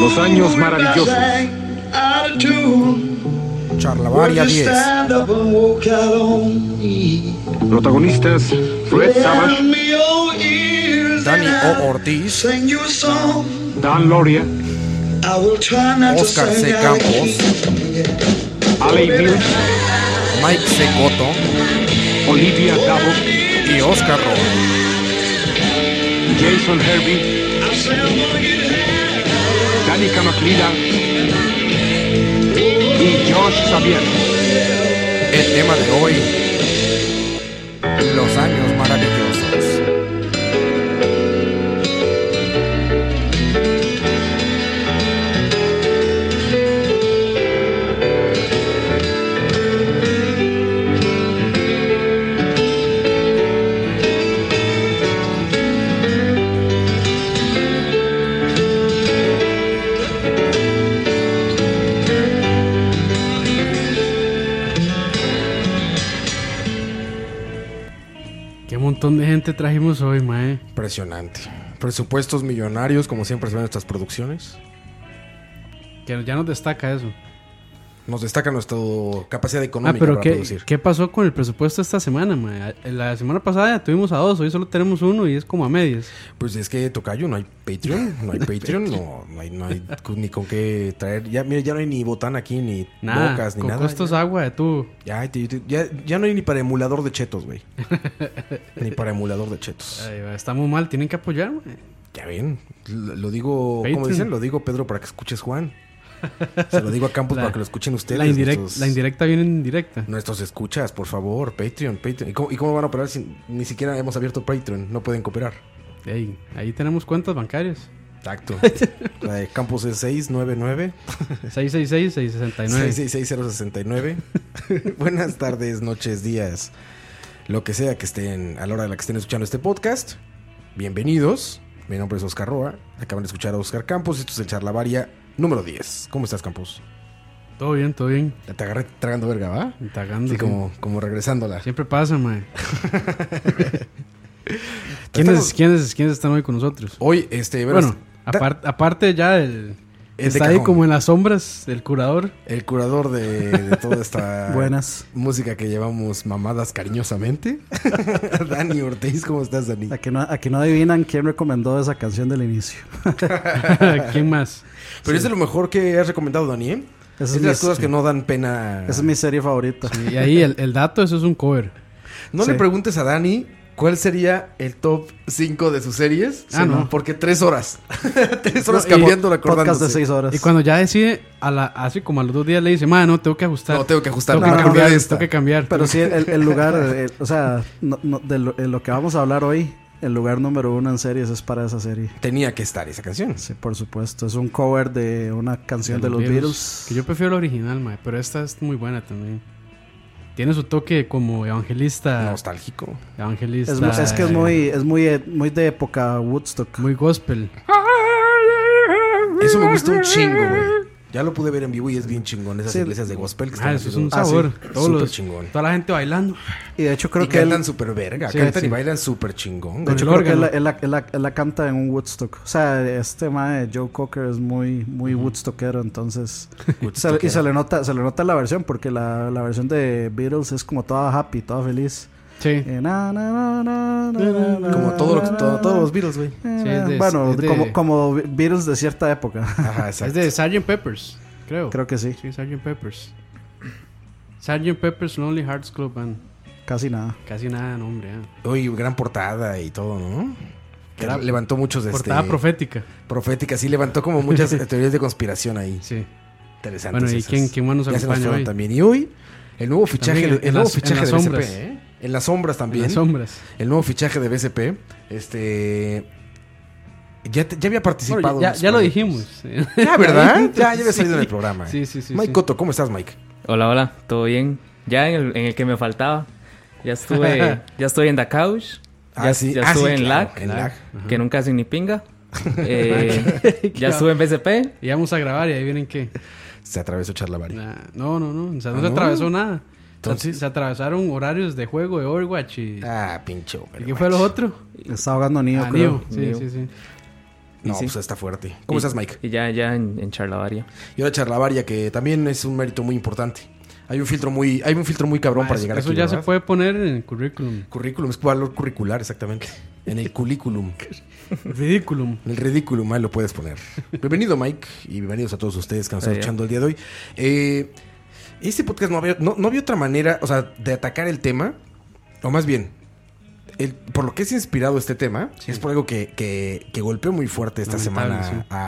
Los años maravillosos. Charlavaria Pues 10. Protagonistas Fred Savage, Dani O. Ortiz, Dan Loria, Oscar C. Campos, Alec Mills, Mike C. Cotto Olivia Dabo, y Oscar Roa. Jason Herbie, Danica Maclila y Josh Xavier. El tema de hoy, los años maravillosos. Qué montón de gente trajimos hoy, mae. Impresionante. Presupuestos millonarios, como siempre se ven estas producciones. Que ya nos destaca eso. Nos destaca nuestra capacidad Ah, económica pero para ¿qué, producir. ¿qué pasó con el presupuesto esta semana, mae? La semana pasada tuvimos a dos, hoy solo tenemos uno y es como a medias. Pues es que Tocayo, no hay Patreon, no hay Patreon, no, no hay, no hay cu- ni con qué traer. Ya, mira, ya no hay ni botán aquí, ni Nada, bocas, ni con nada. costos ya, agua de tubo. ya, te- te- ya- ya no hay ni para emulador de chetos, güey. ni para emulador de chetos. Ay, mae, está muy mal, tienen que apoyar, mae. Ya ven, lo lo digo, ¿cómo Patreon. dicen? Lo digo Pedro para que escuches Juan. Se lo digo a Campos La- para que lo escuchen ustedes. La, indirec- nuestros- la indirecta viene indirecta. Nuestros escuchas, por favor, Patreon, Patreon. ¿Y cómo, y cómo van a operar si ni siquiera hemos abierto Patreon? No pueden cooperar. Ey, ahí tenemos cuentas bancarias. Exacto. La de Campos es 699 666-669. 666-069. Buenas tardes, noches, días. Lo que sea que estén a la hora de la que estén escuchando este podcast. Bienvenidos. Mi nombre es Oscar Roa. Acaban de escuchar a Oscar Campos. Esto es el Charlavaria número 10. ¿Cómo estás, Campos? Todo bien, todo bien. Te agarré tragando verga, ¿va? Tagando, Así sí. como, como regresándola. Siempre pasa, mae. ¿Quiénes, ¿quiénes, ¿Quiénes están hoy con nosotros? Hoy, este, verás, Bueno, da- apar- aparte ya del... Es que de Está ahí cajón. como en las sombras el curador. el curador de, de toda esta Buenas. música que llevamos mamadas cariñosamente. Dani Ortiz, ¿cómo estás, Dani? A que, no, a que no adivinan quién recomendó esa canción del inicio. ¿Quién más? Pero es de lo mejor que has recomendado, Dani, ¿eh? Esa Es, es de mi- las cosas que no dan pena. Esa es mi serie favorita. Y ahí el, el dato, eso es un cover. No le Sí. preguntes a Dani cuál sería el top 5 de sus series. Ah, no. Porque tres horas. tres horas No, y cambiando, po- Podcast de acordándose. seis horas. Y cuando ya decide, a la, así como a los dos días le dice, ma, no, tengo que ajustar. No, tengo que ajustar. Tengo tengo que que no, cambiar cambiar, esta. tengo que cambiar. Pero sí, el, el lugar, el- o sea, no- no- de, lo, de lo que vamos a hablar hoy, el lugar número uno en series es para esa serie. Tenía que estar esa canción. Sí, por supuesto. Es un cover de una canción de los, Beatles. Que yo prefiero la original, mae, pero esta es muy buena también. Tiene su toque como evangelista. Nostálgico. evangelista. Es, mu- es que es eh, muy, es muy, eh, muy de época Woodstock. Muy gospel. Eso me gusta un chingo, güey. Ya lo pude ver en vivo y es bien chingón. Esas Sí. iglesias de gospel que Ah, están eso es haciendo- un Ah, sí. sabor. Todos Súper los- chingón. Toda la gente bailando. Y de hecho creo y que él, cantan súper verga. Sí, cantan sí. y bailan súper chingón. de güey. Con hecho el creo que él, órgano. la- él la- él la- él la canta en un Woodstock. O sea, este mae Joe Cocker es muy, muy Woodstockero, entonces... Se- y se le nota, se le nota la versión, porque la, la versión de Beatles es como toda happy, toda feliz. Sí. Eh, na, na, na, na, na, na, na, Como todo lo que- na, todo- na, todos los na, Beatles, güey. na, Sí, es de- bueno, es de- como, como Beatles de cierta época. Ajá, exacto. Es de Sgt. Peppers, creo. Creo que sí, Sí, Sgt. Peppers. Sgt. Peppers Lonely Hearts Club Band. casi nada. Casi nada, no, hombre. ah. Uy, gran portada y todo, ¿no? Que levantó muchos este, Portada profética. proféticas, sí, levantó como muchas eh, teorías de conspiración ahí. Sí. Interesantes. Bueno, ¿y esas. quién, quién más nos Ya se nos acompaña fueron hoy? también. Y hoy, el nuevo fichaje, También de- en el nuevo las- en fichaje las de BCP. sombras. ¿eh? En las sombras En también. las sombras. el nuevo fichaje de BCP. Este. Ya, te- ya había participado. Bueno, ya, en los ya lo proyectos. dijimos. Ya, ¿verdad? ya, ya había salido en el programa. ¿eh? Sí, sí, sí, Mike sí. Cotto, ¿cómo estás, Mike? Hola, hola, ¿todo bien? Ya en el, en el que me faltaba. Ya estuve, ya estoy en The Couch. Ya, ya Ah, estuve en claro, LAC, en lag. que nunca hacen ni pinga. Eh, ya estuve en BCP. Y vamos a grabar y ahí vienen que. Se atravesó Charlavaria. Nah, no, no, no. O sea, no Ah, se ¿no? atravesó nada. Entonces. Se, se atravesaron horarios de juego de Overwatch y. Ah, pinche. ¿Y qué fue lo otro? Está ahogando Neo, Ah, creo. Neo. Sí, Neo. sí, sí. No, sí. pues está fuerte. ¿Cómo Y- estás, Mike? Y ya, ya en, en Charlavaria. Y ahora Charlavaria, que también es un mérito muy importante. Hay un filtro muy, hay un filtro muy cabrón Ah, para eso- llegar Eso aquí, ya ¿verdad? se puede poner en el currículum. Currículum, es valor curricular, exactamente. En el currículum. Ridículum. En el ridículum, ahí lo puedes poner. Bienvenido, Mike, y bienvenidos a todos ustedes que nos están Adiós. escuchando el día de hoy. Eh, este podcast no había, no, no había otra manera, o sea, de atacar el tema, o más bien, el- por lo que es inspirado este tema, es por algo que, que- que golpeó muy fuerte esta Lamentable, semana sí. a,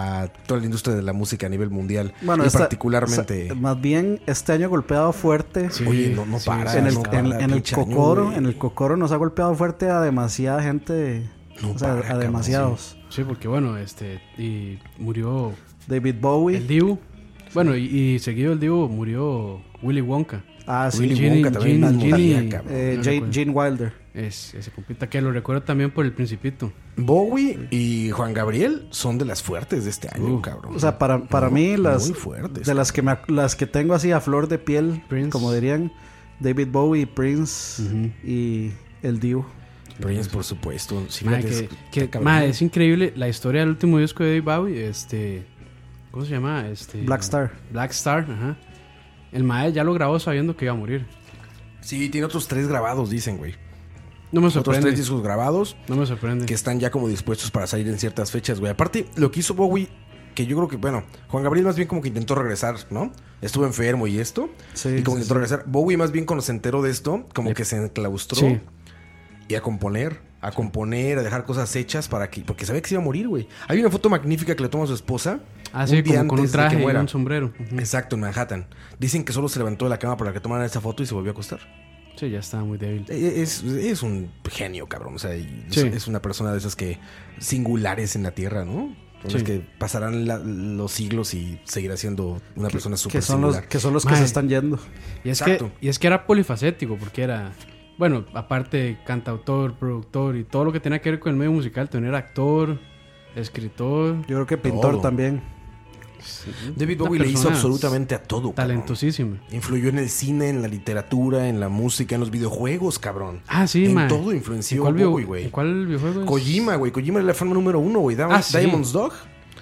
a- a toda la industria de la música a nivel mundial. Bueno, y esta- particularmente. esta- más bien, este año golpeado fuerte. Sí, Oye, no, no sí, para. en el, no en- para, en el pinche año, cocoro, güey. en el cocoro nos ha golpeado fuerte a demasiada gente. No o sea, para, a cabrón, demasiados. Sí, porque bueno, este. Y murió David Bowie. el Divo. Bueno, y, y seguido el Divo murió Willy Wonka. ah, sí. Willy Gene- Wonka también Gene- nos moría, Gene- cabrón. eh, no Jane- recuerdo. Gene Wilder. Es, ese compita que lo recuerdo también por el Principito. Bowie y Juan Gabriel son de las fuertes de este año, Uh, cabrón. O sea, para, para Muy- mí, las, muy fuertes. de las que, me ac- las que tengo así a flor de piel, Prince. como dirían, David Bowie, Prince y el Divo. Prince, por supuesto. Sí, Madre, fíjate, que, es- que- cabrón. madre, es increíble la historia del último disco de David Bowie. Este, ¿Cómo se llama? Este, Black Star. Black Star, ajá. El Mae ya lo grabó sabiendo que iba a morir. Sí, tiene otros tres grabados, dicen, güey. No me Otros tres sorprende. discos grabados No me sorprende. que están ya como dispuestos para salir en ciertas fechas, güey. Aparte, lo que hizo Bowie, que yo creo que, bueno, Juan Gabriel más bien como que intentó regresar, ¿no? Estuvo enfermo y esto. Sí, y como que sí, intentó regresar. Bowie más bien cuando se enteró de esto, como que se enclaustró. Sí. y a componer, a componer, a dejar cosas hechas para que, porque sabía que se iba a morir, güey. Hay una foto magnífica que le toma a su esposa. Ah, sí, día como con un antes de que traje y muera. un sombrero. Ujú. Exacto, en Manhattan. Dicen que solo se levantó de la cama para que tomaran esta foto y se volvió a acostar. Sí, ya estaba muy débil. E- Es, es un genio, cabrón. O sea, y es- Sí. es una persona de esas que singulares en la tierra, ¿no? Son Sí. las que pasarán la- los siglos y seguirá siendo una persona que súper son los singular. que son los que Mae. se están yendo. Y es, que, Exacto. y es que era polifacético, porque era, bueno, aparte de cantautor, productor y todo lo que tenía que ver con el medio musical, también era actor, escritor, Yo creo que pintor Todo. también. David Una Bowie le hizo persona absolutamente a todo. cabrón. talentosísimo. Influyó en el cine, en la literatura, en la música, en los videojuegos, cabrón. Ah, sí, En mae. todo influenció ¿En cuál, Bowie, video- güey. en cuál videojuego es? Kojima, güey. Kojima era la forma número uno, güey. Diamond- Ah, sí. Diamond's Dog.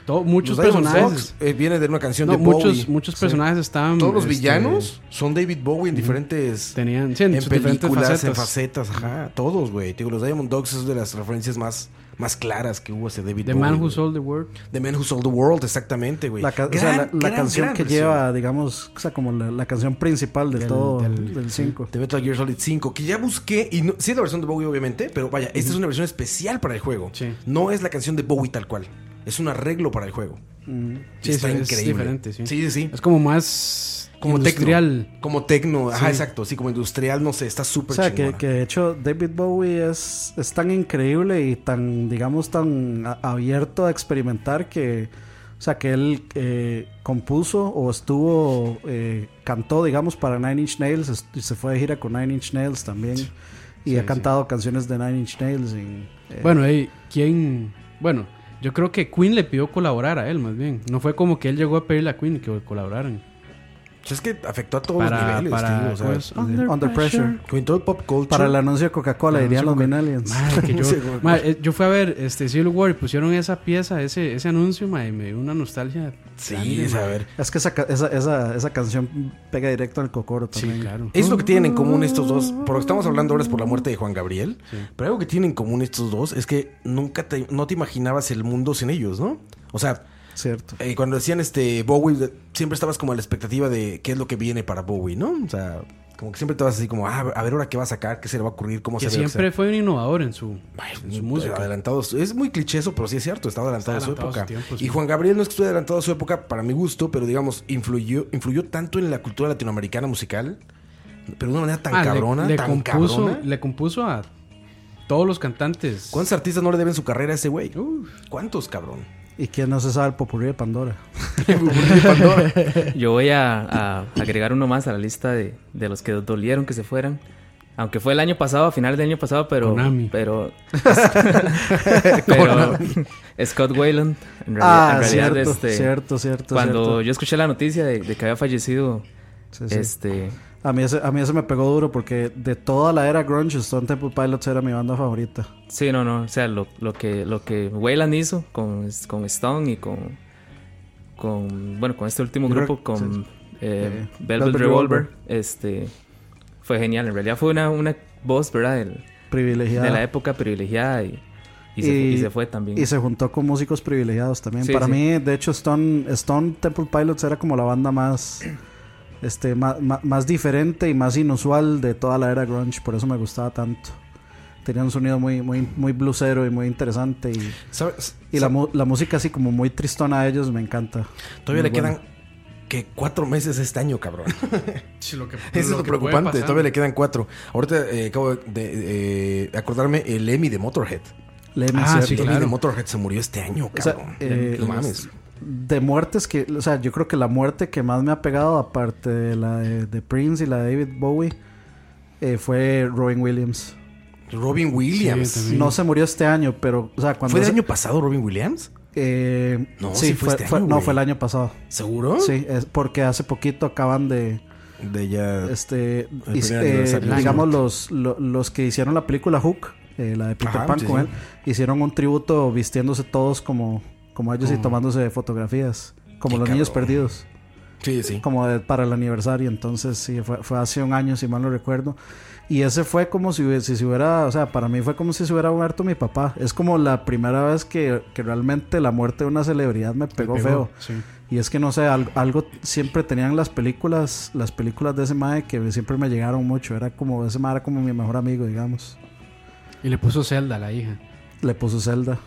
Todo- muchos Los Diamond's personajes. Dogs, eh, viene de una canción No, de muchos, Bowie. muchos Sí. personajes estaban... Todos los este, villanos son David Bowie en diferentes. Tenían, sí, en, en sus diferentes películas, en facetas. facetas, ajá. Todos, güey. Te Digo, los Diamond Dogs es de las referencias más, más claras que hubo hacia David The Bowie. Man Who güey. Sold the World. The Man Who Sold the World, exactamente, güey. La, ca- o sea, Gran, la- la gran, canción gran que versión. lleva, digamos, o sea, como la, la canción principal de Del- todo del- del 5. De Metal Gear Solid 5, que ya busqué, y no, sí es la versión de Bowie, obviamente, pero vaya, esta es una versión especial para el juego. Sí. No es la canción de Bowie tal cual. Es un arreglo para el juego. Sí, Está sí, es increíble. diferente, sí. sí, sí. Es como más Como industrial. tecno. Como tecno, ajá, Sí. exacto. Sí, como industrial, no sé, está O súper Pues sea, que, chingona. que de hecho David Bowie es, es tan increíble y tan, digamos, tan a- abierto a experimentar que, o sea, que él eh, compuso o estuvo, eh, cantó, digamos, para Nine Inch Nails est- y se fue de gira con Nine Inch Nails también. Y Sí, ha sí. cantado canciones de Nine Inch Nails. y, eh, Bueno, ey, ¿quién? Bueno, yo creo que Queen le pidió colaborar a él, más bien. No fue como que él llegó a pedirle a Queen que colaboraran. Es que afectó a todos los Para, niveles, para tío, o sea, ¿cómo es? Under Pressure. con todo el pop culture. Para el anuncio de Coca-Cola, El dirían los anuncio de Min Aliens. Madre, que yo, madre, eh, yo fui a ver este Civil War y pusieron esa pieza, ese, ese anuncio, madre, y me dio una nostalgia. Sí, grande, es, a madre. ver. Es que esa, ca- esa, esa, esa canción pega directo al cocoro también. Sí, claro. Es lo que tienen en común estos dos. Mm. Por lo que estamos hablando ahora es por la muerte de Juan Gabriel. Pero algo que tienen en común estos dos es que nunca te, no te imaginabas el mundo sin ellos, ¿no? O sea, Cierto. eh, cuando decían este Bowie, de- siempre estabas como a la expectativa de qué es lo que viene para Bowie, ¿no? O sea, como que siempre te vas así como, ah, a ver ahora qué va a sacar, qué se le va a ocurrir, cómo Que se ve. siempre fue un innovador en su, en su Su música. Pues, Adelantado, es muy cliché eso, pero sí es cierto, estaba adelantado Está a su época. adelantado a su tiempo, sí. Y Juan Gabriel no es que estuviera adelantado a su época para mi gusto, pero digamos, influyó, influyó tanto en la cultura latinoamericana musical, pero de una manera tan Ah, le- cabrona, le, tan compuso, cabrona. Le compuso a todos los cantantes. ¿Cuántos artistas no le deben su carrera a ese güey? ¿Cuántos, cabrón? ¿Y quién no se sabe el popurrí de Pandora? Yo voy a, a agregar uno más a la lista de, de los que dolieron que se fueran. Aunque fue el año pasado, a final del año pasado, pero. Konami. Pero. pero Scott Wayland, en realidad, Ah, en realidad, Ah, cierto, este, cierto, cierto, cuando cierto. yo escuché la noticia de, de que había fallecido, Sí, sí. este. A mí, ese, a mí ese me pegó duro porque de toda la era grunge, Stone Temple Pilots era mi banda favorita. Sí, no, no. O sea, lo, lo que lo que Wayland hizo con, con Stone y con, con bueno con este último Yo creo grupo que- sí, con sí. eh, Eh, Velvet, Velvet Revolver, Revolver. este fue genial. En realidad fue una, una voz, ¿verdad? Del- Privilegiada. de la época privilegiada y, y se, y se fue también. Y se juntó con músicos privilegiados también. Sí, Para sí. mí, de hecho, Stone, Stone Temple Pilots era como la banda más. Este, ma- ma- más, diferente y más inusual de toda la era grunge, por eso me gustaba tanto. Tenía un sonido muy, muy, muy bluesero y muy interesante. Y, ¿Sabes? y la, mu- la música, así como muy tristona a ellos, me encanta. Todavía Muy le buena. quedan que cuatro meses este año, cabrón. Sí, lo que- Eso es lo que puede preocupante. pasar. Todavía le quedan cuatro. Ahorita eh, acabo de, de, eh, acordarme el Emmy de Motorhead. Lemmy, Ah, sí, ¿cierto? el Emmy claro. de Motorhead se murió este año, O sea, cabrón. eh, no mames. de muertes que, o sea, yo creo que la muerte que más me ha pegado, aparte de la de, de Prince y la de David Bowie, eh, fue Robin Williams. Robin Williams. Sí, No se murió este año, pero, o sea, cuando. ¿Fue el se- año pasado Robin Williams? eh, No, sí, sí fue fue, este fue- año, no, güey. Ah. fue el año pasado. ¿Seguro? Sí, es porque hace poquito acaban de. De ya. Este, Ah. primer hice- eh, aniversario. digamos, los, lo- los que hicieron la película Hook, eh, la de Peter Ajá, Pan sí, con sí. él, hicieron un tributo vistiéndose todos como, como ellos y tomándose fotografías, como Qué los niños cabrón. perdidos. Sí, sí. como de- para el aniversario, entonces sí, fue, fue hace un año, si mal no recuerdo. Y ese fue como si, hubie- si se hubiera, o sea, para mí fue como si se hubiera muerto mi papá. Es como la primera vez que, que realmente la muerte de una celebridad me pegó, feo. Sí. Y es que no sé, al- algo siempre tenían las películas, las películas de ese mae que siempre me llegaron mucho. Era como, ese mae era como mi mejor amigo, digamos. Y le puso Zelda a la hija. Le puso Zelda.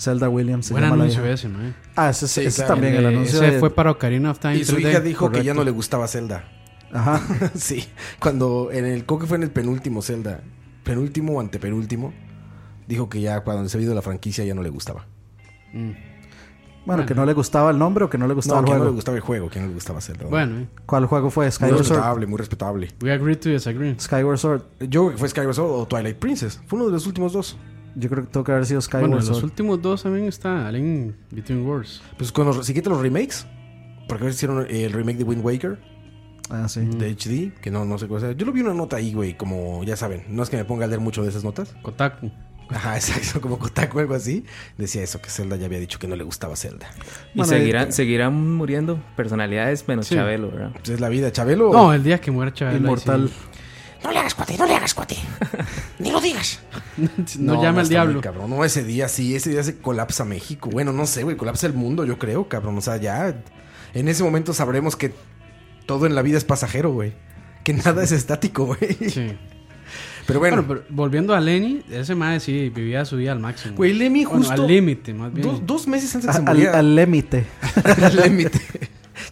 Zelda Williams. se Buen llama la anuncio ¿eh? hija. ese, ¿no? Ah, ese, Sí, ese claro. también, el Eh, anuncio. ese de- fue para Ocarina of Time. Y su 3D. hija dijo que ya correcto. no le gustaba Zelda. Ajá. sí. Cuando en el. Creo que fue en el penúltimo Zelda. Penúltimo o antepenúltimo. Dijo que ya cuando se vio la franquicia ya no le gustaba. Mm. Bueno, que no le gustaba el nombre o que no le No, gustaba el que no juego. le gustaba el juego, que no le gustaba Zelda. ¿no? Bueno, eh, ¿Cuál juego fue? Muy Skyward Sword. respetable, muy respetable. we agree to disagree. Skyward Sword. Yo creo que fue Skyward Sword o Twilight Princess. Fue uno de los últimos dos. Yo creo que tuvo que haber sido Skyward Bueno, de los Sword. últimos dos también está Alien Between Worlds. Pues con los, si quitan los remakes, porque ahora hicieron el remake de Wind Waker, Ah, sí. de HD, que no, no sé qué cosa. Yo lo vi una nota ahí, güey, como ya saben, no es que me ponga a leer mucho de esas notas. Kotaku. Ajá, exacto, como Kotaku o algo así. Decía eso, que Zelda ya había dicho que no le gustaba Zelda. Y Bueno, seguirán, seguirán muriendo personalidades menos Sí. Chabelo, ¿verdad? Pues es la vida, Chabelo. No, eh. el día que muera Chabelo. Inmortal. ahí No le hagas cuate, no le hagas cuate. Ni lo digas. sí. No, llame al está muy diablo. Cabrón. No, ese día sí, ese día se colapsa México. Bueno, no sé, güey, colapsa el mundo, yo creo, cabrón. O sea, ya en ese momento sabremos que todo en la vida es pasajero, güey. Que nada es estático, güey. Sí. Pero Bueno, bueno, pero volviendo a Lenny, ese madre sí vivía su vida al máximo. Güey, Lemmy Bueno, justo- al límite, más bien. dos, dos meses antes de que se A- Al, muriera. al límite. Al límite.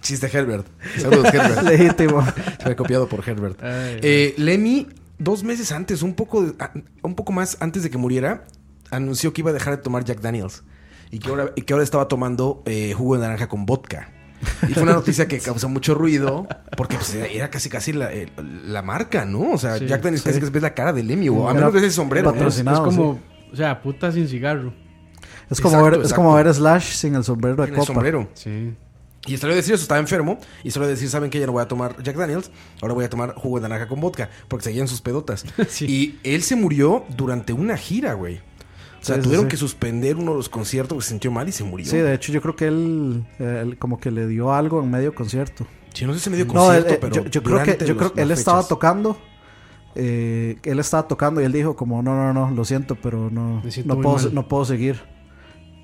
Chiste Herbert. Saludos, Herbert. Legítimo. Fue copiado por Herbert. Ay, Eh, Lemmy, dos meses antes, un poco, de- a- un poco más antes de que muriera, anunció que iba a dejar de tomar Jack Daniels. Y que ahora, y que ahora estaba tomando eh, jugo de naranja con vodka. Y fue una noticia que causó mucho ruido, porque pues, era casi casi la, eh, la marca, ¿no? O sea, Sí, Jack Daniels casi sí. casi ves la cara de Lemmy, o a menos Era ves el sombrero. ¿no? es, es patrocinado, como, o sea, puta sin cigarro. Es como, Exacto, ver, es exacto. como ver Slash sin el sombrero de En el copa. sombrero. Sí. Y salió a decir eso, estaba enfermo. Y salió a decir, ¿saben qué? Ya no voy a tomar Jack Daniels, ahora voy a tomar jugo de naranja con vodka. Porque seguían sus pedotas. Sí. Y él se murió durante una gira, güey. O sea, Sí, sí, tuvieron sí. que suspender uno de los conciertos porque se sintió mal y se murió. Sí, de hecho yo creo que él, eh, él como que le dio algo en medio concierto. Sí, no sé si medio No, él, concierto, eh, pero. yo, yo creo que, durante yo los- creo que él las estaba fechas. tocando. eh, él estaba tocando y él dijo como no, no, no, lo siento, pero no, Me siento no, muy puedo, mal. se- no puedo seguir.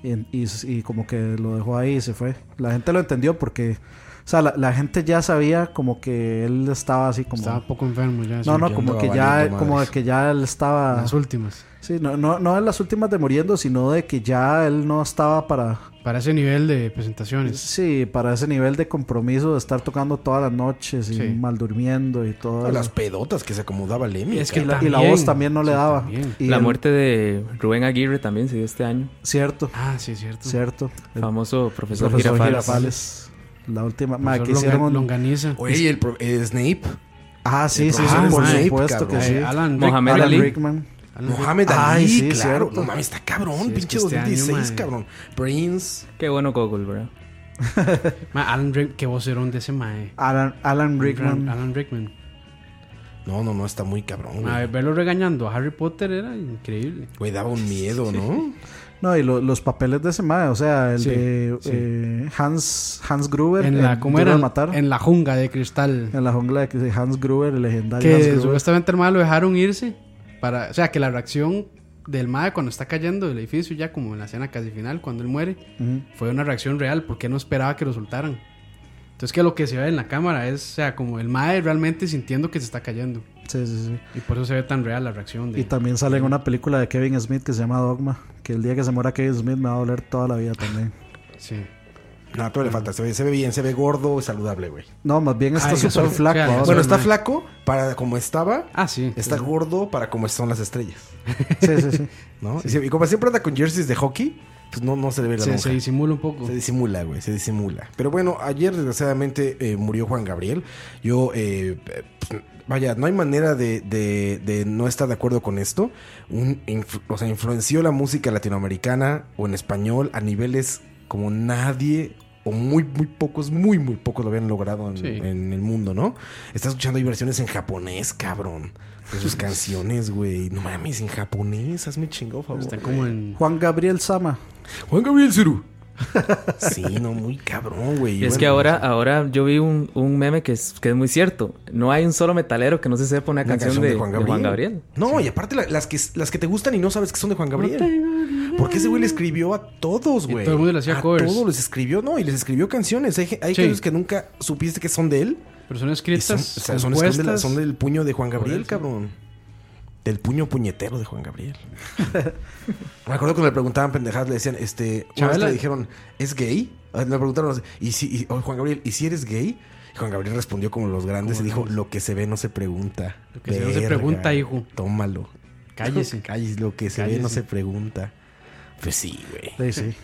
Y, y- y como que lo dejó ahí y se fue. La gente lo entendió porque, o sea, la, la gente ya sabía como que él estaba así como... Estaba un poco enfermo ya. no, sí, no, ya como andaba que ya, valiendo como madres. que ya él estaba... Las últimas. Sí, no, no, no en las últimas de muriendo, sino de que ya él no estaba para... Para ese nivel de presentaciones. Sí, para ese nivel de compromiso de estar tocando todas las noches y Sí. mal durmiendo y todo. Las pedotas que se acomodaba Lemmy. Es que cabrón. y, la, y la También. voz también no le Sí, daba. también. Y La el- muerte de Rubén Aguirre también se dio este año. Cierto, Ah, sí, cierto. cierto. El Famoso profesor, profesor Girafales. Girafales. La última. ma, Profesor que hicieron Longa- un- Longaniza. Güey, el pro- eh, Snape. Ah, sí, sí, sí, profesor por Snape, supuesto cabrón. que sí. Eh, Alan Mohamed Rickman. Alan Ali. Rickman. Alan Rickman. Mohamed Ay, Ali, sí, claro. cierto. No mames, está cabrón. Sí, es que pinche este año, 2016, man. cabrón. Prince. Qué bueno Google, ¿verdad? Ma, Alan Rick, qué vocerón de ese mae. Alan, Alan Rickman. Alan Rickman. No, no, no, está muy cabrón, A güey. ver, verlo regañando a Harry Potter era increíble. Güey, daba un miedo, ¿no? No, y lo- los papeles de ese mae, o sea, el Sí, de sí. eh, Hans, Hans Gruber, En el la, ¿cómo Duro era? de matar, en, En la jungla de cristal. la jungla de Hans Gruber, el legendario Hans Que Gruber. supuestamente el madre lo dejaron irse. Para, o sea, que la reacción del madre cuando está cayendo del edificio, ya como en la escena casi final, cuando él muere, Ujú. fue una reacción real porque no esperaba que lo soltaran. Entonces, que lo que se ve en la cámara es, o sea, como el madre realmente sintiendo que se está cayendo. Sí, sí, sí. Y por eso se ve tan real la reacción de. Y también sale en una película de Kevin Smith que se llama Dogma, que el día que se muera Kevin Smith me va a doler toda la vida también. Sí. No, todo le falta. Se ve, se ve bien, se ve gordo, saludable, güey. No, más bien está Ay, súper o sea, flaco. ahora. Bueno, no, está no. flaco para como estaba. Ah, sí. Está gordo para como son las estrellas, Sí, sí, sí. ¿no? Y si- Y como siempre anda con jerseys de hockey, pues no, no se le ve la Se, lonja. se disimula un poco. Se disimula, güey, se disimula. Pero bueno, ayer desgraciadamente eh, murió Juan Gabriel. Yo, eh, eh, pues, vaya, no hay manera de, de- de no estar de acuerdo con esto. Un, influ- o sea, influenció la música latinoamericana o en español a niveles como nadie o muy, muy pocos, muy, muy pocos lo habían logrado en, Sí. en el mundo, ¿no? Estás escuchando ahí versiones en japonés, cabrón. De sus canciones, güey. No mames, en japonés, hazme chingó, favor. Está como en. Juan Gabriel Sama. Juan Gabriel Cerú. Sí, no, muy cabrón, güey. Y es Bueno, que ahora, ahora yo vi un, un meme que es, que es muy cierto. No hay un solo metalero que no se sepa una, una canción, de, de Juan Gabriel. No, y aparte la- las, que, las que te gustan y no sabes que son de Juan Gabriel. Porque ese güey le escribió a todos, Y güey. todo el mundo le hacía a covers. todos les escribió, no, y les escribió canciones. Hay, ge- hay Sí. canciones que nunca supiste que son de él. Pero son y son, escritas. o sea, son- son de la- compuestas. son del puño de Juan Gabriel, él, sí. cabrón. Del puño puñetero de Juan Gabriel. Me acuerdo cuando le preguntaban pendejadas, le decían, este, una vez Chabela. le dijeron, ¿es gay? Ah, Le preguntaron, y si, y- oh, Juan Gabriel, ¿y si eres gay? Y Juan Gabriel respondió como los grandes y dijo, lo que se ve no se pregunta. Lo que se ve no se pregunta, hijo. Tómalo. Cállese. Cállese, lo que se ve no Cállese. se pregunta. Pues sí, güey. Sí, sí.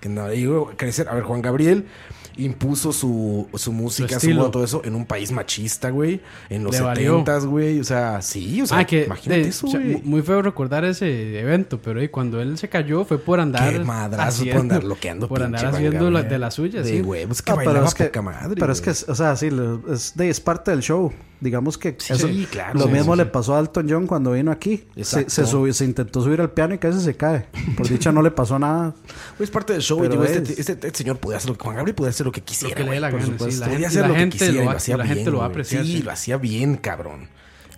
Que no, digo, crecer. A ver, Juan Gabriel impuso su, su música, su estilo. modo, todo eso en un país machista, güey. En los Le valió. 70 güey. O sea, sí, o sea, ah, que imagínate de- eso, o sea, güey. mu- muy feo recordar ese evento, pero eh, cuando él se cayó fue por andar. Qué madrazo por haciendo- andar loqueando, Por andar pinche Juan haciendo la- Gabriel. de las suyas, De sí. huevos, que Ah, bailaba es que- poca madre. pero es que, güey. o sea, sí, lo- es, de, es parte del show. Digamos que eso- sí, claro, lo sí, mismo sí, le pasó a Alton John cuando vino aquí. Se, Exacto. se subió- se intentó subir al piano y casi se cae. Por dicha no le pasó nada. Güey, es parte del show. y pero digo, este, es- este- este señor podía hacer lo que Juan Gabriel podía hacer lo que quisiera. que le dé la güey, por gana, sí, supuesto. la Podía gente- hacer la lo que gente lo quisiera y va- lo hacía la bien. gente lo va a güey. apreciar, Sí, sí. lo hacía bien, cabrón.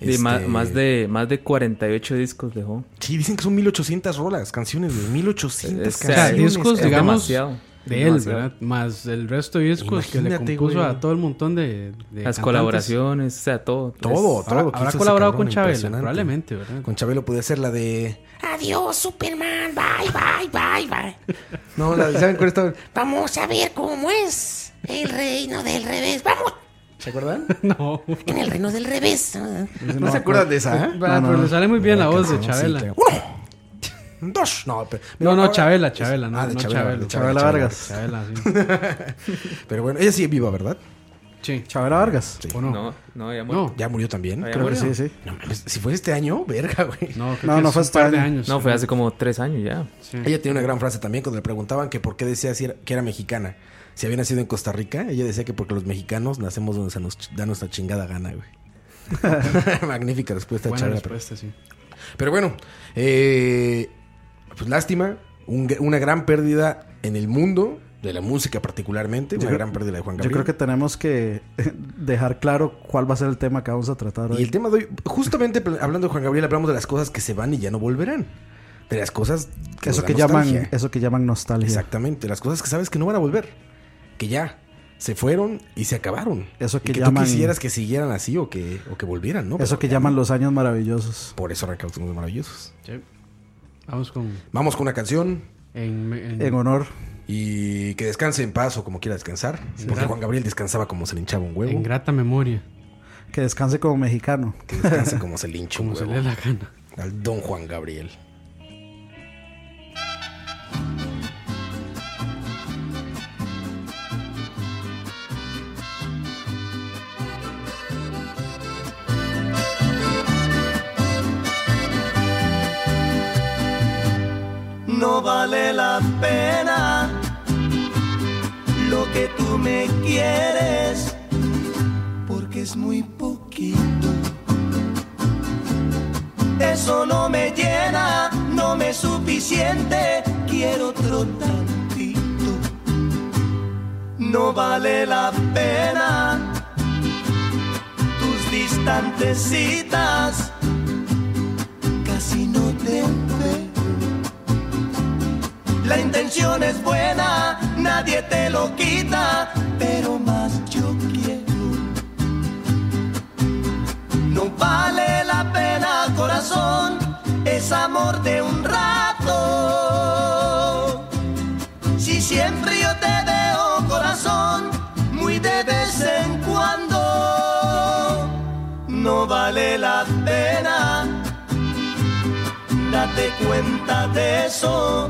De más, Este- más de, más de 48 discos dejó. Sí, dicen que son 1800 rolas, canciones, güey. 1800 O sea, O sea, canciones. discos, es cabrón. digamos, demasiado, de él, demasiado. ¿verdad? Más el resto de discos que Imagínate, le compuso güey. a todo el montón de. de Las cantantes. colaboraciones, o sea, todo. Todo, Es- todo. Habrá, lo que habrá hizo ese colaborado cabrón, con Chabela, impresionante. probablemente, ¿verdad? Con Chabelo podía ser la de. Adiós, Superman. Bye, bye, bye, bye. No, la de. ¿Saben cuál estaba? Vamos a ver cómo es el reino del revés. Vamos. ¿Se acuerdan? No. En el reino del revés. Ah. ¿No se acuerdan de esa? Ah, ¿eh? Ah, Pero le sale muy bien la voz de Sí, Chabela. claro. Uno. Dos. No, pero- No, no, ahora- Chabela, Chabela, no, Ah, de no Chabela, Chabelo. de Chabela, Chabela Chabela. Vargas. Chabela, sí. Pero bueno, ella sigue viva, ¿verdad? Sí. Chabela Vargas. Sí. ¿O no? No, no, ya No. muerto. Ya murió también. Ya Creo que sí, murió. sí. No mames, si fue este año, verga, güey. No, creo No, que no es fue un este par de año. años. No, fue hace como tres años ya. Sí. Ella tenía una gran frase también cuando le preguntaban que por qué decía si era- que era mexicana. Si había nacido en Costa Rica, ella decía que porque los mexicanos nacemos donde se nos ch- da nuestra chingada gana, güey. Magnífica respuesta, Buena Chabela. respuesta, sí. Pero bueno, eh, pues lástima, un gr- una gran pérdida en el mundo, de la música particularmente, una creo- gran pérdida de Juan Yo Gabriel. creo que tenemos que dejar claro cuál va a ser el tema que vamos a tratar Y el hoy. tema de hoy, justamente pl- hablando de Juan Gabriel, hablamos de las cosas que se van y ya no volverán. De las cosas que Eso nos que, dan nostalgia. llaman, eso que llaman nostalgia. Exactamente, las cosas que sabes que no van a volver. Que ya se fueron y se acabaron. Eso Y que que llaman- tú quisieras que siguieran así o que, o que volvieran, ¿no? Eso Pero que ya llaman no. los años maravillosos. Por eso arrancamos con los maravillosos. Sí. Vamos con. Vamos con una canción En, en- En honor. y que descanse en paz o como quiera descansar. Porque Gra- Juan Gabriel descansaba como se le hinchaba un huevo. en grata memoria. Que descanse como mexicano. Que descanse como se le hincha un Como se huevo. le dé la gana. Al don Juan Gabriel. no vale la pena lo que tú me quieres, porque es muy poquito eso no me llena, no me es suficiente, quiero otro tantito. No vale la pena tus distantes citas, casi no te veo. La intención es buena, nadie te lo quita, pero más yo quiero. No vale la pena, corazón, es amor de un rato. Si siempre yo te veo, corazón, muy de vez en cuando, no vale la pena. Date cuenta de eso,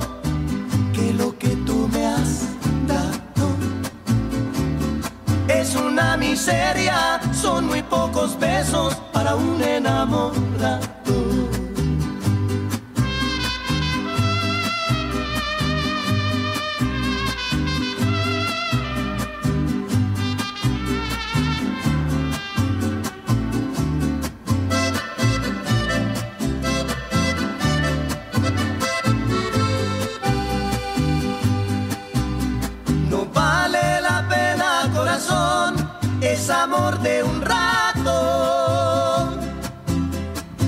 que lo que tú me has dado es una miseria, son muy pocos besos para un enamorado. No vale la pena, corazón, es amor de un rato.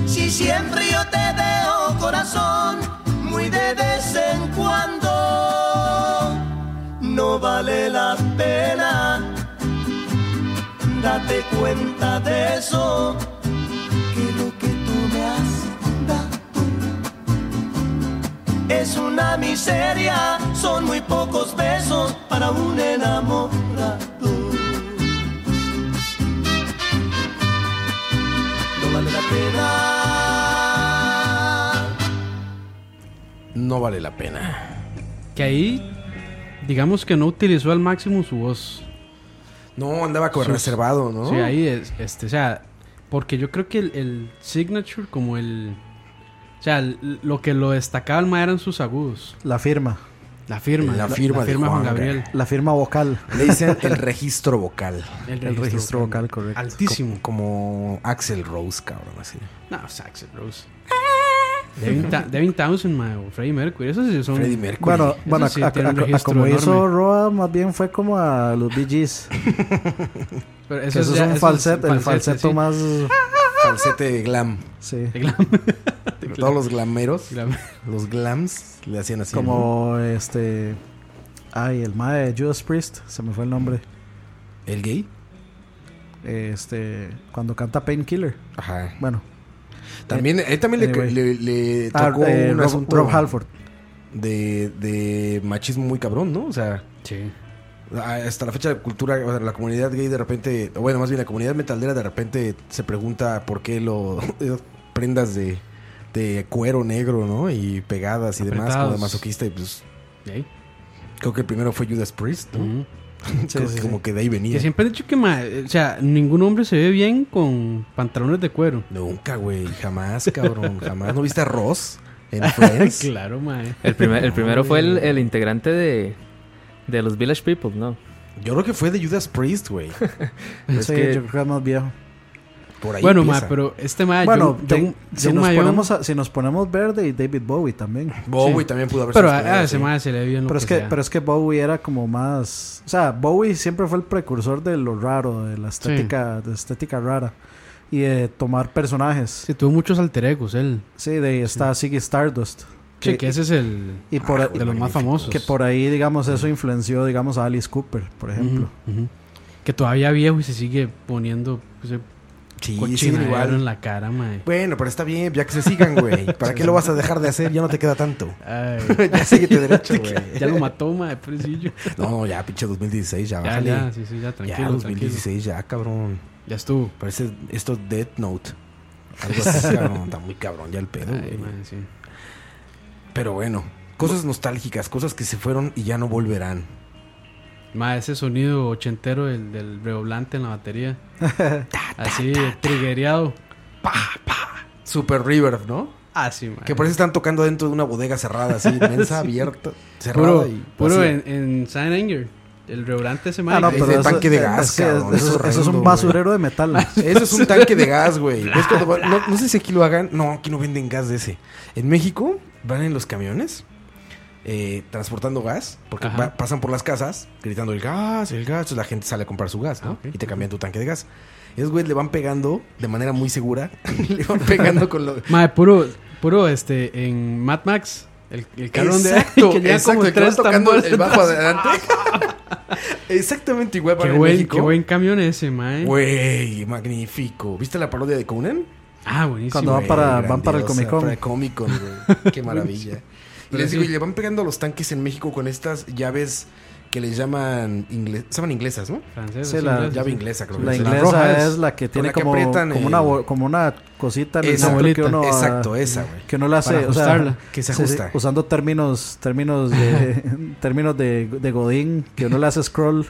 Si siempre yo te veo, corazón, muy de vez en cuando, no vale la pena. Date cuenta de eso, que lo que tú me has dado es una miseria, son muy pocos besos para un enamorado. No vale la pena. No vale la pena. Que ahí, digamos que no utilizó al máximo su voz. No, andaba con Sus- reservado, ¿no? Sí, ahí es, este, o sea, porque yo creo que el, el signature, como el. O sea, el- lo que lo destacaba el mae eran sus agudos. La firma. La firma. La firma de Juan, Juanga. Gabriel. La firma vocal. Le dicen el registro vocal. El, El registro vocal, correcto. Altísimo. Como Axel Rose, cabrón, así. No, Saxon Rose. Devin, Ta- Devin Townsend, mae, o Freddie Mercury. Esos sí son. Freddie Mercury. Bueno, bueno, sí a- a- tiene un a- a- registro como hizo enorme. Roa, más bien fue como a los Bee Gees. Pero Que eso ya- es un esos falset, el falsetes, falseto más. falsete de glam. Sí. sí. Glam- Todos los glameros, glam- los glams, le hacían así. Como este. Ay, el mae de Judas Priest, se me fue el nombre. ¿no? ¿El gay? Este. Cuando canta Painkiller. Ajá. Bueno, Eh, También, él también le- anyway. le, le ah, tocó eh, un Rob, asunto Rob Halford. de, de machismo muy cabrón, ¿no? O sea, Sí. hasta la fecha de cultura, o sea, la comunidad gay de repente, o bueno, más bien la comunidad metaldera de repente se pregunta por qué lo esas prendas de, de cuero negro, ¿no? Y pegadas y demás, como de Apretados. masoquista, y pues Y ahí. creo que el primero fue Judas Priest, ¿no? Ujú. Sí, Creo sí, que sí. como que de ahí venía. Que siempre he dicho que, mae, o sea, ningún hombre se ve bien con pantalones de cuero. Nunca, güey, jamás, cabrón, jamás. ¿No viste a Ross en Friends? Claro, mae. El, primer- el primero fue el, el integrante de, de los Village People, ¿no? Yo creo que fue de Judas Priest, güey. Es Sí, que- yo creo que es más viejo. Por ahí Bueno, empieza. mae, pero este mae, Bueno, John- de- John- si, John nos Mayón- ponemos a- si nos ponemos verde y David Bowie también. Bowie sí. Oh, también pudo haber Pero sido a, el primero, a ese sí. mae se le vio en lo Pero es, que, sea. pero es que Bowie era como más. O sea, Bowie siempre fue el precursor de lo raro, de la estética, de estética rara. Y de tomar personajes. Sí, tuvo muchos alter egos él. Sí, de ahí está Ziggy Stardust. Sí, Que- que ese es el y por, ahí- de los más famosos. que por ahí, digamos, eso influenció, digamos, a Alice Cooper, por Ujú, ejemplo. ujú. Que todavía viejo y se sigue poniendo ese Sí, sí, cochinadero igual. en la cara, mae. Bueno, pero está bien, ya que se sigan, güey. ¿Para qué lo vas a dejar de hacer? Ya no te queda tanto. Ay, ya síguete derecho, güey. ya lo mató, mae, pobrecillo. No, ya, pinche 2016, ya, Ya, bájale. ya, sí, sí, ya, Ya, tranquilo, tranquilo. 2016, ya, cabrón. Ya estuvo. Parece esto es Death Note. Algo así, cabrón. Está muy cabrón ya el pedo, güey. Ay, mae, sí. Pero bueno, cosas nostálgicas, cosas que se fueron y ya no volverán. Mae, ese sonido ochentero del, del redoblante en la batería. Así, triguereado. Super River, ¿no? Ah, sí, mae. Que parece que están tocando dentro de una bodega cerrada, así, inmensa, abierta, cerrada Puro, y puro vacía. en, en Sign Anger. el rebrante ese Ah, mae. no, Ese pero eso, tanque de eh, gas, es que cabrón, es eso, eso es horrendo, un basurero de metal. Eso es un tanque de gas, güey. ¿Ves cuando va- no, no sé si aquí lo hagan. No, aquí no venden gas de ese. En México van en los camiones eh, transportando gas, porque Ajá. va- pasan por las casas gritando el gas, el gas. Entonces la gente sale a comprar su gas ¿no? Ah, ok. y te cambian tu tanque de gas. Esos güeyes le van pegando de manera muy segura. le van pegando con lo. Mae, puro, puro, este, en Mad Max, el, el carro donde Exacto, que lleva exacto, como el que va tres tocando tambores el bajo atrás. adelante. Exactamente igual Qué para en buen, México. qué buen camión ese, eh. mae. Güey, magnífico. ¿Viste la parodia de Conan? Ah, buenísimo. Cuando va Güey, para- van para el grandiosa, Comic-Con. para el Comic-Con, güey. Qué maravilla. y Pero les digo, sí. y le van pegando a los tanques en México con estas llaves que les llaman ingle- se llaman inglesas, ¿no? Francés, Sí, es la- inglés, Llave sí. inglesa, creo. que La se llama. inglesa Roja es la que tiene la que como, aprietan como, el- una, bo- como una cosita en el Esa, centro bolita. que uno... ah, Exacto, eh. esa, güey. Que uno la hace... Para o sea, ajustarla. Que se sí, sí, ajusta. usando términos términos de, términos de, de Godín, que uno le hace scroll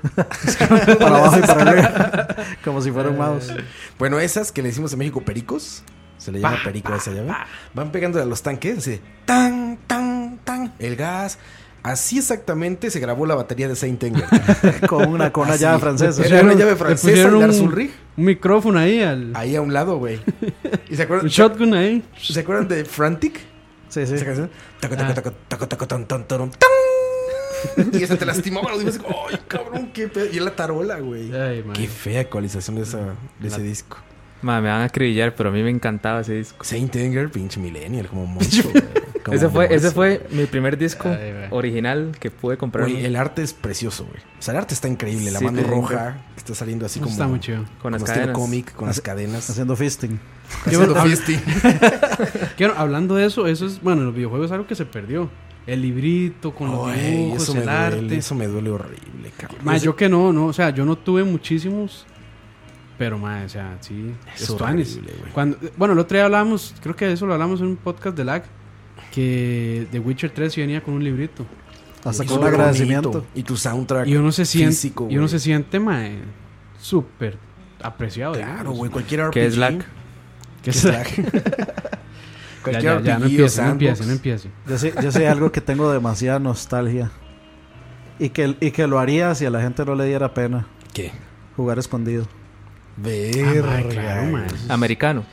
para abajo y para arriba, como si Eh. fuera un mouse. Bueno, esas que le decimos en México pericos, se le llama perico a esa llave, van pegando a los tanques, así, tan, tan, tan, el gas. Así exactamente se grabó la batería de Saint Anger. Con una, con una Así. llave francesa. Era una llave Le francesa, el pusieron Ah, un- Arzulrig, Un micrófono ahí, al, ahí a un lado, güey. ¿Y se un acuerdan, shotgun ahí. ¿se acuerdan de Frantic? Sí, sí. Esa canción. Taca, taca, Ah. taca, taca, taca, tan, tan, tarón, tan. Y esa te lastimaba. lo dices, Ay, cabrón, qué pedo. Y es la tarola, güey. Ay, mae. Qué fea actualización de, esa, de ese disco. Ma, me van a acribillar, pero a mí me encantaba ese disco. Saint Anger, pinche millennial, como monstruo. güey. Como Ese fue, ese monstruo. fue mi primer disco Ay, güey. original que pude comprar Güey, el arte es precioso, güey. O sea, el arte está increíble. La Sí, mano te digo. roja que está saliendo así Eso como. Está muy chido. con las como cadenas. estilo cómic, con las cadenas. Haciendo fisting. Haciendo Yo- fisting. Quiero- hablando de eso, eso es, bueno, en los videojuegos es algo que se perdió. El librito con los Ay, dibujos, eso, el me duele, arte. eso me duele horrible, cabrón. Mae, yo que no, no, o sea, yo no tuve muchísimos, pero mae, o sea, sí, Es estuanes. horrible, güey. Cuando, bueno, el otro día hablamos, creo que de eso lo hablamos en un podcast de lag, que The Witcher 3 sí venía con un librito. Hasta Y con un súper agradecimiento. bonito. Y tu soundtrack. Y uno se siente, físico, y uno güey. se siente, mae, súper apreciado. Claro, digamos. güey, cualquier RPG. Que es lag. Que es lag. Ya, Cualquier ya, ya, no RPG o empiece, no sandbox. empiece, no empiece. Yo sé, yo sé algo que tengo demasiada nostalgia. Y que, y que lo haría si a la gente no le diera pena ¿Qué? jugar escondido. Ah, Verga. mae, claro, mae. Americano.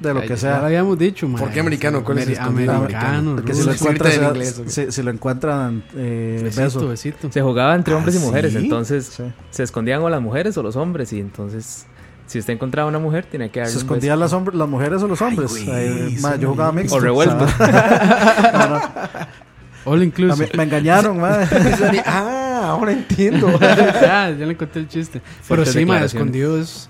De lo Ay, que Ya lo sea. habíamos dicho, mae. ¿Por qué americano? ¿Cuál es el Ameri- escondido americano? americano? Que si lo Uy, se grita encuentran, en sea- inglés, ok. Pues si, si lo encuentran eh, besito, beso. besito. Se jugaba entre ¿Ah, hombres y mujeres, sí? entonces Sí. se escondían o las mujeres o los hombres. Y entonces, si usted encontraba una mujer, tenía que darle ¿Se un escondían las, hombre- las mujeres o los hombres? güey, Ay, eso ma, yo jugaba me- mixto. O revuelto. sea, no, no, All a mí- inclusive. me engañaron, ma. Ah, ahora entiendo. ya, ya le conté el chiste. Pero sí, mae, declaraciones. escondido es.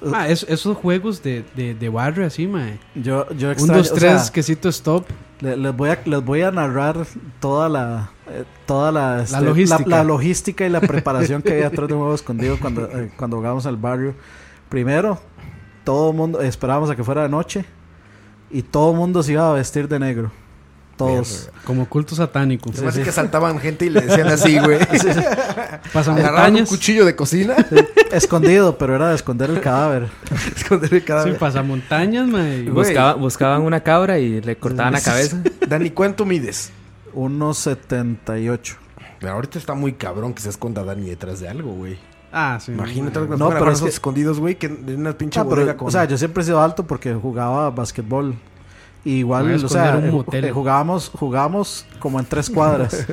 Ma, es- esos juegos de, de, de barrio así, mae. Yo, yo Un, extraño, dos, o tres, sea, quesito stop. le- les, voy a, les voy a narrar toda la... eh, Toda la, este, logística. la- la logística y la preparación que había atrás de un juego escondido cuando, eh, cuando jugábamos al barrio. Primero, todo el mundo... Esperábamos a que fuera de noche. Y todo el mundo se iba a vestir de negro. Todos. Como culto satánico. Se me hace que saltaban gente y le decían así, güey. Agarraban un Pasamontañas. cuchillo de cocina. Escondido, pero era de esconder el cadáver. esconder el Sí, cadáver. pasamontañas, mae. beso. güey. Buscaba- buscaban una cabra y le cortaban la cabeza. Dani, ¿cuánto mides? Unos 78. Pero ahorita está muy cabrón que se esconda Dani detrás de algo, güey. Ah, sí. Imagínate mae. algo que No, no, pero pero es esos que- escondidos, güey, que en una pinche Ah, pero, bodega con... O sea, yo siempre he sido alto porque jugaba basquetbol. Y Me igual, voy a o sea, esconder un eh, motel. eh, jugábamos, jugábamos como en tres cuadras.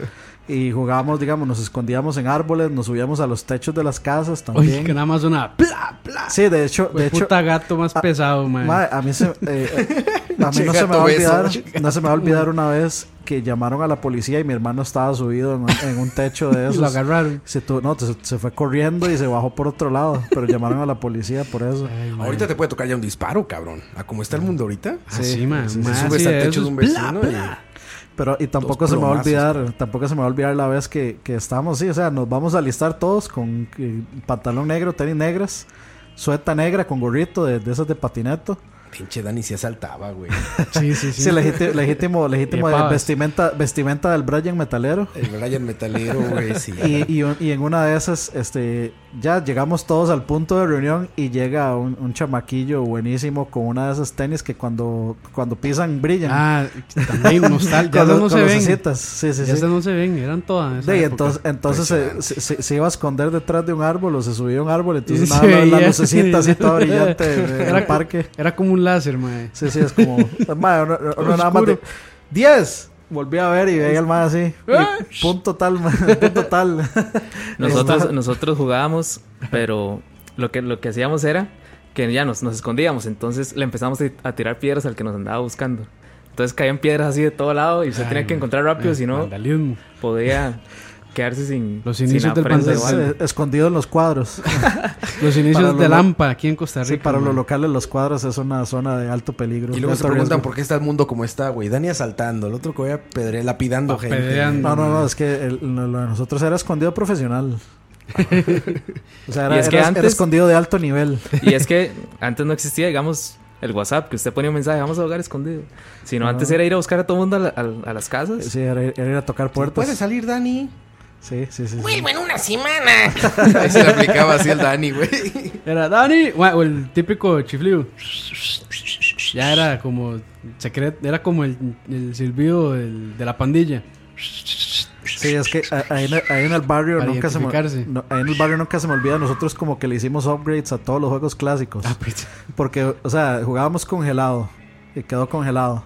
y jugábamos, digamos, nos escondíamos en árboles, nos subíamos a los techos de las casas Oye, también. que nada más una. ¡Pla! ¡Pla! Sí, de hecho, de hecho, puta gato más ah, pesado, mae. ma, a mí, se, eh, eh, a mí Che, no se me va gato a beso, olvidar, che, no se me va a olvidar una vez que llamaron a la policía y mi hermano estaba subido en, en un techo de Y lo esos. agarraron. Se, tu- no, se, se fue corriendo y se bajó por otro lado, pero llamaron a la policía por eso. Ay, mae. Ahorita te puede tocar ya un disparo, cabrón. A como está el mundo ahorita. Ah, sí, mae. Te mae, subes así al de techo de esos, un ¡pla, vecino pla! y... Pero, y tampoco Dos se me va a plomazos, este. olvidar, tampoco se me va a olvidar la vez que, que estábamos, sí, o sea, nos vamos a listar todos con eh, pantalón negro, tenis negras, sueta negra con gorrito de, de esas de patineto. Pinche Dani se asaltaba, güey. Sí, sí, sí. Sí, legíti- legítimo, legítimo, Y de pavas. vestimenta, vestimenta del Brian Metalero. El Brian Metalero, güey, sí. Y, y un- y en una de esas, este, ya llegamos todos al punto de reunión y llega un, un chamaquillo buenísimo con una de esas tenis que cuando, cuando pisan brillan. Ah, también nostalgia. Con Esas los- no se con los ven. asientas. Sí, sí, sí. Esas no se ven, eran todas. De, esa y época. entonces, entonces se, se- se- se iba a esconder detrás de un árbol o se subía a un árbol, entonces Sí, nada, la- la ya. lucecita así toda brillante en el Era- parque. Era como un láser, mae. Sí, sí, es como. mae, uno- uno nada más de. Oscuro. 10. Volví a ver y veía al más así. y punto tal, mae, punto tal. Nosotros, nosotros jugábamos, pero lo que, lo que hacíamos era que ya nos, nos escondíamos, entonces le empezamos a ti- a tirar piedras al que nos andaba buscando. Entonces caían piedras así de todo lado y se Ay, tenía que mae. encontrar rápido, Eh, si no vandalismo. podía quedarse sin, Los sin inicios la del prensa Entonces, igual. vandalismo. eh, escondido en los cuadros. Los Para inicios lo de lo- Lampa aquí en Costa Rica. Sí, para mae. los locales, los cuadros es una zona de alto peligro. Y de luego se alto preguntan riesgo. por qué está el mundo como está, güey. Dani asaltando, el otro que voy a pedre, lapidando gente. Papedeando. No, no, no, es que el- lo lo de nosotros era escondido profesional. o sea, era, Y es que era- era antes- escondido de alto nivel. Y es que antes no existía, digamos, el WhatsApp, que usted ponía un mensaje, vamos a jugar escondido. Sino antes era ir a buscar a todo el mundo a, la- a- a las casas. Sí, era, era ir a tocar puertas. ¿Puede salir Dani? Sí, sí, sí. sí. Vuelvo en una semana. Ahí se le aplicaba así al Dani, güey. Era Dani, ma, o el típico chiflido. Ya era como secret, era como el, el silbido del- de la pandilla. Sí, es que a- ahí en el, ahí en el barrio Para nunca se me, identificarse. no, ahí en el barrio nunca se me olvida. Nosotros como que le hicimos upgrades a todos los juegos clásicos. Ah. Porque, o sea, jugábamos congelado y quedó congelado.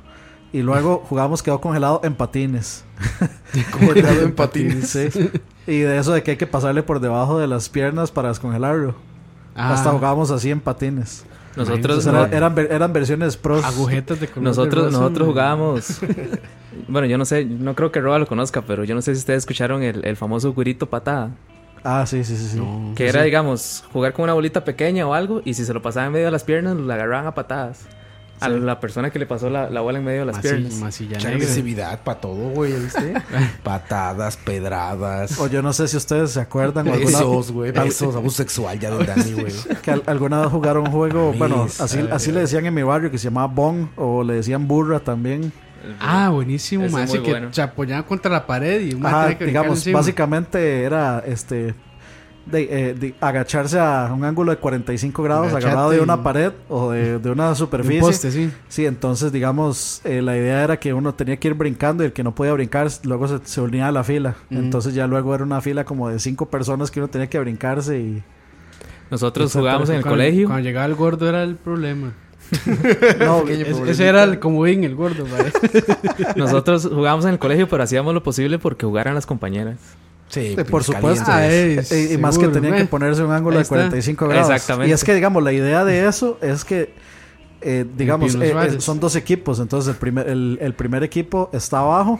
Y luego jugábamos quedó congelado en patines. Congelado en patines. Sí. Y de eso de que hay que pasarle por debajo de las piernas para descongelarlo. Ah, Hasta jugábamos así en patines. Nosotros, Entonces era- eran, ver- eran versiones pros. agujetas de color de nosotros, rosa, nosotros ma. jugábamos. Bueno, yo no sé, no creo que Roa lo conozca, pero yo no sé si ustedes escucharon el, el famoso güirito patada. Ah, sí, sí, sí. sí. Que era, digamos, jugar con una bolita pequeña o algo, y si se lo pasaba en medio de las piernas, la agarraban a patadas. A la persona que le pasó la, la bola en medio de las Ah, Masi- piernas. masilla Mucha negra. agresividad para todo, güey, ¿viste? Patadas, pedradas. O yo no sé si ustedes se acuerdan o alguna- Besos, güey. Besos, abuso sexual ya del Dani, güey. que al- alguna vez jugaron un juego, bueno, Mis- así, así le decían en mi barrio que se llamaba Bon o le decían Burra también. Ah, buenísimo, Ese ma, es así muy que bueno. se apoyaban contra la pared y un ma Ajá, tenía que brincar digamos, encima. básicamente era este de, eh, de agacharse a un ángulo de 45 grados Agachate agarrado de y- una pared o de, de una Un superficie. poste, sí. Sí, entonces digamos, eh, la idea era que uno tenía que ir brincando y el que no podía brincar luego se, se unía a la fila. Entonces ya luego era una fila como de cinco personas que uno tenía que brincarse y... Nosotros jugábamos en el Cuando- colegio. Cuando llegaba el gordo era el problema. No, Es- ese era el comodín, el gordo, ma. Nosotros jugábamos en el colegio, pero hacíamos lo posible porque jugaran las compañeras. Sí, Eh, por pues, supuesto. calientes. Ay, Eh, y más que Ah, seguro, tenían ma. que ponerse un ángulo Ahí de está. 45 grados. Exactamente. Y es que, digamos, la idea de eso es que, eh, digamos, Pino eh, eh, Suárez. son dos equipos. Entonces, el primer, el, el primer equipo está abajo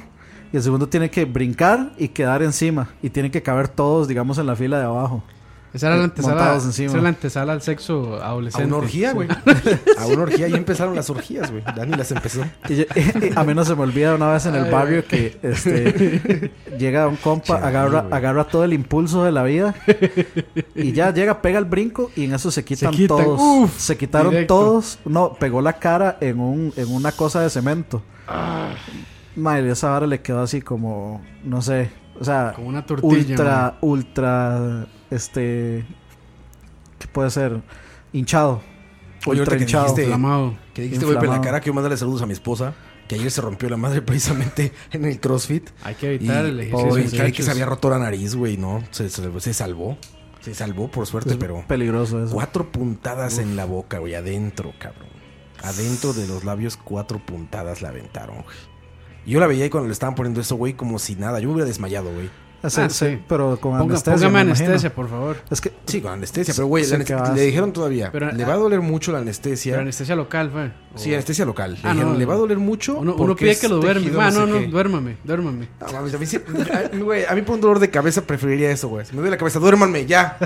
y el segundo tiene que brincar y quedar encima. Y tienen que caber todos, digamos, en la fila de abajo. Esa era la Eh, antesala, montados esa encima. era la antesala al sexo A adolescente. una orgía, güey. A una orgía. Ahí empezaron las orgías, güey. Dani las empezó. Y yo- y a mí no se me olvida una vez en el barrio que este, llega un compa, Chale, agarra, güey. agarra todo el impulso de la vida y ya llega, pega el brinco y en eso se quitan, quitan, todos. uf, se quitaron directo. todos. No, pegó la cara en, un, en una cosa de cemento. Ah. Madre, esa vara le quedó así como, no sé, o sea, Como una tortilla. ultra, ultra, este, ¿qué puede ser? Hinchado. Oye, ahorita Ultra que hinchado. dijiste- Inflamado. Que dijiste, güey, pero en la Inflamado. cara quiero mandarle saludos a mi esposa. Que ayer se rompió la madre precisamente en el CrossFit. Hay que evitar Y, el ejercicio. pobre, creí que muchachos. se había roto la nariz, güey, ¿no? Se, se- se salvó. Se salvó, por suerte, Es Pues, pero... peligroso eso. Cuatro puntadas en la boca, güey, adentro, cabrón. Adentro de los labios, cuatro puntadas la aventaron, güey. Y Yo la veía ahí cuando le estaban poniendo eso, güey, como si nada. Yo me hubiera desmayado, güey. Ah, sí, Ah, sí, sí. pero con Ponga- anestesia. póngame me imagino. anestesia, por favor. Es que Sí, con anestesia, pero güey, Sí, la que anestesia- vas. le dijeron todavía, Pero- le va a doler mucho la anestesia. Pero anestesia local, fue. Sí, anestesia local. Le Ah, dijeron, no, le va a no. doler mucho. Uno, uno porque pide es que lo duerme. tejido Ah, sé no, no, qué". duérmame, duérmame. No, mames, a mí, sí- a mí, güey, a mí por un dolor de cabeza preferiría eso, güey. Si me duele la cabeza, duérmanme, ya.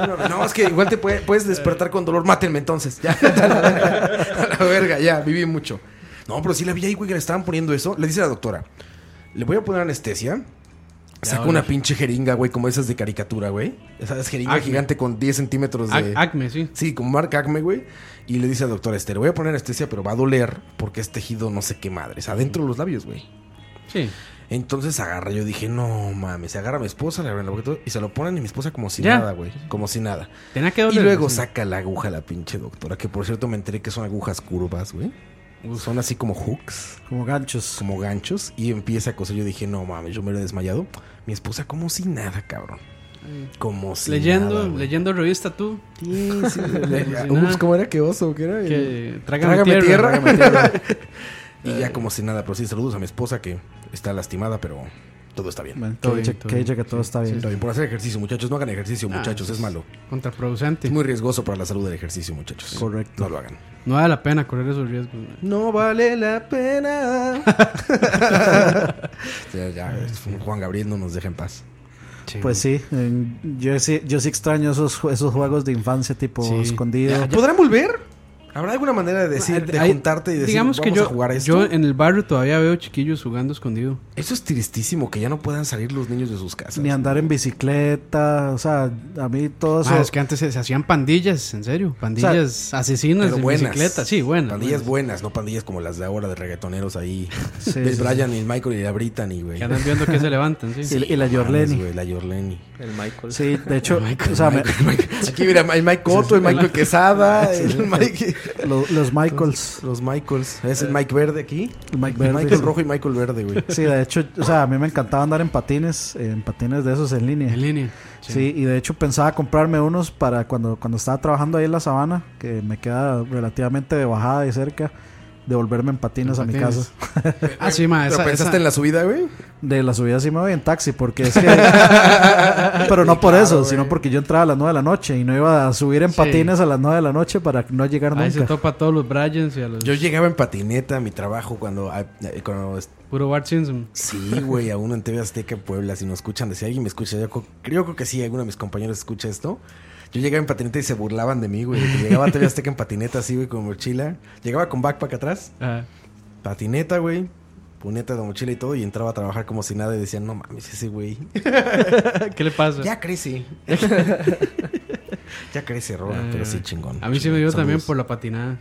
No, no, es que igual te puede- puedes despertar con dolor, mátenme entonces, ya. A la verga, a la verga, ya, viví mucho. No, pero sí la vi ahí, güey, que le estaban poniendo eso. Le dice la doctora, le voy a poner anestesia. Saca va a una doler. pinche jeringa, güey, como esas de caricatura, güey. Esa es jeringa Acme. gigante con 10 centímetros de... Ac- acme, sí. Sí, como Mark Acme, güey. Y le dice al doctor, este, le voy a poner anestesia, pero va a doler porque es tejido no sé qué madres. Adentro de los labios, güey. Sí. Entonces agarra, yo dije, no mames, se agarra a mi esposa, le abren la boca y todo, y se lo ponen y mi esposa como si Ya. nada, güey, como si nada. Tenía que Y doler. luego sí. saca la aguja la pinche doctora, que por cierto me enteré que son agujas curvas, güey. Son así como hooks, Como ganchos. como ganchos, y empieza a coser. Yo dije, no mames, yo me lo he desmayado. Mi esposa como si nada, cabrón. Como si Mm. leyendo, nada, güey. leyendo revista tú. Sí, sí, le- Como si Ups, nada. ¿cómo era? ¿Qué oso? ¿Qué era? Que trágame, Trágame tierra. tierra. trágame tierra. Y ya como si nada, pero sí, saludos a mi esposa que está lastimada, pero todo está bien. Bueno, Todo que bien, dicha- todo que bien. dicha que todo está bien. Está bien, por hacer ejercicio, muchachos. No hagan ejercicio, Ah, muchachos, es malo. Contraproducente. Es muy riesgoso para la salud del ejercicio, muchachos. Correcto. No lo hagan. No vale la pena correr esos riesgos. man. No vale la pena. ya, ya, Juan Gabriel no nos deja en paz. Pues sí, en- yo sí, yo sí extraño esos, ju- esos juegos de infancia tipo Sí. escondido. ¿Podrán volver? ¿Habrá alguna manera de decir, de Hay- juntarte y decir, digamos vamos que yo, a jugar esto? yo en el barrio todavía veo chiquillos jugando escondido. Eso es tristísimo, que ya no puedan salir los niños de sus casas. Ni andar en bicicleta, o sea, a mí todo eso... Ah, es que antes se, se hacían pandillas, en serio. Pandillas asesinas Pero de buenas. bicicleta. Sí, buenas. Pandillas buenas. buenas, no pandillas como las de ahora de reggaetoneros ahí. Sí, del sí, Brian y el Michael y la Brittany, güey. Que andan viendo que se levantan, sí. Y- y la Mames, Yorleni. güey, la Yorleni. El Michael. Sí, de hecho, o sea, me- Aquí mira, el Mike Cotto, el Michael Quesada, el Mike- lo- los Michaels, los Michaels. Es el Mike Verde Ah, aquí. el Mike El Verde, Michael sí. Rojo y Michael Verde, güey. Sí, de hecho, o sea, a mí me encantaba andar en patines, en patines de esos en línea. En línea. Sí, y de hecho pensaba comprarme unos para cuando, cuando estaba trabajando ahí en la sabana, que me queda relativamente de bajada y cerca, devolverme en patines En a mi patines. casa. Ah, sí, ma, ¿Pero esa- pensaste esa- en la subida, güey? De la subida sí me voy en taxi, porque es que... Pero no Sí, por claro, eso, güey. sino porque yo entraba a las 9 de la noche y no iba a subir en Sí. patines a las 9 de la noche para no llegar Ahí se nunca. topa a todos los Bryans y a los Yo llegaba en patineta a mi trabajo cuando... a- cuando- puro Bart Simpson. sí, güey, a uno en TV Azteca Puebla. Si nos escuchan, de si alguien me escucha, yo creo, yo creo que sí, alguno de mis compañeros escucha esto. Yo llegaba en patineta y se burlaban de mí, güey. de que Llegaba a TV Azteca en patineta así, güey, con mochila. Llegaba con backpack atrás. Ah, patineta, güey. Puneta de mochila y todo, y entraba a trabajar como si nada y decían, no mames, ese güey. ¿Qué le pasa? Ya crece. ya crece, Roa, Ah, pero sí, chingón. A mí sí chingón. me dio Saludos. también por la patinada.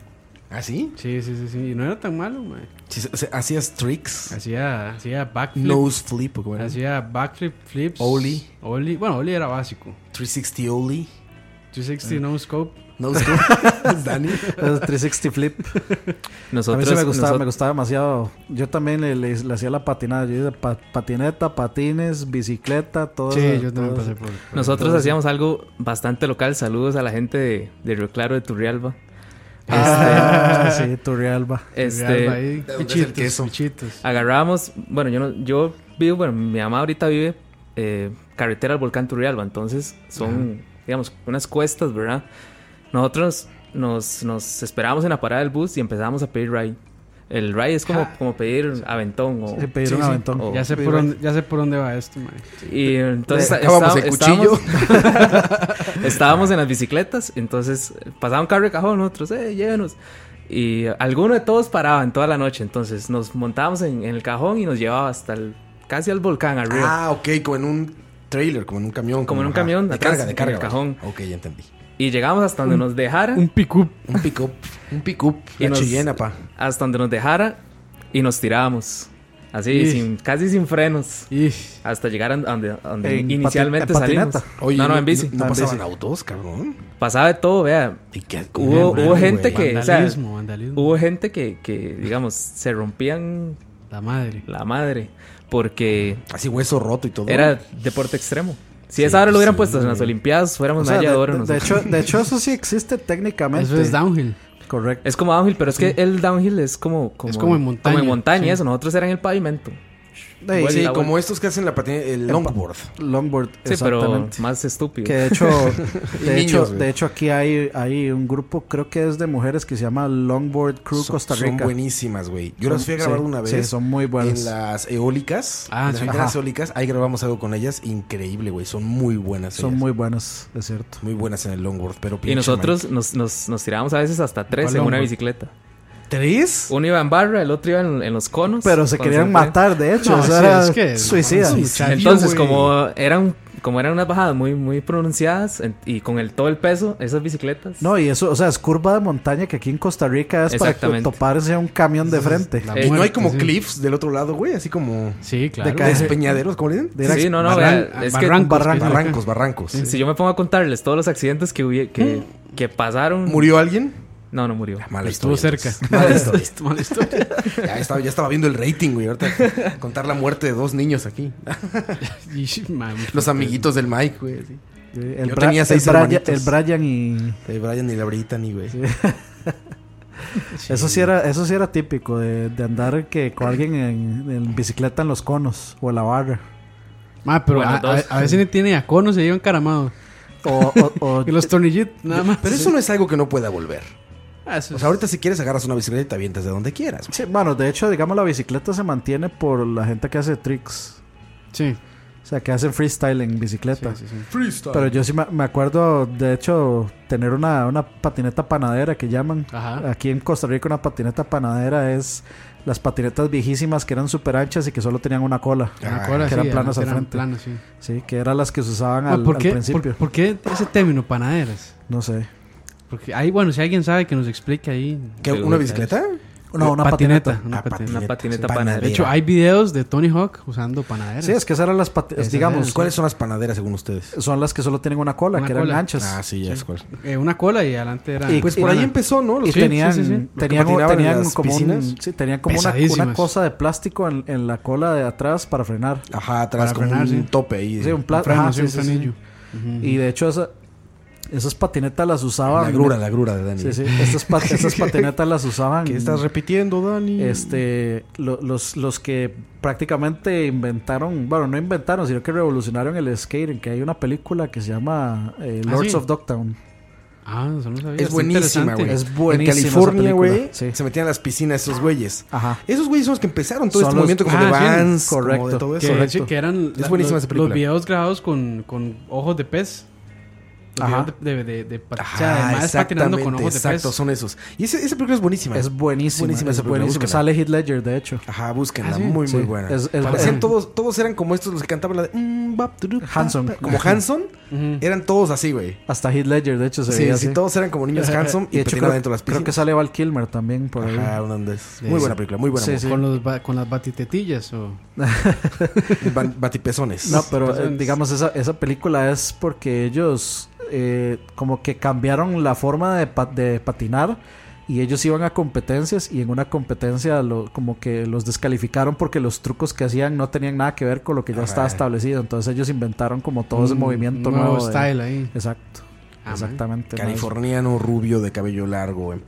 ¿Ah, sí? Sí, sí, sí, sí. Y no era tan malo, ma. Sí, se- se- Hacías tricks, Hacía, hacía backflip. nose flip, güey. Hacía backflip, flips. Ollie. Ollie. Bueno, Oli era básico. 360 ollie. Ah. 360 no scope. Nose flip. Dani. El 360 flip. a mí Nosotros, sí me gustaba, nosot- me gustaba demasiado. Yo también le, le- le hacía la patinada. Yo hice pa- patineta, patines, bicicleta, todo. Sí, yo también todo. pasé por. por- nosotros hacíamos algo bastante local. Saludos a la gente de, de Río Claro, de Turrialba. Ah, sí, Turrialba. Este, Real ahí. ¿De dónde es el Pichitos, queso? pichitos. agarrábamos, bueno, yo no, yo vivo, bueno, mi mamá ahorita vive eh, carretera al volcán Turrialba, entonces son, digamos, unas cuestas, ¿verdad? Nosotros nos, nos esperábamos en la parada del bus y empezábamos a pedir ride. El ride es como, como pedir aventón o... Ah. Sí, pedir Sí, un sí. aventón. Oh. Ya sé, por dónde, ya sé por dónde va esto, man. Y entonces Sacábamos está- el cuchillo. estábamos- estábamos en las bicicletas, entonces eh, pasaba un carro de cajón, nosotros, eh, llévenos. Y alguno de todos paraban toda la noche, entonces nos montábamos en, en el cajón y nos llevaba hasta el, casi al volcán, al río. Ah, ok, como en un trailer, como en un camión. Como en un camión, de atrás, carga, de en carga. el vaya. cajón. Ok, ya entendí. Y llegamos hasta donde nos dejara, Un pick-up. Un pick-up. Un pick-up. Y La nos- chillena, pa. hasta donde nos dejara y nos tirábamos. Así, Y- sin, casi sin frenos. Y Hasta llegar a donde, a donde En inicialmente pati- en salimos. patineta. no, no, en bici. ¿No Ah, en pasaban bici. autos, cabrón? Pasaba de todo, vea. ¿Y qué- Hubo- güey, hubo gente güey. que- o sea, vandalismo, vandalismo. Hubo gente que, que, digamos, se rompían La madre. la madre. Porque Así hueso roto y todo. Era deporte extremo. Si Sí, esa hora lo hubieran sí, puesto en las güey. Olimpiadas, O fuéramos sea, medalla de de, oro de- de nosotros. hecho, de hecho, eso sí existe técnicamente. Eso es downhill. Correcto. es como downhill, pero es que el downhill es como, como, Es como en montaña, Como en montaña, sí. eso. Nosotros eran el pavimento. Ey, Igual Sí, la como vuelta. estos que hacen la patina, el longboard. Longboard, Sí, pero exactamente. más estúpido. Que de hecho, de, Niños, hecho güey. de hecho, aquí hay, hay un grupo, creo que es de mujeres, que se llama Longboard Crew Son- Costa Son Rica. buenísimas, güey. Yo las fui a Sí, grabar una sí, vez. son muy buenas. En las eólicas. Ah, en las sí. antenas Ajá. eólicas. Ahí grabamos algo con ellas. Increíble, güey. Son muy buenas. Son ellas. muy buenas, es cierto. Muy buenas en el longboard. Pero y pinche nosotros nos, nos, nos tirábamos a veces hasta tres ¿Cuál en una hombro? bicicleta. man. ¿Tres? Uno iba en barra, el otro iba en, en los conos. Pero se Cuando querían fue. matar, de hecho. No, o sí, sea, es que- suicidas. suicidio, Entonces, güey. como eran como eran unas bajadas muy, muy pronunciadas en- y con el, todo el peso, esas bicicletas. No, y eso, o sea, es curva de montaña que aquí en Costa Rica es para Exactamente. toparse a un camión de frente. la Eh, Y no hay muerte, como sí. cliffs del otro lado, güey, así como Sí, claro. caer. Ese- despeñaderos, ¿cómo le dicen? De ir a- sí, no, no, barran- vea, es que barrancos, barranco, que dicen acá. Barrancos, barrancos. si yo me pongo a contarles todos los accidentes que, hubie- que, que pasaron. ¿Murió alguien? No, no murió. Mala Estuvo historia, cerca. entonces. Mala historia. Mala historia. Ya estaba, ya estaba viendo el rating, güey. Ahorita contar la muerte de dos niños aquí. Y, man, Los amiguitos del Mike, güey. así. El, Yo Bra- tenía el seis Brian- hermanitos. el Brian y... Eh, Brian y la Brittany, güey. Eso sí era, eso sí era típico de, de andar que con alguien en, en bicicleta en los conos o en la barra. Ma, pero Bueno, a, dos. a- a veces ni tiene a cono, se lleva encaramado. O, o- o- Y los tornillitos, nada más. Pero eso no es algo que no pueda volver. Ah, eso O es- sea, ahorita si quieres agarras una bicicleta y te avientas de donde quieras. güey. Sí, bueno, de hecho, digamos, la bicicleta se mantiene por la gente que hace tricks. Sí, O sea, que hacen freestyle en sí, bicicleta. sí, sí. Pero yo sí me, me acuerdo, de hecho, tener una, una patineta panadera que llaman. Ajá. Aquí en Costa Rica una patineta panadera es las patinetas viejísimas que eran súper anchas y que solo tenían una cola. Una Ah, cola, que eran sí, planas al eran frente. planas, sí. Sí, que eran las que se usaban Ma, al, ¿por, al qué, principio. por- por qué ese término, panaderas? No sé. Porque ahí, bueno, si alguien sabe que nos explique ahí. ¿Qué, ¿Una bicicleta? No, una patineta. patineta. Una Ah, patineta. Una patineta sí, panadera. De hecho, hay videos de Tony Hawk usando panaderas. Sí, es que esas eran las patinetas, Esas digamos, eran. ¿Cuáles son las panaderas según ustedes? son las que solo tienen una cola, Una que eran cola. anchas. Ah, sí, ya es cuál. Eh, una cola Ah, y adelante era. Y- Pues por ahí era- empezó, ¿no? Y Los- Sí, tenían, sí, sí, sí. tenían, Lo que patinaban en tenían las como, un- piscinas. sí, tenían como una, Pesadísimas. una cosa de plástico en, en la cola de atrás para frenar. Ajá, atrás Para como frenar, un sí. tope ahí. Sí, un pla- un freno, ajá, sí, sí, un sí, frenillo. sí. Y de hecho, esa- esas patinetas las usaban. La grura, la grura de Dani. Ah, Sí, sí, estas, pa- estas patinetas las usaban. ¿Qué estás repitiendo, Dani? este, lo- los, los que prácticamente inventaron, bueno, no inventaron, sino que revolucionaron el skating, que hay una película que se llama eh, Ah, Lords sí. of Dogtown. Ah, eso no sabía. Es está buenísima, interesante. güey. Es buenísima En esa California, película. güey, Sí. se metían a las piscinas esos güeyes. Ajá. Esos güeyes son los que empezaron todo Son este los- movimiento como Ah, de sí, bands, correcto. como de todo eso. Que, Correcto. sí, que eran Es buenísima los, esa película. los videos grabados con, con ojos de pez. Los Ajá. videos de, de, de, de pat- Ajá, o sea, además patinando con Ah, exactamente, ojos de pez. exacto, son esos. Y ese- esa película es buenísima. Es buenísima, Buenísima es esa película, buenísima. búsquenla. Sale Heath Ledger, de hecho. Ajá, búsquenla, Ah, sí. muy, muy Sí. buena. Es- es- Parecían es- todos, todos eran como estos los que cantaban la de... mm, bap, turup, pa, Hanson. pa. Como Hanson, Ujú. eran todos así, güey. Hasta Heath Ledger, de hecho, se Sí, veía sí, así. todos eran como niños Hanson y, de hecho, patinaban creo, dentro de las creo que piscinas. sale Val Kilmer también por ahí. Ajá, una de esas. Sí, Muy buena película, muy buena. Sí, muy Con, los ba- con las batitetillas o... buena. Ban- Batipezones. No, pero eh, personas. digamos, esa, esa película es porque ellos eh, como que cambiaron la forma de, pa- de patinar y ellos iban a competencias y en una competencia lo- como que los descalificaron porque los trucos que hacían no tenían nada que ver con lo que ya Ah, Ajá. estaba establecido. Entonces ellos inventaron como todo ese un movimiento Mm, nuevo nuevo. de- style ahí. Exacto. Ah, Exactamente. mae. Californiano rubio de cabello largo en,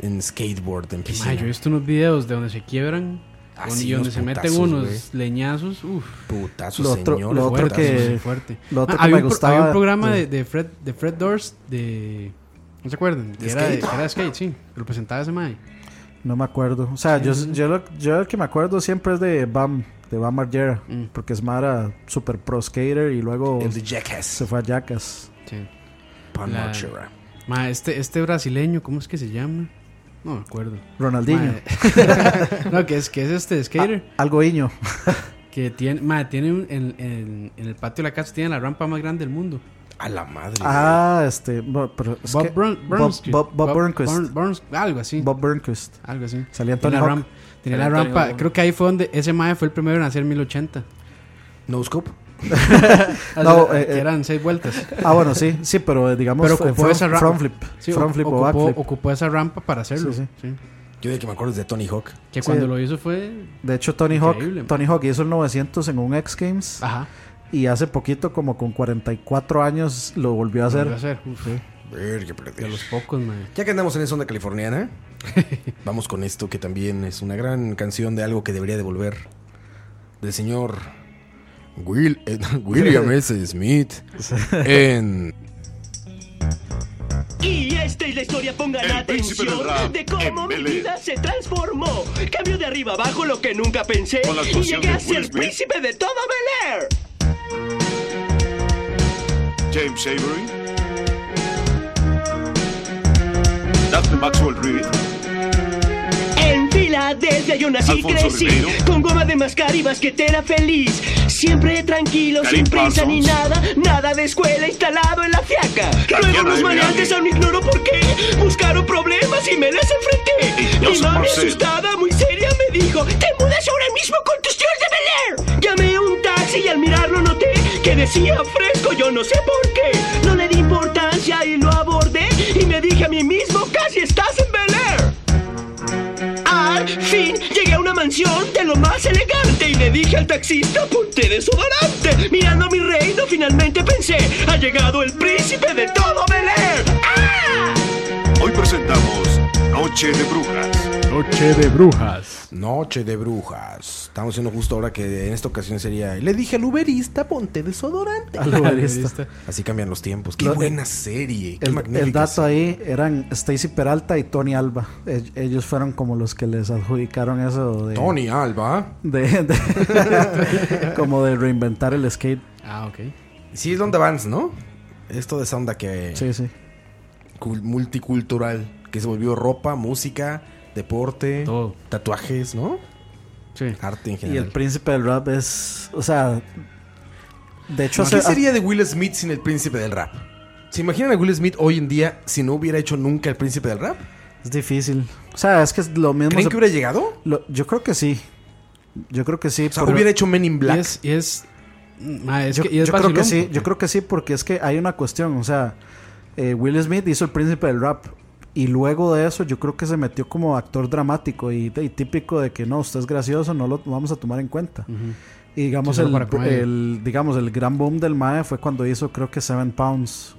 en skateboard, en piscina. Ma, yo he visto unos videos de donde se quiebran Ah, donde- sí, y donde unos se meten putazos, unos güey. leñazos. Uf, Putazos, Lo otro- señor. lo otro fuerte, putazos. que- sí, fuerte. lo otro Ma, que había me un pro- gustaba- había un programa sí. de, de Fred, de Fred Durst de... ¿No se acuerdan? Que, era, de, que era de skate, sí. Lo presentaba ese mae. No me acuerdo. O sea, yo, yo, lo, yo el que me acuerdo siempre es de Bam, de Bam Margera, Mm. porque es Mara super pro skater y luego El de Jackass. se fue a Jackass. Sí. Pan La- Marchera. Ma, este, este brasileño, ¿cómo es que se llama? No me acuerdo. Ronaldinho. Ma, no, que es, que es este skater. Algo iño. Ah. Que tiene, ma, tiene un- en, en- en el patio de la casa tiene la rampa más grande del mundo. A la madre. Ah, este. Bob, pero es que- Bob Burn- Bob, Burnquist. Bob, Bob Burnquist. Burn- Burns- algo así. Bob Burnquist. Algo así. Salía Tenía Tony la, Hawk. rampa, tenía la Antonio rampa. Hawk. Creo que ahí fue donde ese mae fue el primero en hacer 1080. No scope. No, Ah, eh, que eh. eran seis vueltas. Ah, bueno, sí, sí, pero eh, digamos. Pero fue- ocupó front, esa ra- front flip. Sí, front ocu- flip o ocupó, backflip. ocupó esa rampa para hacerlo. Sí, sí. Yo de que me acuerdo es de Tony Hawk. Que Sí. cuando lo hizo fue. De hecho, Tony Hawk, Increíble, Ah. Tony Hawk hizo el 900 en un X Games Ajá. y hace poquito, como con 44 años, lo volvió a lo hacer. iba a hacer. Uf, Verga, pero- De los pocos, mae. Ya que andamos en esa onda californiana, vamos con esto que también es una gran canción de algo que debería devolver. Del señor Will, eh, William S. Smith en Y esta es la historia, pongan El príncipe atención, del rap, de cómo mi Embele. vida se transformó. Cambio de arriba abajo lo que nunca pensé. Con la Y actuación llegué a de ser Will Smith. príncipe de todo Bel Air. James Avery, Daphne Maxwell Reed, En Filadelfia yo nací y Alfonso crecí Ribeiro. Con goma de mascar y basquetera feliz Siempre tranquilo, Karim sin prisa ni Parsons. nada. Nada de escuela instalado en la fiaca. Luego Tatiana los de maleantes Melanie. aún ignoro por qué. Buscaron problemas y me les enfrenté. Y yo Mi soy mami Marcel. asustada, muy seria, me dijo: ¡Te mudas ahora mismo con tus tíos de Bel Air! Llamé un taxi y al mirarlo noté que decía fresco, yo no sé por qué. No le di importancia y lo abordé. Y me dije a mí mismo: ¡Casi estás en Bel Air! Al fin llegué a una mansión de lo más elegante y le dije al taxista ponte desodorante. Mirando mi reino finalmente pensé, ha llegado el príncipe de todo Bel Air. ¡Ah! Hoy presentamos Noche de Brujas. Noche de brujas. Noche de brujas. Estamos haciendo justo ahora que en esta ocasión sería. Le dije al Uberista, ponte desodorante. Al lugarista. Así cambian los tiempos. Qué Lo- buena serie. Qué El, magnífica el dato serie. ahí eran Stacy Peralta y Tony Alba. Ell- Ellos fueron como los que les adjudicaron eso de. Tony Alba. de- de- como de reinventar el skate. Ah, ok. Sí, es donde Vance, ¿no? Esto de esa onda que. Sí, sí. cul- multicultural. Que se volvió ropa, música, deporte, Todo. tatuajes, ¿no? Sí. Arte en Y general. el príncipe del rap es. O sea. De hecho, ¿Qué hace- sería de Will Smith sin el príncipe del rap? ¿Se imaginan a Will Smith hoy en día si no hubiera hecho nunca el príncipe del rap? es difícil. O sea, es que es lo mismo. ¿Creen se- que hubiera llegado? lo- yo creo que sí. Yo creo que sí. O sea, por- hubiera hecho Men in Black. Y es. Y es, ma, es yo, que, y es yo creo que vacilón, sí, porque- yo creo que sí, porque es que hay una cuestión, o sea, eh, Will Smith hizo el príncipe del rap y luego de eso yo creo que se metió como actor dramático y, y típico de que no, usted es gracioso, no lo vamos a tomar en cuenta. Y digamos Sí, solo el, para comedia. el- digamos el gran boom del Mae fue cuando hizo creo que Seven Pounds.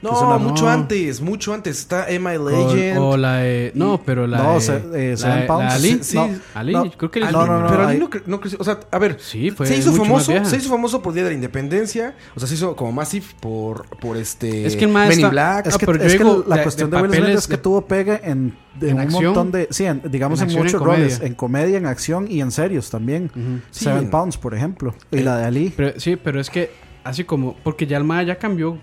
No, Es Pues una- mucho no. antes, mucho antes. Está Am I O, Legend. o la de. No, pero la. No, de- se- eh, la, Seven de- la de Pounds. Ali. Sí, no, Ali, no. Ah, yo creo que Ali, no, no, no, pero Ali hay- no, cre- no creció. O sea, a ver, Sí, fue se hizo mucho más famoso, vieja. se hizo famoso por Día de la Independencia, o sea, se hizo como Massive por por este Es que el Men in maestro- Black. Es Ah, que, pero yo es que digo, la de- cuestión de de, Will Smith papeles es que de- tuvo pegue en, en en un acción. montón de, sí, en- digamos En en, acción y muchos en roles, comedia. en comedia, en acción y en serios también. Sí. Seven Pounds, por ejemplo, y Eh, la de Ali. Pero, sí, pero es que así como, porque ya el MAE ya cambió, o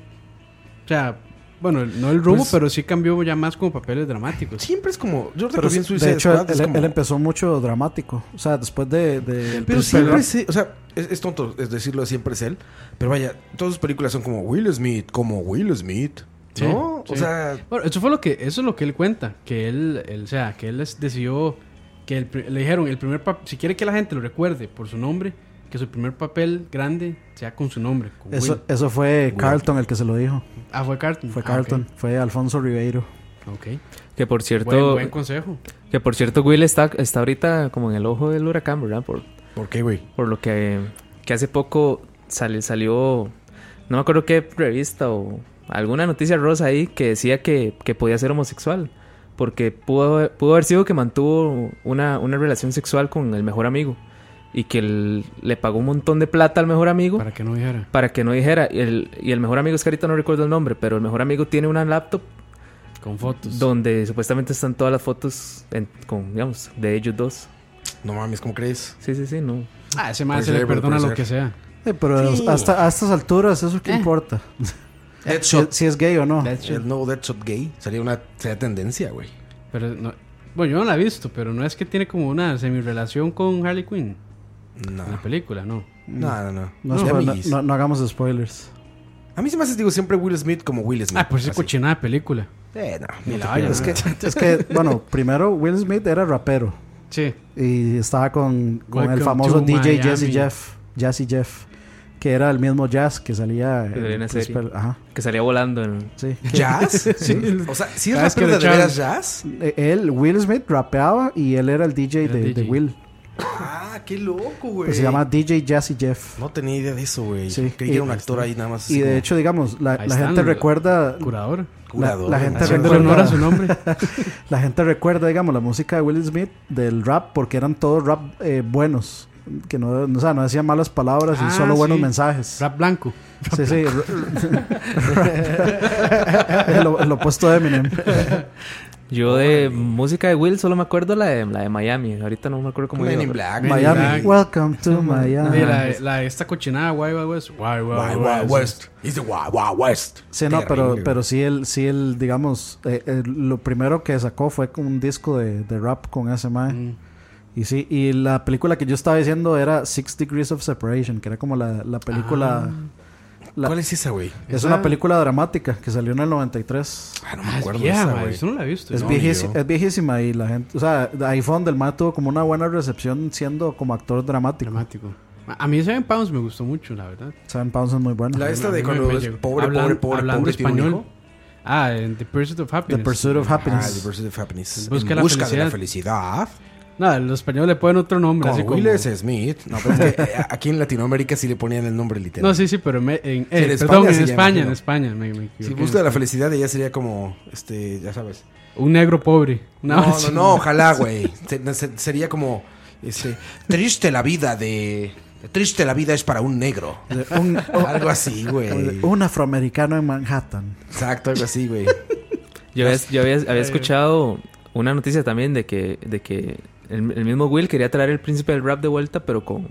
sea, bueno, el- no el rumbo, Pues- pero sí cambió ya más como papeles dramáticos. Siempre es como yo Pero recuerdo bien sí, Suicide de hecho, Squad, es él, como- él empezó mucho dramático. O sea, después de. de- Pero pues, siempre pero- es, o sea, es, es tonto es decirlo, siempre es él. Pero vaya, todas sus películas son como Will Smith, como Will Smith, Sí, ¿no? O sí. sea, Bueno, eso fue lo que, eso es lo que él cuenta, que él, él, o sea, que él les decidió, que el pri- le dijeron, el primer pa- si quiere que la gente lo recuerde por su nombre, que su primer papel grande sea con su nombre, con Eso, Will. eso fue Carlton el que se lo dijo. Ah, fue Carlton. Fue Ah, Carlton, fue Alfonso Ribeiro. ok, ok. Que por cierto, Buen, buen consejo. que por cierto Will está, está ahorita como en el ojo del huracán, ¿verdad? Por, ¿por qué, güey? por lo que, que hace poco sale- salió, no me acuerdo qué revista o alguna noticia rosa ahí que decía que, que podía ser homosexual. Porque pudo, haber- pudo haber sido que mantuvo una, una relación sexual con el mejor amigo. Y que él le pagó un montón de plata al mejor amigo Para que no dijera. para que no dijera. Y el, y el mejor amigo es que ahorita no recuerdo el nombre, pero el mejor amigo tiene una laptop Con fotos. donde supuestamente están todas las fotos en- con, digamos, de ellos dos. No mames, ¿cómo crees? Sí, sí, sí, no. Ah, ese mae Puede se le ser, puede perdona lo ser. que sea. Sí, pero Sí. hasta a estas alturas, ¿eso qué importa? Si, Deadshot. si es gay o no. El nuevo Deadshot gay sería una sería tendencia, güey. Pero no, bueno, yo no la he visto, pero no es que tiene como una semi-relación con Harley Quinn No. en la película, no. No, no, no. Mm. No, De no, no- amiguis. no- no hagamos spoilers. A mí se me hace, digo, siempre Will Smith como Will Smith. Ah, pues es Así. cochinada de película. Eh, no. Ni no la te vayan. pierdas. Es que, es que, bueno, primero Will Smith era rapero Sí. y estaba con, con el Welcome famoso to DJ Jazzy Miami. Jeff, Jazzy Jeff, que era el mismo jazz que salía Que salía en la Príncipe- serie. Ajá, Que salía volando en... sí. ¿Jazz? O sea, ¿sí es Cada vez que rapero de le echaban- veras jazz? Eh, Él, Will Smith, rapeaba y él era el DJ, Era de, DJ. de Will. Ah, qué loco, güey. Pues se llama DJ Jazzy Jeff. No tenía idea de eso, güey. Sí. Creí Y- que era un actor ahí nada más. así Y de como hecho, digamos, la, Ahí la están, gente el- recurador. recuerda. Curador. curador. la gente Haciendo- Haciendo recuerda- honor a su nombre. La gente recuerda, digamos, la música de Will Smith del rap porque eran todos rap eh, buenos. Que no, no- o sea, no decían malas palabras Ah, y solo buenos sí. mensajes. Rap blanco. Sí, sí. rap- el, el opuesto de Eminem. Yo de música de Will solo me acuerdo la de, la de Miami. Ahorita no me acuerdo cómo Men iba, in pero- Black. Men in Miami. Black. Welcome to Sí, Miami. la, la esta cochinada Wild Wild West. Wild Wild Wild Wild West. West. It's the Wild Wild West. Sí, no, pero, Terrible, pero sí, él, sí él, Mm. digamos, eh, eh, lo primero que sacó fue como un disco de, de rap con ese mae. Y sí, y la película que yo estaba diciendo era Six Degrees of Separation, que era como la, la película... la- ¿Cuál es Ah, esa, güey? es Esa- una película dramática que salió en el 93. Ah, no Ah, me es acuerdo de vieja, esa, mae, güey. Eso no la he visto. Es, yo. vi- viejis- ni yo. es viejísima y la gente, o sea, iPhone del Mae tuvo como una buena recepción siendo como actor dramático. Dramático. A a mí Seven Pounds me gustó mucho, la verdad. Saben, Pounds es muy buena. La esta A mí de me- cuando me es llegó. pobre, pobre, Hablan- pobre, hablando pobre, tiene un español. hijo. Ah, en The Pursuit of Happiness. The Pursuit of Ah, The Happiness. Pursuit of Happiness. Busca En la busca de la felicidad. Nada, los españoles le ponen otro nombre. Como así como- Will S. Smith. No, pero es que eh, aquí en Latinoamérica sí le ponían el nombre literal. No, sí, sí, pero me- en, en eh, España perdón, sí, en ya España, imagino. en España. me- me Si equivoqué. busca la felicidad, ella sería como, este, ya sabes. Un negro pobre. una No, no, base. no, ojalá, güey. Se- se- sería como, este, triste la vida de... Triste la vida es para un negro. De un, Algo así, güey. un afroamericano en Manhattan. Exacto, algo así, güey. Yo, es- yo había, había escuchado una noticia también de que, de que el, el mismo Will quería traer el príncipe del rap de vuelta, pero con,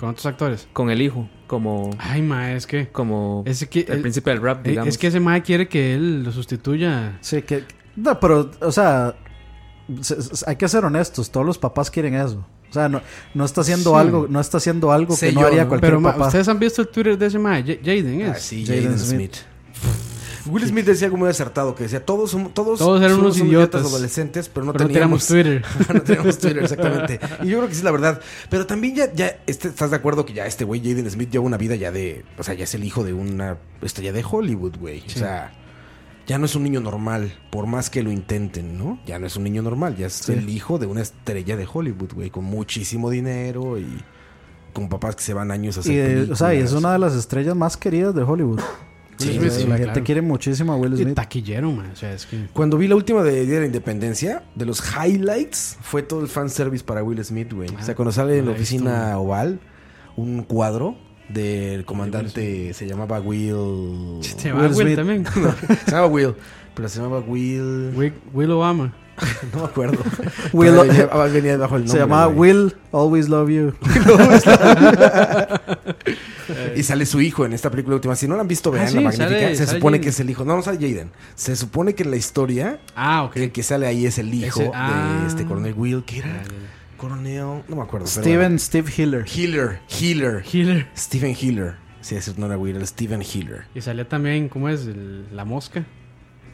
Con otros actores. con el hijo, como, Ay, ma, es que. como Es que, el, el- príncipe del rap, eh, digamos. es que ese mae quiere que él lo sustituya. Sí, que. No, pero, o sea. se- se- hay que ser honestos. Todos los papás quieren eso. O sea, no, no está haciendo Sí. algo, no está haciendo algo Sé que no yo, haría ¿no? cualquier Pero, ma, papá. ustedes han visto el Twitter de ese mae, Ja- Jaden es. Ah, sí, Jaden Jaden Smith. Smith. Will Smith decía algo muy acertado, que decía, todos, somos- todos, Todos eran unos son idiotas, adolescentes, pero no pero no teníamos tenemos Twitter. no teníamos Twitter, exactamente. Y yo creo que sí es la verdad. Pero también ya, ya este- estás de acuerdo que ya este güey, Jaden Smith, lleva una vida ya de. O sea, ya es el hijo de una estrella de Hollywood, güey. O sea, ya no es un niño normal, por más que lo intenten, ¿no? Ya no es un niño normal, ya es el hijo de una estrella de Hollywood, güey, con muchísimo dinero y con papás que se van años a hacer Y, eh, o sea, y es películas. una de las estrellas más queridas de Hollywood. Sí, O Will sea, Smith, sí, la claro. gente quiere muchísimo a Will Y Smith. taquillero, mae. O sea, es que. Cuando vi la última de Día de la Independencia, de los highlights, fue todo el fanservice para Will Smith, güey. o sea, cuando sale en no la la he visto, oficina oval, un cuadro del comandante, se llamaba Will... Se se llama Will este Will, Smith. también. llamaba Will, pero se llamaba Will... Will, Will Obama. No me acuerdo. Will- Pero venía, ah, venía bajo el nombre. Se llamaba güey. Will Always Love You. Y sale su hijo en esta película última. Si no la han visto, vean la Ah, sí, magnífica. sale- se sale supone Jaden. que es el hijo. No, no sale Jaden. Se supone que en la historia Ah, ok. el que sale ahí es el hijo Ese- ah. de este coronel Will, que era coronel, no me acuerdo. pero Steven Steve Hiller. Healer, Healer. Killer. Steven Healer. Sí, ese no era Will, era Steven Healer. Y salía también, ¿cómo es? El- la mosca.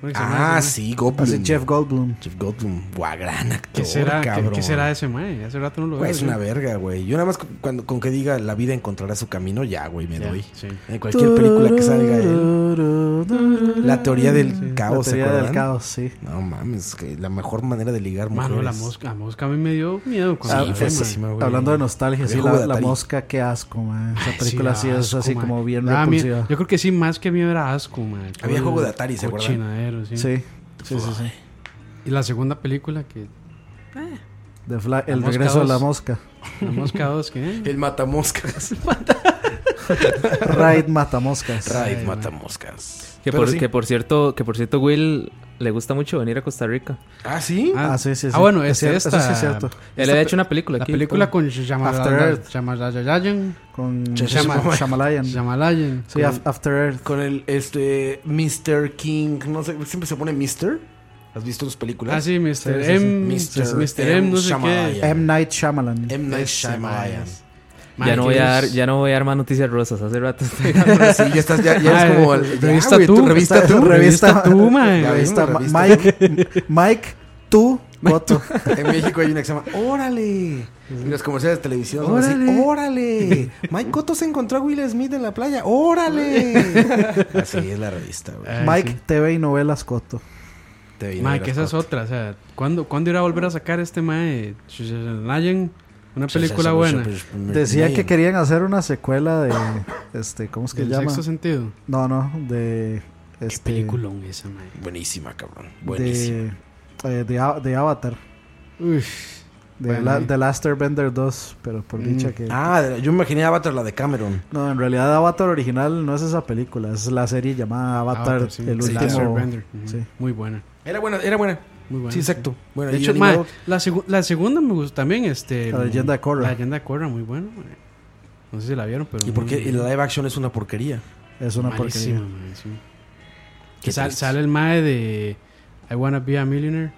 ¿Cómo que se llama Ah, ese sí, Goldblum. Así Jeff Goldblum. Jeff Goldblum. Guau, gran actor, mae? ¿Qué será, ¿Qué- cabrón. ¿Qué, será de ese mae? Hace rato no lo veo. Güey, es yo. una verga, güey. Yo nada más con, cuando- con que diga la vida encontrará su camino, ya, güey, me Ya, doy. sí. En cualquier película que salga él. La teoría del caos, La ¿se teoría del acuerdan? caos, sí. No mames, que la mejor manera de ligar mujeres. Mano, la mosca, la mosca a mí me dio miedo cuando Ah, la vi, pues, mae. sí, güey. hablando de nostalgia, sí, Viejo la, la Datari. mosca, qué asco, man. Esa Ay, película sí, da es asco, así mae. como bien Da miedo. repulsiva. yo creo que sí, más que miedo era asco, man. Había juego de Atari, ¿se acuerdan? Cochinadero, sí. Sí, sí, sí. sí. Y la segunda película que... The Fly- el mosca regreso de la dos. mosca. La mosca 2, que... eh, El matamoscas. Raid mata moscas. Raid matamoscas. Que Pero por, sí. que por cierto, que por cierto, Will le gusta mucho venir a Costa Rica. Ah, sí. Ah, sí, sí, sí. Ah, bueno, Es es cierto, esta. eso sí es cierto. Él había hecho una película La aquí. película con- con Shyamala- After Earth. Shyamalayayan, Con Shyamalan. Shamalayan. Shyamalayan. Sí, Af- After Earth. Con el este Mr. King, no sé, siempre se pone Mr. ¿Has visto sus películas? Ah, sí, Mr. Sí, sí, M. sí. Mr. Mr. M, no sé Shyamalan. qué. M. Night Shyamalan. M. Night Ese, Shyamalan. Ya Mae, no, que voy a dar, es- ya no voy a dar más noticias rosas. Hace rato. Pero sí, ya estás, ya, ya es Ay, como el, ya, revista güey, tu tú, revista Está- tú, Revista tú, mae. Ya Ahí vimos, está, Ma- revista Mike, Mike, tú, Coto. En México hay una que se llama Órale. Y los comerciales de televisión son así, Órale. Órale. Mike Cotto se encontró a Will Smith en la playa. Órale. Así es la revista, güey. Ay, Mike, sí. TV y novelas, Coto. Te vi, Mae, no que eras esa es Cotto. otra. O sea, pues. ¿cuándo, ¿cuándo irá a volver a sacar este Mae Pues Shyamalayan? Una película buena. Decía que querían hacer una secuela de. Este, ¿Cómo es que ¿El llama? sexto sentido? No, no, de. Este, Peliculón esa, Mae. Buenísima, cabrón. Buenísima. de, eh, de, A- de Avatar. Uy, De, Bueno, la, ahí. Mm. de Last Airbender 2, pero por dicha que. Ah, de- yo me imaginé Avatar, la de Cameron. No, en realidad Avatar original no es esa película, es la serie llamada Avatar, ah, sí. el Sí, Last último. Airbender. Ujú. sí. Muy buena. Era buena, era buena. Muy buena. Sí, exacto. Bueno, De y hecho, mae, animado- la, segu- la segunda me gustó también. Este, La leyenda de Korra. La leyenda de Korra, muy buena. mae. No sé si la vieron, pero. ¿Y por qué el live action es una porquería? Es una porquería. Qué Que sal- triste. sale el mae de I Wanna Be a Millionaire.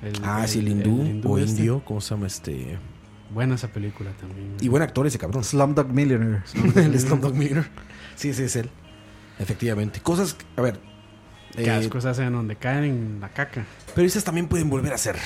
El- Ah, sí, el el hindú o este. indio, ¿cómo se llama este? Buena esa película también. Y buen actor ese cabrón. Slumdog Millionaire. el Slumdog Millionaire. Sí, sí, es él. Efectivamente. Cosas, que- a ver. Que eh, las cosas hacen donde caen en la caca. pero esas también pueden volver a ser.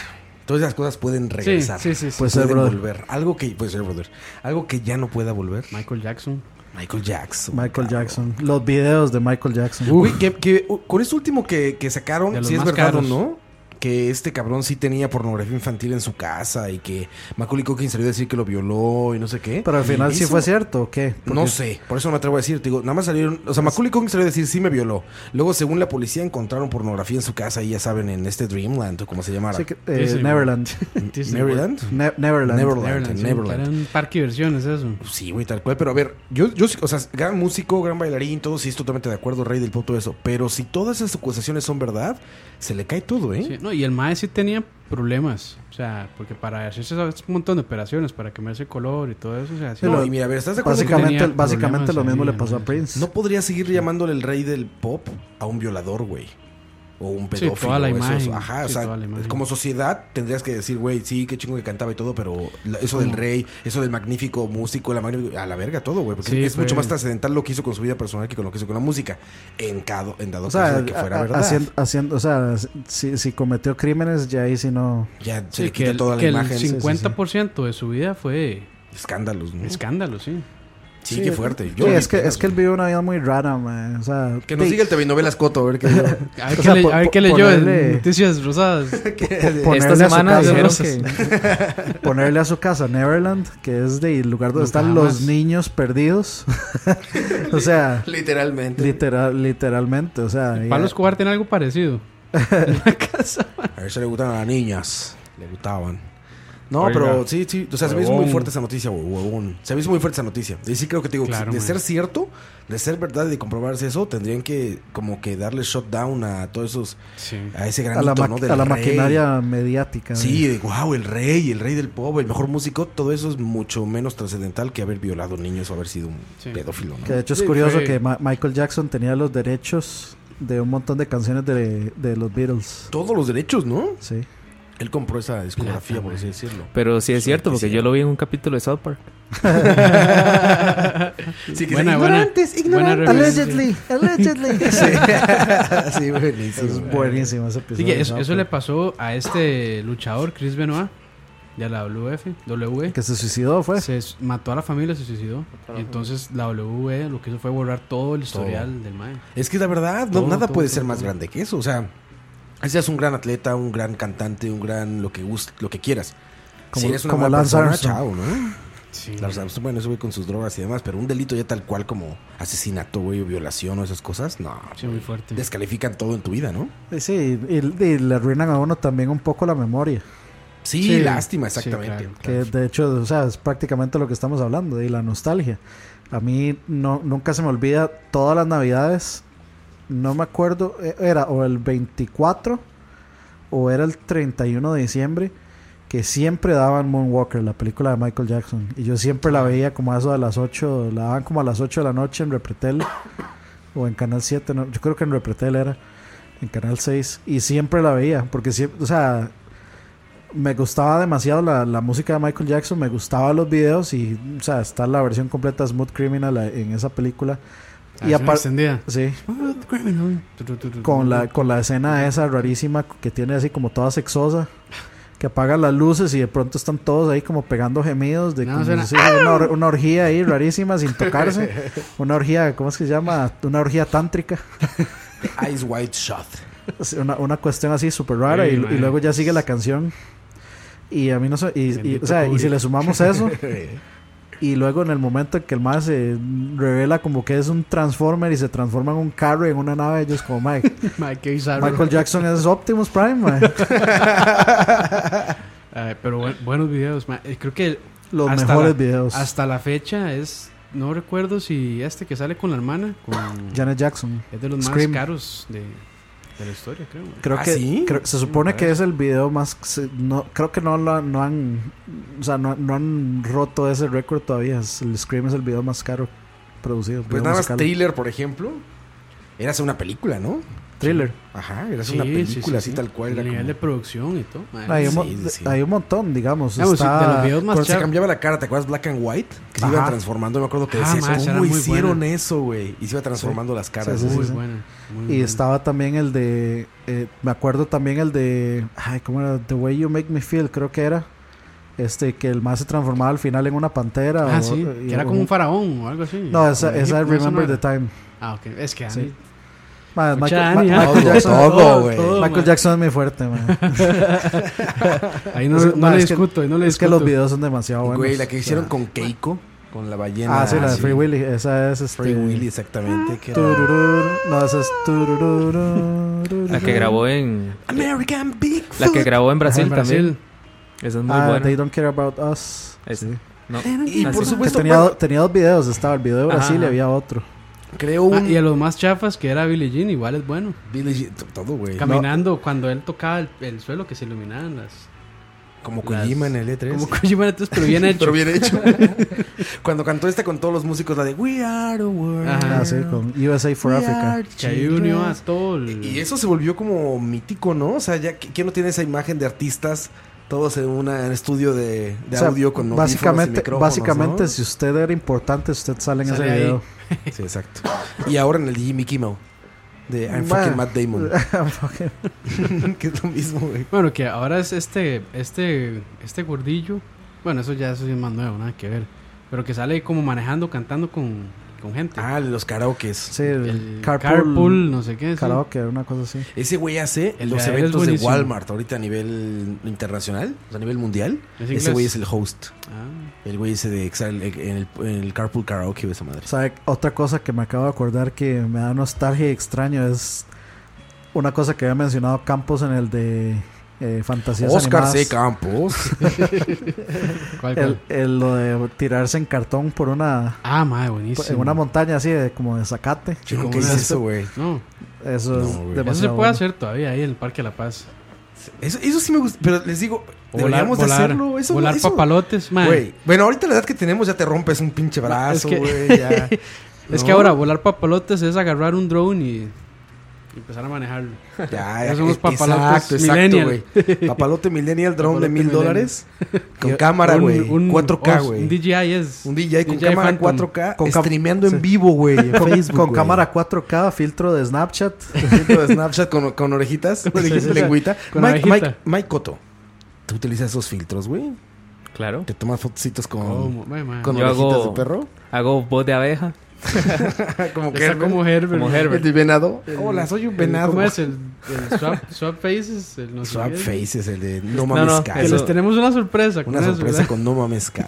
Todas esas cosas pueden regresar. Pues sí, sí, sí. Puede ser, pueden brother. volver. Algo que, puede ser, brother. Algo que ya no pueda volver. Michael Jackson. Michael Jackson. Michael cabrón. Jackson. Los videos de Michael Jackson. Güey, que, que, uh, con esto último que, que De sacaron, los si es más verdad caros. o no, que este cabrón sí tenía pornografía infantil en su casa y que Macaulay Culkin salió a decir que lo violó y no sé qué. Pero al final sí Eso- fue cierto, ¿o qué? Porque- No sé, por eso no me atrevo a decir. Te digo, nada más salieron. O sea, Macaulay Culkin salió a decir sí me violó. Luego, según la policía, encontraron pornografía en su casa y ya saben, en este Dreamland o como se llamara. Sí que- eh, Sí, sí, Neverland. Disney Maryland. Ne- Neverland. Neverland. Neverland, sí, Neverland. Era un parque de diversiones eso. Sí, güey, tal cual. Pero a ver, yo, yo, sí- o sea, gran músico, gran bailarín, todo sí, estoy totalmente de acuerdo, rey del pop, todo eso. Pero si todas esas acusaciones son verdad, se le cae todo, ¿eh? Sí, no, y el mae sí tenía problemas. O sea, porque para hacerse esas- un montón de operaciones, para quemarse el color y todo eso, o sea, sí, No, Pero- y mira, a ver, ¿estás de acuerdo? que Básicamente, tenía básicamente lo problemas mismo ahí, le pasó a entonces. Prince. No podría seguir llamándole el rey del pop a un violador, güey. O un Sí, pedófilo. toda la eso, imagen. eso. Ajá, Sí, o sea, toda la imagen. como sociedad tendrías que decir, güey, sí, qué chingo que cantaba y todo, pero la- eso del rey, eso del magnífico músico, la magnífico- a la verga todo, güey. Porque Sí, es fue- mucho más trascendental lo que hizo con su vida personal que con lo que hizo con la música. En, cada, en dado O sea, caso de que fuera a- a- verdad. haciendo, haciendo- o sea, si, si cometió crímenes, ya ahí si no. Ya se sí, le que quita el, toda la que el imagen. 50% de su vida fue Escándalos, ¿no? escándalo, sí. sí, qué fuerte. Sí, es, que, es que él vivió una vida muy rara, man. O sea, Que nos sí, diga el telenovelas Coto, a ver qué A ver O qué, sea, le- po- a ver qué po- leyó en ponerle- Noticias Rosadas. po- Esta ponerle a su semana casa- dijeron que- que ponerle a su casa Neverland, que es de- el lugar donde No, están jamás. los niños perdidos. o sea, Literalmente. literal, literalmente, o sea, ya- Pablo Escobar tiene algo parecido. A ver si le gustaban a las niñas. Le gustaban. No, Oiga. pero sí, sí. O sea, se me hizo muy Huevón. fuerte esa noticia, güey, huevón. Se me hizo muy fuerte esa noticia. Y sí creo que te digo, Claro, de man. ser cierto, de ser verdad y de comprobarse eso, tendrían que como que darle shutdown a todos esos, Sí. a ese a la, granito, ma- ¿no? a la rey. maquinaria mediática. Sí, de, wow, el rey, el rey del pop, el mejor músico, todo eso es mucho menos trascendental que haber violado niños o haber sido un Sí. pedófilo, ¿no? Que de hecho es Sí, curioso fue- que Ma- Michael Jackson tenía los derechos de un montón de canciones de, de los Beatles. Todos los derechos, ¿no? Sí. Él compró esa discografía, por así decirlo. Pero sí es cierto, que porque sí. yo lo vi en un capítulo de South Park. Sí, que Buena, buena. Buena referencia. Allegedly, allegedly. sí, buenísimo. Es buenísimo ese Sí, episodio. que eso, ¿no? eso le pasó a este luchador, Chris Benoit, de la WF, W. E. Que se suicidó, pues. fue. Se s- mató a la familia, se suicidó. Y entonces la W E lo que hizo fue borrar todo el historial del mae. Es que la verdad, no, Todo, nada todo, puede todo, ser más todo. grande que eso. O sea, seas un gran atleta, un gran cantante, un gran lo que gust- lo que quieras. Como- si eres una como mala Lance persona, Armstrong. chao, ¿no? Lance Armstrong, bueno, eso güey con sus drogas y demás, pero un delito ya tal cual como asesinato, güey, o violación o esas cosas, no. Sí, muy fuerte. Descalifican todo en tu vida, ¿no? Y Sí, y, y le arruinan a uno también un poco la memoria. Sí, Sí, lástima, sí, exactamente. claro. Que de hecho, o sea, es prácticamente lo que estamos hablando, de la nostalgia. A mí no, nunca se me olvida todas las navidades. No me acuerdo, eh, era o el 24 o era el 31 de diciembre, que siempre daban Moonwalker, la película de Michael Jackson. Y yo siempre la veía como a eso de las 8, la daban como a las 8 de la noche en Repretel o en Canal 7, no, yo creo que en Repretel era, en Canal 6. Y siempre la veía, porque siempre, o sea, me gustaba demasiado la, la música de Michael Jackson, me gustaban los videos y, o sea, está la versión completa de Smooth Criminal eh, en esa película. Y y aparte, extendida. sí, con la, con la escena esa rarísima que tiene así como toda sexosa, que apaga las luces y de pronto están todos ahí como pegando gemidos de No, como suena- si fuera una, or- una orgía ahí rarísima sin tocarse, una orgía, ¿cómo es que se llama? Una orgía tántrica, Ice White Shot. Pues Sí, pues, una, una cuestión así súper rara Ey, y, mae. y luego ya sigue la canción. Y a mí no sé, y- y, Bendito o sea, y si público. le sumamos eso, y luego en el momento en que el más se revela como que es un transformer y se transforma en un carro y en una nave, ellos como Mike. Mae, qué bizarro. Michael Jackson es Optimus Prime, mae. Ay, Eh, pero buen- buenos videos, mae. Eh, Creo que Los Hasta mejores la- videos. hasta la fecha es. No recuerdo si este que sale con la hermana. Con, Janet Jackson. es de los más Scream. caros de, de la historia, creo. mae. Creo ¿Ah, que sí? creo- se supone que es el video más. se- No, creo que no, lo, no han. O sea, no, no han roto ese récord todavía. Es- El Scream es el video más caro producido. Pues video nada más musical. Thriller, por ejemplo. Era hacer una película, ¿no? thriller. Ajá, era Sí, una sí, película sí, así sí. tal cual. El Era nivel como- de producción y todo. mae. Ah, Hay un, sí, mo- sí. hay un montón, digamos. Digamos, está- de los videos más Cuando se charros. cambiaba la cara, ¿te acuerdas Black and White? Que se Ajá. iban transformando. Yo me acuerdo que Ah, decías, mae, esa era ¿cómo muy hicieron buena. eso, güey? Y se iba transformando las caras. Sí, sí, Muy sí. buena. muy Y buena. estaba también el de. eh, me acuerdo también el de. Ay, ¿cómo era? The Way You Make Me Feel, creo que era. Este, que el más se transformaba al final en una pantera. Ah, o- sí. y Que era como un faraón o algo así. No, esa, esa es Egipto, eso no Remember era. the Time. Ah, ok. Es que Sí. Andy- Ma- Escucha, Dani, Michael, Ma- ah. Michael Todo, Jackson, todo, güey. todo, Michael mae. Jackson es muy fuerte, man. Ahí no, Es- no ma, le es que- discuto, ahí no le es que discuto. los videos son demasiado buenos. Güey, la que O sea, hicieron con Keiko, con la ballena. Ah, sí, la de así. Free Willy. Esa es este. Free Willy, exactamente. que era- tururú, No, esa es. tururú, La que grabó en. American Bigfoot. La que grabó en Brasil, En Brasil. también. Esa es muy Ah, buena. They Don't Care About Us. Esa- no. Y Así. por Ah, Que supuesto, tenía, Pues bueno, tenía dos videos, estaba el video de Ajá, Brasil y ajá. había otro. creo Ah, un. y a los más chafas, que era Billie Jean, igual es bueno. Billie Jean- t- todo, güey. Caminando, cuando él tocaba el, el suelo, que se iluminaban las... Como Kojima en el E3. Como Kojima, entonces, pero bien hecho. Pero bien hecho. Cuando cantó esta con todos los músicos, la de We Are the World. Ajá. Ah, sí, con USA for We Africa. are que ahí children. unió a todo Mm. el... Y eso se volvió como mítico, ¿no? O sea, ya que- ¿quién no tiene esa imagen de artistas todos en un estudio de, de O sea, audio con audífonos y básicamente, micrófonos, básicamente ¿no? si usted era importante, usted sale en Sale ese ahí. video. Sí, exacto. Y ahora en el Jimmy Kimmel de I'm Ma. fucking Matt Damon. que es lo mismo, güey. Bueno, que ahora es este, este, este gordillo. Bueno, eso ya eso sí es más nuevo, nada que ver. Pero que sale como manejando, cantando con, con gente. Ah, los karaokes. Sí, el, el carpool, carpool, no sé qué. sí. karaoke, una cosa así. Ese güey hace El los de él es eventos de buenísimo. Walmart ahorita a nivel internacional, o sea, a nivel mundial. ¿Es Ese inglés? güey es el host. Ah, El güey ese de Excel en el, en el Carpool Karaoke, esa madre. O sea, otra cosa que me acabo de acordar que me da nostalgia y extraño es una cosa que había mencionado Campos en el de eh, Fantasías Oscar Animadas. C. Campos. ¿cuál, cuál? El, el- lo de tirarse en cartón por una Ah, madre, buenísimo. en una montaña así de, como de zacate. Yo ¿Cómo nunca es hice esto? eso, güey. No, Eso No, güey. es demasiado eso se puede bueno. hacer todavía ahí en el Parque de la Paz. Eso, eso sí me gusta, pero les digo, Volar, deberíamos de volar, hacerlo. Eso, volar eso- papalotes, madre. Güey, bueno, ahorita la edad que tenemos ya te rompes un pinche brazo, que- güey. ya. Es ¿No? que ahora volar papalotes es agarrar un drone y, y empezar a manejarlo. Ya, ya, Ya somos eh, papalotes exacto, millennial. güey. Papalote Millennial Drone de Papalote mil millennial. dólares. Con cámara, Un- güey. un- 4K, oh, güey. Un DJI es. Un DJI con DJI cámara Phantom. 4K Con cam- streameando sí. en vivo, güey, en Con, Facebook. con güey. cámara 4K, filtro de Snapchat. Filtro de Snapchat con, con orejitas, orejitas. lengüita. Con Mike, orejita. Mike, Mike Cotto, ¿tú utilizas esos filtros, güey? Claro. ¿Te tomas fotocitos con, ¿Cómo? Mae, mae. con Yo orejitas hago- de perro? Hago voz de abeja. como Está como Herbert. Como mae. Herbert. El de venado. Hola, soy un El- venado. ¿Cómo es? El, el swap, swap Faces. El no sé Swap qué. Faces, el de No Mames no, Sky. Que les tenemos una sorpresa. con Una eso, sorpresa ¿verdad? con No Mames Sky.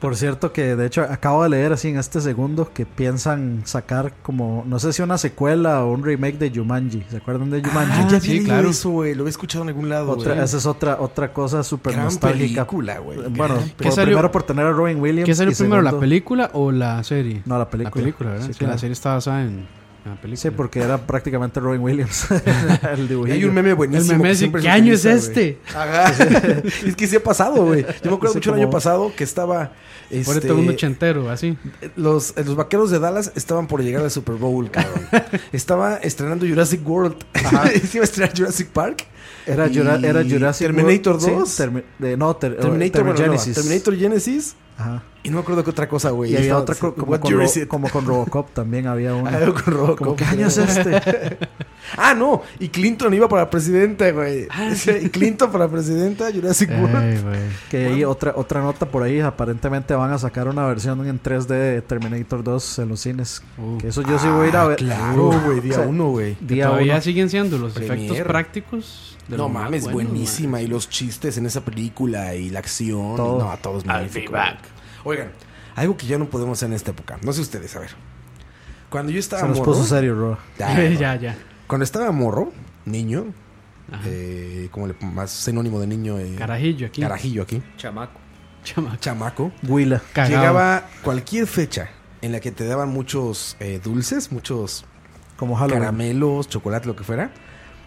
Por cierto, que de hecho acabo de leer así en este segundo que piensan sacar como, no sé si una secuela o un remake de Jumanji. ¿Se acuerdan de Jumanji? Ah, ya sí, vi claro. eso, güey. Lo he escuchado en algún lado, Otra- güey. esa es otra, otra cosa súper Gran nostálgica. Eh, película, güey. Bueno, Gran por- salió- primero por tener a Robin Williams. ¿Qué salió y primero, la segundo- película o la serie? No, la la película. película, ¿verdad? Sí, Sí, claro. la serie está basada en, en la película. Sí, porque era prácticamente Robin Williams. el Y dibujillo. hay un meme buenísimo. El meme que dice, siempre ¿qué se año es utiliza, este? güey. Ajá. es que sí ha pasado, güey. Yo me acuerdo Sí, mucho el como- año pasado que estaba. Por este, todo un ochentero, así. los, eh, los vaqueros de Dallas estaban por llegar al Super Bowl, cabrón. Estaba estrenando Jurassic World. Y se iba a estrenar Jurassic Park. Era, Y Jura- era Jurassic Terminator World- sí, 2. Termi- de- no, ter- Terminator, bueno, no, Genesis. Terminator Genesis. Ajá. Y no me acuerdo qué otra cosa, güey. Y había Estaba- otra co- como, What con year Ro- is it? como con Robocop también había una. Algo con Robocop. Como, ¿Qué año es este? Ah, no. Y Clinton iba para presidente, güey. Ah. Y Clinton para presidenta, Jurassic Eh, World. Ey, güey. que hay otra, otra nota por ahí. Aparentemente van a sacar una versión en 3D de Terminator 2 en los cines. Uh. Que eso yo sí voy a ir a ver. ah, Claro, güey. Día O sea, uno, güey. Que Día Todavía uno. siguen siendo los efectos Premier. prácticos. de No los más mames, buenos, buenísima. Y los chistes en esa película y la acción. Todo. No, todo es magnífico. Oigan, algo que ya no podemos hacer en esta época. No sé ustedes, a ver. Cuando yo estaba Se nos morro. puso serio, bro. Ya, mae. no. ya, ya. Cuando estaba morro, niño. eh, como le, más sinónimo de niño. eh, Carajillo aquí. Carajillo aquí. Chamaco. Chama- Chamaco. Huila. cagado. Llegaba cualquier fecha en la que te daban muchos eh, dulces, muchos Como Halloween. caramelos, chocolate, lo que fuera.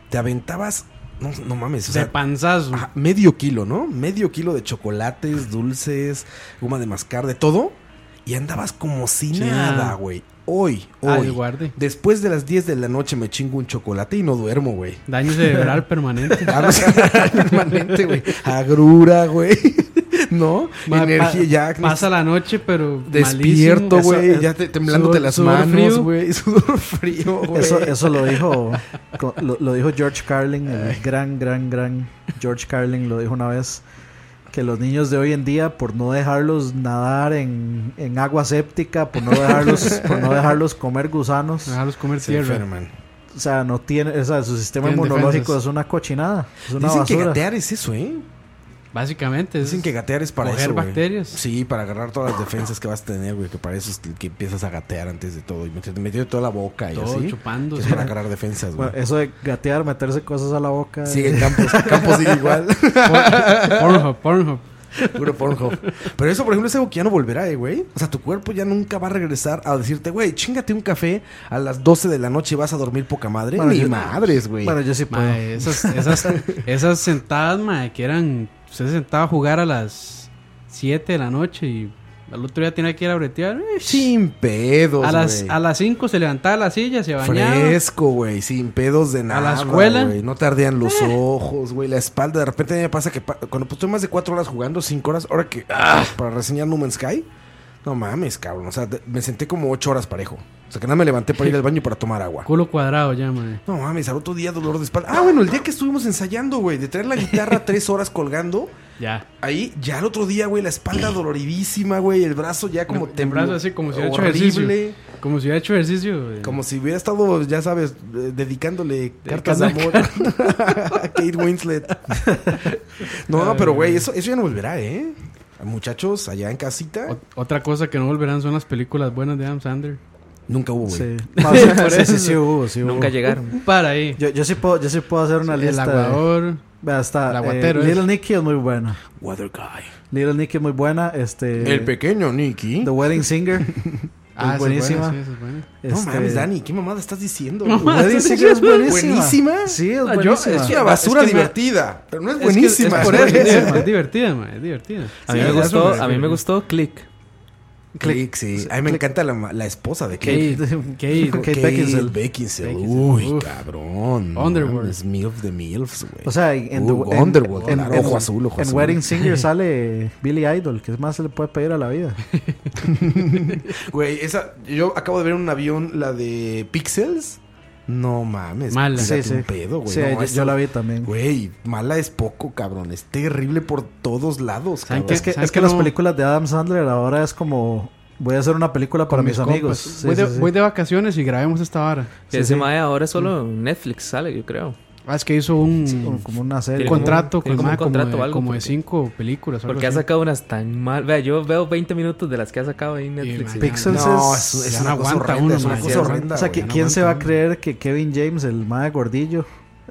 Te aventabas, no, no mames, o de sea, panzazo. ajá, medio kilo, ¿no? Medio kilo de chocolates, dulces, goma de mascar, de todo. Y andabas como si Sí, nada, nada. güey. hoy, Ah, hoy. el guarde. Después de las 10 de la noche me chingo un chocolate y no duermo, güey. Daño cerebral permanente. Ah, no sé, permanente, güey. Agrura, güey. ¿No? Ma- Energía, pa- ya. Pasa la noche, pero. Despierto, malísimo. güey. Eso- Ya te- temblándote sudor- las sudor manos, frío. güey. Sudor frío, Pues güey. Eso, eso lo dijo co- lo, lo dijo George Carlin, el gran, gran, gran George Carlin lo dijo una vez que los niños de hoy en día por no dejarlos nadar en, en agua séptica, por no dejarlos, por no dejarlos comer gusanos, Dejarlos comer Se tierra. enferman. o sea, no tiene, o sea, su sistema Tienen inmunológico defensas. es una cochinada, es una Dicen que basura. gatear es eso, ¿eh? Básicamente. es- Dicen que gatear es para coger eso, güey. bacterias. Sí, para agarrar todas las defensas que vas a tener, güey. Que para eso es que empiezas a gatear antes de todo. Y metiendo, metiendo toda la boca y Todo así. chupando, que es sí. para agarrar defensas, güey. Bueno, eso de gatear, meterse cosas a la boca. eh, Sigue Campos. Campos sigue igual. Pornhub, Pornhub. Puro Pornhub. Pero eso, por ejemplo, es algo que ya no volverá, eh, güey. O sea, tu cuerpo ya nunca va a regresar a decirte, güey, chingate un café a las 12 de la noche y vas a dormir poca madre. Bueno, Ni yo- madres, güey. Bueno, yo sí puedo. Mae, esas, esas, esas sentadas, mae, que eran. Usted se sentaba a jugar a las 7 de la noche y al otro día tenía que ir a bretear. eh, Sin pedos, a las, güey. a las 5 se levantaba de la silla, se bañaba. Fresco, güey, sin pedos de nada. la escuela? Eh. güey. No tardean los ojos, güey, la espalda. De repente me pasa que pa- cuando pues, estoy más de cuatro horas jugando, cinco horas, ahora que. ¡ah! Para reseñar No Man's Sky. No mames, cabrón. O sea, de- me senté como ocho horas parejo. O sea, que nada me levanté para ir al baño y para tomar agua. Culo cuadrado ya, mae. No mames, al otro día dolor de espalda. Ah, bueno, el día que estuvimos ensayando, güey, de traer la guitarra tres horas colgando. Ya. Ahí, ya el otro día, güey, la espalda doloridísima, güey, el brazo ya como El temblo- brazo así como si hubiera hecho horrible. ejercicio. Como si hubiera hecho ejercicio. eh. Como si hubiera estado, ya sabes, eh, dedicándole cartas de amor Dedicando- a Kate Winslet. Ah, no, pero güey, eso, eso ya no volverá, ¿eh? Muchachos, allá en casita, Ot- Otra cosa que no volverán son las películas buenas de Adam Sandler. nunca hubo, güey. Sí. No, sí, sí, sí, sí hubo, sí hubo. Nunca llegaron. Para ahí. Yo, yo sí puedo, yo sí puedo hacer una el lista. de- aguador. Vea, está, el eh, aguatero, Little es. Nicky es muy buena. Water Guy. Little Nicky es muy buena. Este, El pequeño Nicky. The Wedding Singer. Ah, esa es buenísima. buena, sí, esa es buena. No Este, mames, Dani, ¿qué mamada estás diciendo? The Wedding Singer es buenísima. ¿Buenísima? Sí, es Ah, yo- buenísima. Es una basura divertida, pero no es Es que- es buenísima. por güey. eso, es- es divertida, mae, es divertida. A mí Sí, me ya gustó, son- a mí me gustó Click. Click, sí. A mí me encanta la, la esposa de Kate. Kate, Kate, Kate Beckinsale. Beckinsale. Beckinsale. Uy, Uf. cabrón. Underworld. Es MILF de MILFs, güey. O sea, en, Uh, The- en- Underworld, en- claro, en- ojo azul, ojo en azul. Wedding Singer sale Billy Idol, que es más se le puede pedir a la vida. Güey, esa. Yo acabo de ver en un avión la de Pixels. No mames. Mala. tírate Sí, sí. un pedo, güey. Sí, No, yo, esa- yo la vi también. Güey, mala es poco, cabrón. Es terrible por todos lados, ¿Saben cabrón. qué? Es Es que, ¿Saben es que que las no? películas de Adam Sandler ahora es como voy a hacer una película para con mis, compas. amigos. Sí, voy, de, sí, sí. voy de vacaciones y grabemos esta vara. Y ese mae ahora solo en Netflix sale, yo creo. Ah, es que hizo un, Como- como una un serie. como- contrato con tiene el como un mae como, contrato o de- algo, como de porque- cinco películas. algo Porque ha así. sacado unas tan mal. Vea, yo veo 20 minutos de las que ha sacado ahí en Netflix. mae. y- Pixels no, es- es, es ya una no cosa aguanta horrenda, uno, es una man. cosa Sí, horrenda. O sea, güey. ¿qui- no ¿quién se va a aguanta. creer que Kevin James, el mae gordillo,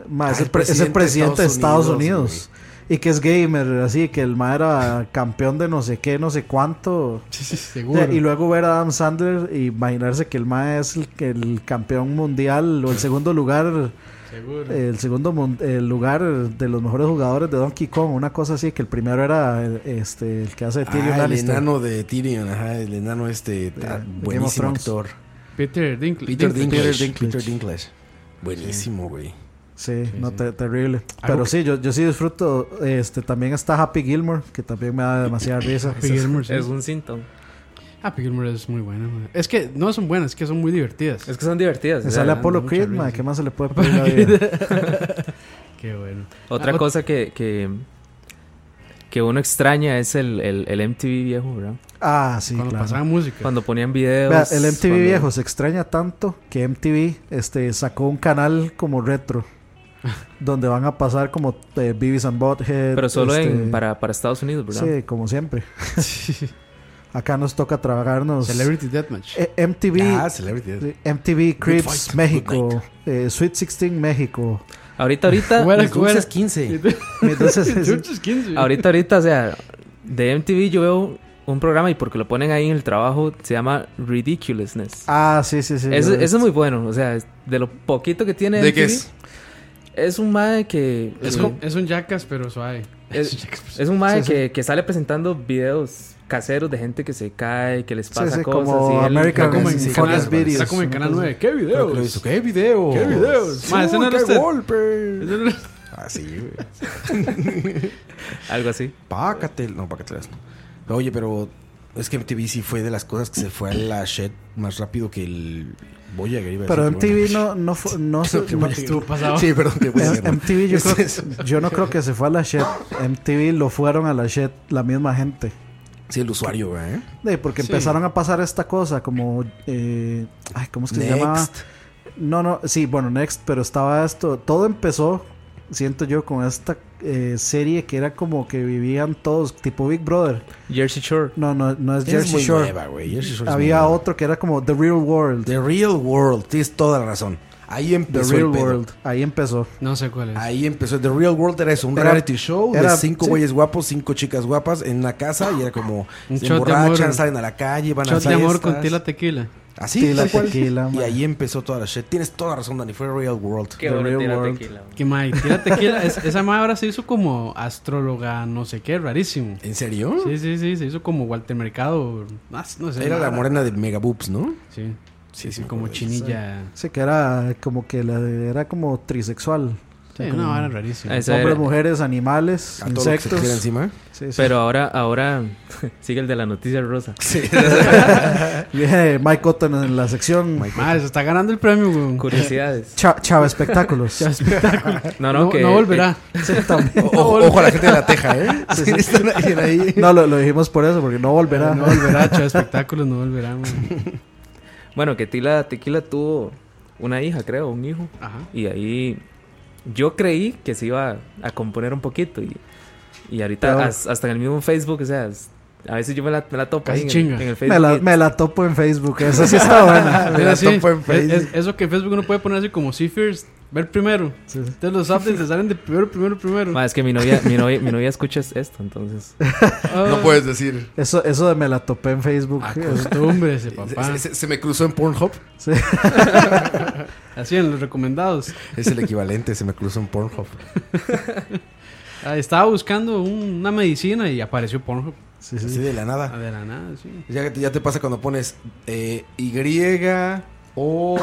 mae, Ah, es el el pre- es el presidente de Estados Unidos, y que es gamer, así que el mae era campeón de no sé qué, no sé cuánto? Sí, sí, O seguro. sea, y luego ver a Adam Sandler y imaginarse que el mae es el, el campeón mundial o el segundo lugar, seguro. el segundo mun- el lugar de los mejores jugadores de Donkey Kong, una cosa así, que el primero era el, este, el que hace Tyrion Ah, el Lannister. enano de Tyrion, ajá, el enano este, ta- Game of buenísimo Thrones. actor. Peter Dinkle. Peter Dinklage. Dinklage. Peter Dinklage. Buenísimo, güey. Sí, no, te- terrible. Algo Pero que- sí, yo, yo sí disfruto. Este, también está Happy Gilmore, que también me da demasiada risa. Happy Gilmore, sí. Es un síntoma. Ah, Happy Gilmore es muy buena, mae. Es que no son buenas, es que son muy divertidas. Es que son divertidas. Me o sea, sale dan Apollo mucha Creed, risa. ma, ¿qué más se le puede pedir a la vida? Qué bueno. Otra Ah, ot- cosa que, que, que uno extraña es el, el, el MTV viejo, ¿verdad? Ah, sí, Cuando claro. pasaba música. Cuando ponían videos. Vea, el MTV cuando- viejo se extraña tanto que MTV este, sacó un canal como retro, donde van a pasar como eh, Beavis and Butthead. Pero solo este, en, para, para Estados Unidos, ¿verdad? Sí, como siempre. Acá nos toca trabajarnos. Celebrity Deathmatch. Eh, MTV. Ah, celebrity. Sí, MTV Cribs Fight, México, eh, Sweet 16 México. Eh, Ahorita, ahorita. Fuera, mis fuera. dulces 15. Entonces, sí, Chuchos 15. ahorita, ahorita, o sea, de MTV yo veo un programa y porque lo ponen ahí en el trabajo se llama Ridiculousness. ah, sí, sí, sí. eso, yo- eso es muy bueno, o sea, es de lo poquito que tiene. ¿De MTV, qué es? es un mae que. Es, que- un- es un jackass, pero suave. Es- un jackass, pero es un mae Sí, sí. que, que sale presentando videos caseros de gente que se cae, que les Sí, pasa sí, cosas. como y él- American- Está como en Sí, canal, Funniest Videos. está como en Canal 9. ¡Qué Creo que lo hizo. videos! ¡Qué video! ¡Qué videos! Ma, ese no ¡Uy, era ¡Qué usted. golpe! Eso no- Ah, sí, güey. Algo así. Pácatel. No, Pácatelas no. Oye, pero es que MTV sí fue de las cosas que se fue a la shit más rápido que el Voyager. iba a Pero decir, bueno. MTV no, no, fu- no, se- Eh, Que no- Voyager. estuvo pasado. Sí, perdón, que Voyager. no. MTV yo, Es eso. creo, yo no creo que se fue a la shit. MTV lo fueron a la shit la misma gente. Sí, el usuario, güey, ¿eh? De, porque Sí. empezaron a pasar esta cosa como... eh, ay, ¿cómo es que se llamaba? Next. No, no, sí, bueno, Next, pero estaba esto. Todo empezó, siento yo, con esta eh, serie que era como que vivían todos, tipo Big Brother. Jersey Shore. No, no, no es Es Jersey muy Shore. nueva, güey. Jersey Shore es muy Había nueva. otro que era como The Real World. The Real World. Tienes toda la razón. Ahí The empezó Real el pedo. World. Ahí empezó. No sé cuál es. Ahí empezó. The Real World era eso, un Era- reality show era- de cinco sí. güeyes guapos, cinco chicas guapas en una casa y era como Un se shot de emborrachan, amor. salen a la calle, van a Shot de fiestas. amor con Tila Tequila. Así, Tila tal cual. Tequila, Y man. ahí empezó toda la shit. Tienes toda razón, Dani, fue Real World. Qué The bueno Real tiene la World. tequila, man. Que mae, Tila Tequila. es- esa mae ahora se hizo como astróloga, no sé qué, rarísimo. ¿En serio? Sí, sí, sí, se hizo como Walter Mercado. más, no sé. Era la nada. morena de Megaboobs, ¿no? Sí, Sí, sí, como chinilla. Sí, que era como que la de- era como trisexual. Sí, no, era rarísimo. Esa Hombres, era. mujeres, animales, A todo lo que se insectos. pusiera encima. Sí, sí. Pero ahora, ahora sigue el de la noticia rosa. Viene Mike Cotton en la sección Mae, se está ganando el premio, güey. Curiosidades. Cha- Chava Espectáculos. Ya, espectáculo. No, no, No, que. no volverá. Sí, también. O- o- ojo a la gente de la teja, ¿eh? Sí, sí. Están ahí, ahí. Ah, No, lo, lo dijimos por eso, porque no volverá. No volverá, chaval, espectáculos, no volverá, man. Bueno, que Tila Tequila tuvo una hija, creo, un hijo. Ajá. Y ahí yo creí que se iba a componer un poquito. Y, y ahorita Peor. as- hasta en el mismo Facebook, o sea, es- a veces yo me la, me la topo Casi ahí en, chinga. el- en el Facebook. me, la, y- me la topo en Facebook. Esa sí está buena. Me la Sí, topo en es- Facebook. es- eso que Facebook uno puede poner así como see first, ver primero. Sí, sí. Entonces los updates se salen de primero, primero, primero. Ma, es que mi novia, mi novia, mi novia escucha es- esto, entonces. Ah, No puedes decir. Eso, eso de me la topé en Facebook. Ah, es- Acostúmbrese, papá. Se, se- se me cruzó en Pornhub. sí. Así en los recomendados. Es el equivalente, se me cruzó un Pornhub. Ah, Estaba buscando un- una medicina y apareció Pornhub. Sí, sí, Así sí. de la Ah, nada. De la nada, sí. Ya, ya te pasa cuando pones eh, Y, O,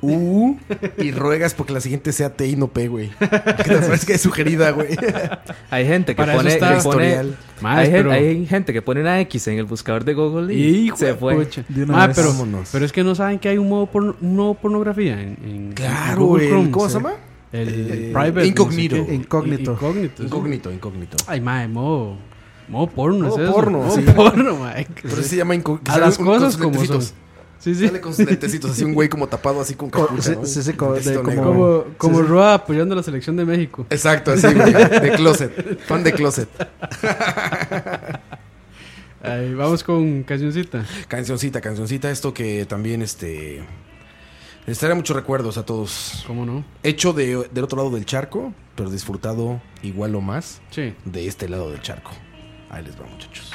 U y ruegas porque la siguiente sea T y no P, güey. Que te parece que es sugerida, güey. Hay gente que Para eso pone. está- que pone Historial. Más, hay, gen- pero- hay gente que pone una X en el buscador de Google y Hijo se de fue. pucha. De una Ah, Ma, vez. Ah, pero, Vámonos. pero es que no saben que hay un modo, porno- un modo pornografía en, en- en Claro, Google güey. Chrome, ¿Cómo se sí. llama? El, Eh, private. no sé incógnito. qué. Incógnito. Incógnito. sí. Incógnito, incógnito. Ay, mae, modo, modo porno. Modo es eso. porno, modo sí. porno, mae. Por eso se llama incógnito. A las cosas como son. Sí, sí. Sale con sus lentecitos, así un güey como tapado, así con Co- capucha. sí, ¿no? sí, sí, co- de- Texto como- negro. Como, como Sí, sí. Roa apoyando a la selección de México. Exacto, así, güey. De closet. Fan de closet. Ay, vamos con cancioncita. Cancioncita, cancioncita. Esto que también, este... Les trae muchos recuerdos a todos. ¿Cómo no? Hecho de, del otro lado del charco, pero disfrutado igual o más Sí. de este lado del charco. Ahí les va, muchachos.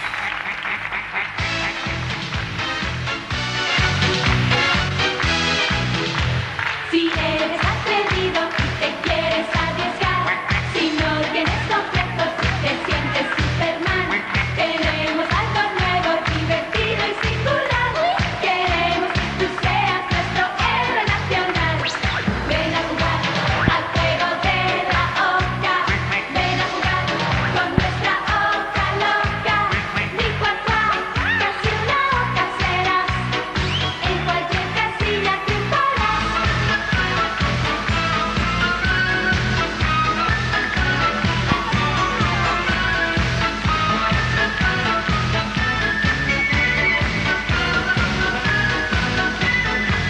Si eres atrevido y te quieres arriesgar, si no tienes complejos y te sientes Superman, tenemos algo nuevo, divertido y singular. Queremos que tú seas nuestro héroe nacional. Ven a jugar al juego de la oca, ven a jugar con nuestra oca loca. Ni cual cual, casi una oca serás, en cualquier casilla triunfarás.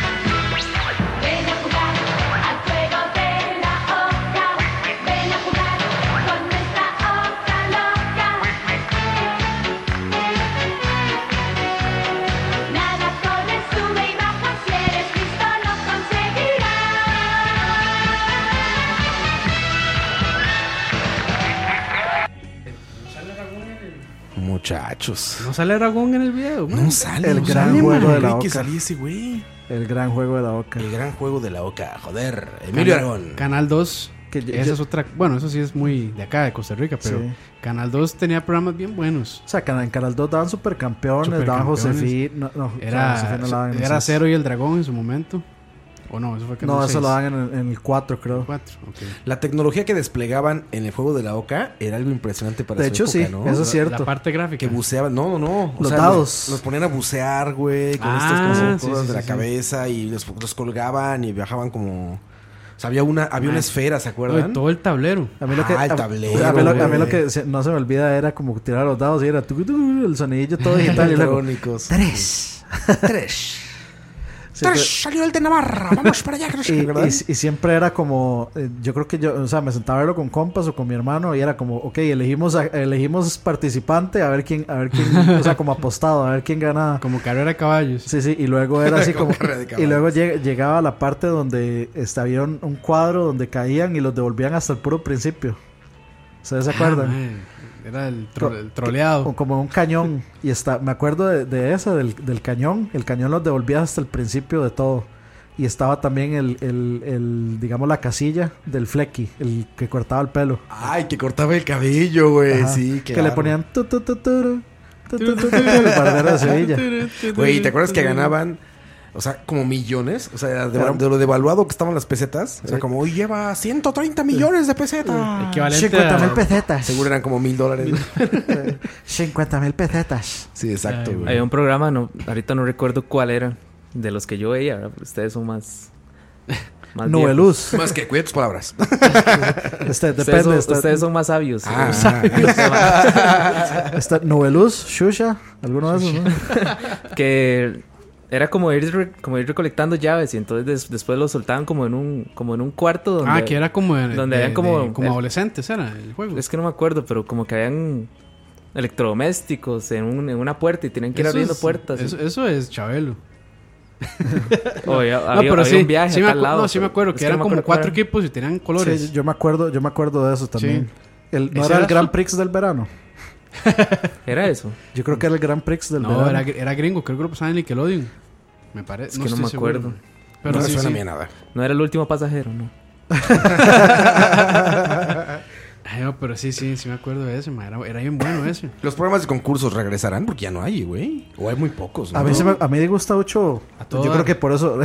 Ven a jugar al juego de la oca, ven a jugar con nuestra oca loca. Nada corre, sube y baja, si eres listo lo conseguirás. Muchachos. No sale Aragón en el video, man. No sale. El no gran sale, juego man. de la Creí que Oca. salía ese güey. El gran juego de la Oca. El gran juego de la Oca. Joder. Emilio Aragón. Canal 2. Que yo- Esa yo- es otra. Bueno, eso sí es muy de acá, de Costa Rica, pero Sí. Canal 2 tenía programas bien buenos. O sea, que en Canal 2 daban supercampeones, daban Supercampeones. Josefina. No, no, Era, Josefina la daban en era el seis. Cero y el Dragón en su momento. ¿O no? Eso fue Canal No, eso 6. lo daban en el, en el 4, creo. 4. ok. La tecnología que desplegaban en el juego de la Oca era algo impresionante para De su hecho, época, sí, ¿no? eso La- es cierto. La parte gráfica. Que buceaban, no, no, no. O Los sea, dados. Los, los ponían a bucear, güey, con Ah, estas como sí, cosas sí, de la sí, sí. cabeza y los, los colgaban y viajaban como. O sea, había una, había una Ah. esfera, ¿se Oye, acuerdan? todo el tablero. A mí lo que, Ah, el a- tablero, a mí lo, a mí lo güey. que se- no se me olvida era como tirar los dados y era tucu, tucu, el sonidillo todo digital. y luego, Electrónicos. tres. Tres. Sí, Tres, salió el de Navarra. Vamos para allá, que no Y, sé qué. y- y siempre era como, eh, yo creo que yo, o sea, me sentaba a verlo con compas o con mi hermano y era como, ok, elegimos, a- elegimos participante a ver quién, a ver quién, o sea, como apostado, a ver quién ganaba. Como carrera de caballos. Sí, sí, y luego era así como, carrera de caballos. y luego lleg- llegaba a la parte donde este, había un, un cuadro donde caían y los devolvían hasta el puro principio. ¿Ustedes se Ah, acuerdan? mae, era el, tro- Co- el troleado. O como un cañón. Y está, me acuerdo de, de esa, del, del cañón. El cañón los devolvía hasta el principio de todo. Y estaba también el, el, el, digamos, la casilla del flequi, el que cortaba el pelo. Ay, que cortaba el cabello, güey. Ajá. Sí, que claro. le ponían tu, tu, tu, turu, tu, tu, tu, tu, el barbero de Sevilla. Güey, ¿te acuerdas que ganaban? O sea, como millones. O sea, de, Era un- de lo devaluado que estaban las pesetas. O sea, como hoy lleva 130 millones de pesetas. Ah, Equivalente 50 mil a- pesetas. Seguro eran como mil dólares. 50 mil pesetas. Sí, exacto, Ay, güey. Había un programa, no, ahorita no recuerdo cuál era, de los que yo veía, ¿verdad? Porque ustedes son más. más viejos. Noveluz. Más que cuida tus palabras. Este, Ustedes, depende. son, está- ustedes son más sabios. Ah, ¿verdad? está este, Noveluz, Shusha, alguno de esos, ¿no? que era como ir, re- como ir recolectando llaves y entonces des- después lo soltaban como en un, como en un cuarto donde. ah, que era como. de- donde de- habían como- de- como el- adolescentes, era el juego. Es que no me acuerdo, pero como que habían electrodomésticos en, un- en una puerta y tenían que ir Eso abriendo es- puertas. Eso, eso es Chabelo. O había, No, había- pero había sí. un viaje sí a me tal acu- lado, no, sí me pero acuerdo es que que eran no me como acuerdo cuál cuatro era. equipos y tenían colores. Sí, yo me acuerdo, yo me acuerdo de eso también. El, ¿No Ese era el era Grand su- Prix del verano? Era eso. Yo creo que era el Grand Prix del no, verano. era, era gringo, creo que lo pasaban en Nickelodeon. Me parece. Es que no me acuerdo. Pero no me sí, suena sí. a mí a nada. No era el último pasajero, ¿no? Ay, no, pero sí, sí, sí me acuerdo de ese, ma, Era, era bien bueno ese. Los programas de concursos regresarán porque ya no hay, güey. O hay muy pocos, ¿no? A mí, se me, a mí me gusta mucho. A todo Yo dar. creo que por eso.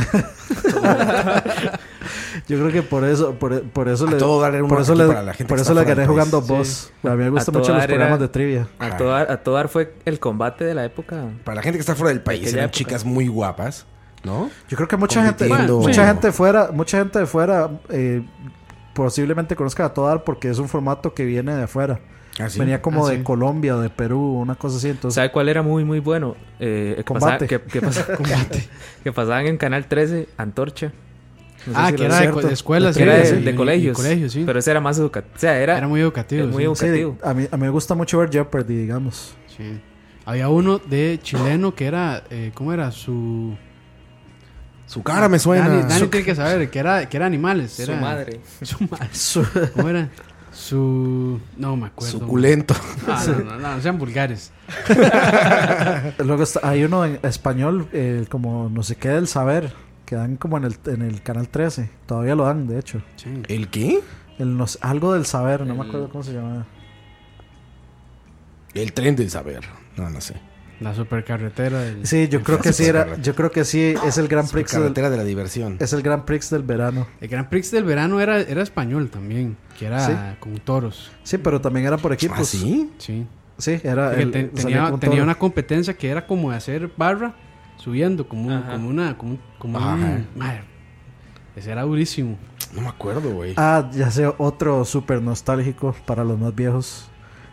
yo creo que por eso, por, por eso A le. todo dar era un por eso ratito le, para la gente por que eso está le fuera gané del jugando país. Boss. A mí me gustan todo mucho los dar era- programas de trivia. Ajá. A todo, dar- a todo dar fue el combate de la época. Para la gente que está fuera del país, aquella eran época. chicas muy guapas, ¿no? Yo creo que mucha gente, Compitiendo. mucha Sí. gente fuera, mucha gente de fuera eh, posiblemente conozca a Todar porque es un formato que viene de afuera. Así. Venía como Ah, de sí. Ah, Colombia, de Perú, una cosa así. Entonces, ¿Sabe cuál era muy, muy bueno? Eh, que pasaba- Combate. que, que pasa- que pasaban en Canal 13, Antorcha. No sé ah, si que lo- era de, co- cierto. de escuelas. que era de, sí, de y- y colegios. sí. Pero ese era más educativo. O sea, era, era muy educativo. eh, muy sí. educativo. Sí, a, mí, a mí me gusta mucho ver Jeopardy, digamos. Sí. Había uno de chileno que era. eh, ¿Cómo era? Su. Su cara me suena. Dani, Dani Su- tiene que saber que era, que era animales. su Era, madre. Su madre. ¿Cómo era? Su. No me acuerdo. Suculento. Ah, no, no, no, no sean vulgares. Luego está- hay uno en español, eh, como no sé qué del saber, que dan como en el, en el canal 13. Todavía lo dan, de hecho. ¿El qué? El nos- algo del saber, no me acuerdo cómo se llamaba. El tren del saber. No, no sé. La supercarretera. del- Sí, yo creo que sí era. supercarretera. Yo creo que sí es el Gran Prix del, Carretera de la diversión. es el Gran Prix del verano. El Gran Prix del verano era, era español también. Que era con toros. Sí, pero también era por equipos. ¿Ah, sí? Sí. Sí, era. Porque el- te- salía tenía, con tenía todo. una competencia que era como de hacer barra subiendo, como, un- como una. Como, un- como un- Ajá. madre, ese era durísimo. No me acuerdo, güey. Ah, ya sé, otro súper nostálgico para los más viejos.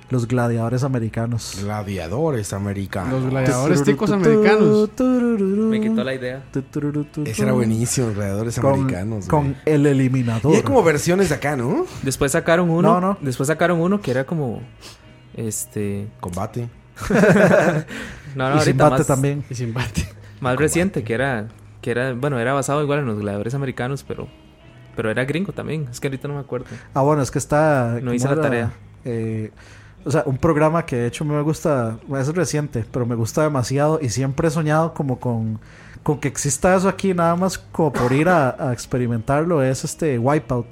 Los gladiadores americanos. Gladiadores Ah, americanos. Los gladiadores ticos americanos. Me quitó la idea. Ese era buenísimo, gladiadores Con, americanos. con güey. el eliminador. Y hay como versiones de acá, ¿no? Después sacaron No, uno. no. Después sacaron uno que era como. Este. Combate. No, no, y sin ahorita bate más, también. Y sin bate. más reciente, que era. Que era. Bueno, era basado igual en los gladiadores americanos, pero. Pero era gringo también. Es que ahorita no me acuerdo. Ah, bueno, es que está. No ¿cómo hice la era? tarea. Eh, o sea, un programa que de hecho me gusta. Es reciente, pero me gusta demasiado. Y siempre he soñado como con. Con que exista eso aquí, nada más como por ir a, a experimentarlo, es este Wipeout.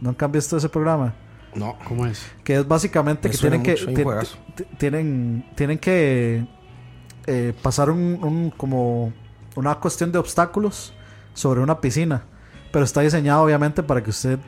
¿Nunca han visto ese programa? No. ¿Cómo es? que es básicamente Me que suena tienen que mucho, hay un ti- juegazo. ti- tienen tienen que eh, pasar un, un- como una cuestión de obstáculos sobre una piscina pero está diseñado obviamente para que usted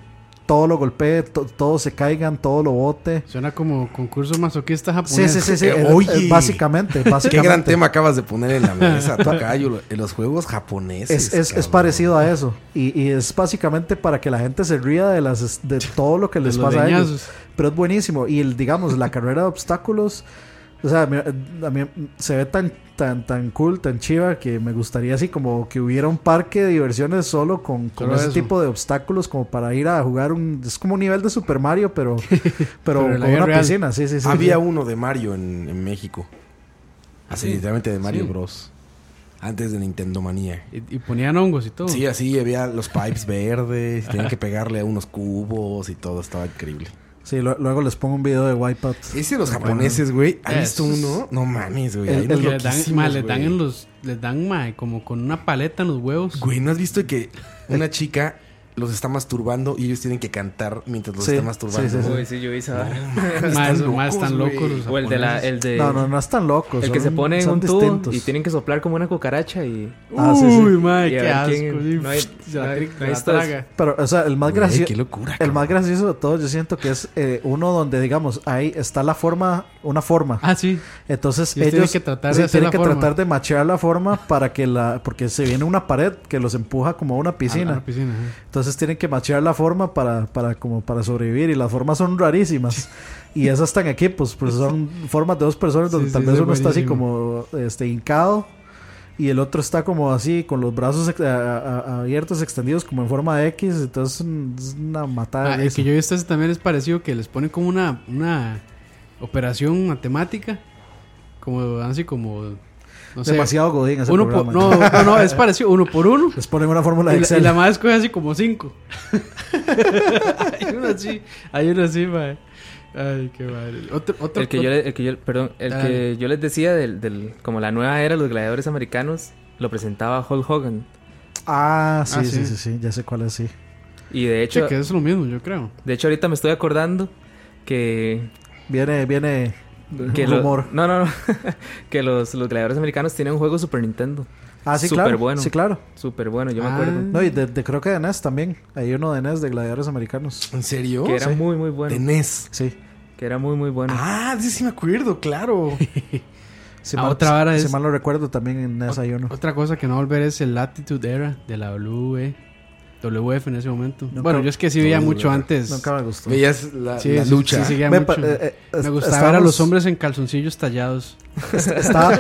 todo lo golpee to- todo se caigan todo lo bote Suena como concurso masoquista sí japonés. sí sí, sí Eh, es- oye. es básicamente básicamente Qué gran tema acabas de poner en la mesa, tocayo. lo- En los juegos japoneses. es, es, es cabrón. parecido a eso y, y es básicamente para que la gente se ría de las es- de todo lo que De les los pasa a ellos leñazos. pero es buenísimo. Y el, digamos, la carrera de obstáculos, o sea, mira, a mí se ve tan, tan, tan cool, tan chiva, que me gustaría así como que hubiera un parque de diversiones solo con, con Solo ese eso. tipo de obstáculos, como para ir a jugar un. Es como un nivel de Super Mario, pero, pero, en la con vida una real. piscina. Sí, sí, sí. Había sí. uno de Mario en, en México. Así, literalmente de Mario Sí. Bros. Antes de Nintendo Manía. Y, y ponían hongos y todo. Sí, así había los pipes verdes, y tenían que pegarle a unos cubos y todo, estaba increíble. Sí, lo- luego les pongo un video de Wipeout. Ah, Ese de los japoneses, güey, ¿has Eso visto es- uno? No mames, güey. El- hay el unos Que les dan, loquísimos, ma, les dan güey. en los. Les dan, ma, como con una paleta en los huevos. Güey, ¿no has visto que una chica los está masturbando y ellos tienen que cantar mientras los Sí, está masturbando? sí, sí, sí. Uy, sí, yo hice. Ma, esos están ma, están locos, locos. güey. los O el de la. japoneses. El de. No, no, no están locos. El que se son- pone en son un tubo distintos. y tienen que soplar como una cucaracha y. Ah, sí, sí. Uy, ma, Y a qué ver asco. quién- sí, no hay- se la- no hay- se no la hay estas- traga. Pero, o sea, el más Güey, gracioso. qué Ah, locura. El cabrón. más gracioso de todos, yo siento que es eh, uno donde, digamos, ahí está la forma, una forma. Ah, sí. Entonces Y ellos tienen ellos que tratar de sí, hacer tienen la que forma. tratar de machear la forma para que la porque se viene una pared que los empuja como a una A- a piscina. Ah, la piscina, ajá. Entonces tienen que machear la forma para, para como para sobrevivir y las formas son rarísimas. Y esas están aquí, pues, pues son formas de dos personas donde Sí, tal sí, vez es uno está así buenísimo. como este hincado y el otro está como así con los brazos ex- a- a- a- abiertos extendidos como en forma de X, entonces mm, es una matada. Ah, el de risa. que yo he visto ese también es parecido que les ponen como una, una operación matemática. Como así como. No sé. Demasiado godín ese uno programa. por, no, no, no, es parecido. Uno por uno. Les ponen una fórmula de Y la, Excel. y la madre escoge así como cinco. hay uno así. Hay uno así, madre. Ay, qué madre. Otro, otro, El que yo, le- el que yo, perdón, el Dale. que yo les decía del, del, como la nueva era de los gladiadores americanos, lo presentaba Hulk Hogan. Ah, sí, Ah, sí, sí. sí, sí, ya sé cuál es, sí. Y de Sí, hecho, que es lo mismo, yo creo. de hecho ahorita me estoy acordando que, Viene, viene que un lo- rumor. no, no, no, que los, los gladiadores americanos tienen un juego Super Nintendo, Ah, sí, Súper claro. bueno. Sí, claro. súper bueno, yo me Ah. acuerdo, No, y de, de- creo que de NES también. Hay uno de NES de gladiadores americanos. ¿En serio? que era Sí. muy muy De bueno, NES. Sí. que era muy muy bueno. Ah, de ese sí me acuerdo, claro. Si Ah, otra vara si es- mal lo recuerdo, también en NES hay uno. Otra cosa que no va a volver es el Latitude Era de la W, WF en ese momento. bueno, yo es que sí veía mucho antes. Nunca me gustó. Veías la, Sí, la sí, lucha. sí, sí, veía Ve, mucho. pa- eh, eh, Me est- gustaba ver a los estábamos- hombres en calzoncillos tallados. Estaba,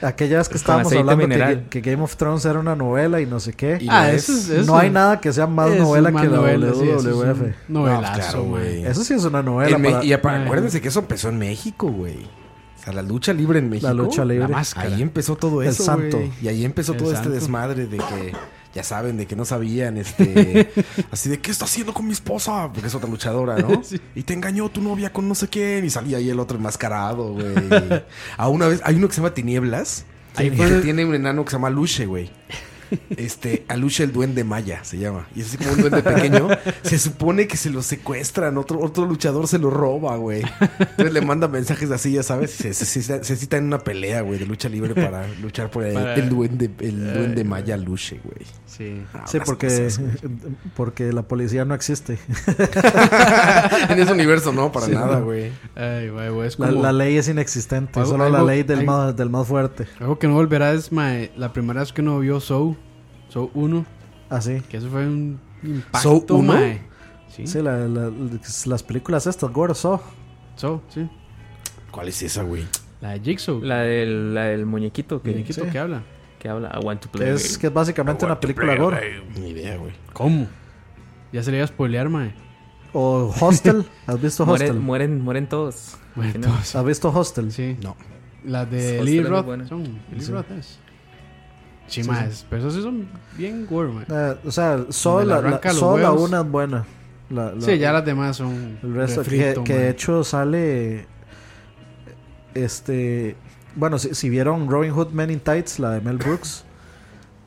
Guau. aquella vez que estábamos aceite hablando que, mineral. que Game of Thrones era una novela y no sé qué. Y Ah, lo eso es. es- eso- no hay nada que sea más eso es novela más que la novela, sí, eso es un WWF. novelazo, claro, man. güey. Eso sí es una novela. En Me- para- Y apa- Ay. acuérdense que eso empezó en México, güey. O sea, la lucha libre en México. la lucha La libre. máscara. Ahí empezó todo El eso, santo. güey. Y ahí empezó El todo santo. este desmadre de que, ya saben, de que no sabían, este, así de, ¿qué está haciendo con mi esposa? Porque es otra luchadora, ¿no? Y te engañó tu novia con no sé quién. Y salía ahí el otro enmascarado, güey. A una vez, hay uno que se llama Tinieblas. Ahí que fue- tiene un enano que se llama Luche, güey. Este, Aluche el duende maya se llama. Y es así como un duende pequeño. Se supone que se lo secuestran, otro, otro luchador se lo roba, güey. Entonces le manda mensajes así, ya sabes, y se, se, se- se cita en una pelea, güey, de lucha libre para luchar por el, Para- el duende, el duende maya Aluche, güey. Sí. Ah, Sí, unas porque, cosas, güey. porque la policía no existe. en ese universo no, para nada, güey. Ay, güey, güey, es La, como- la ley es inexistente, Algo- solo la algo- ley del, algo- más, del más fuerte. Algo que no volverá es mae, la primera vez que uno vio Soul, Soul 1, Así. que eso fue un impacto, ¿Soul 1? mae. Sí, Sí, la- la- las películas estas, Gore Saw. Soul, sí. ¿Cuál es esa, güey? La de Jigsaw, La del, la del muñequito que, el muñequito sí. que habla. que habla, I want to play. Es que es básicamente una película Gore. Ni idea, güey. ¿Cómo? Ya se le iba a spoilear, mae. O Hostel. ¿Has visto Mueren, Hostel? mueren, mueren todos. Bueno, Al final. entonces, ¿Has visto Hostel? Ah, sí. No. La de Hostel Lee es muy Roth buena. son. Lee Sí. Roth es. Sí, mae, es- pero esos sí son bien gore, mae. Eh, o sea, Saw, Donde le la, la, arranca los Saw la huevos. una es buena. La- la- Sí, ya las demás son El resto, refrito, que, que de mae. hecho sale. Este. Bueno, si, si vieron Robin Hood Men in Tights, la de Mel Brooks.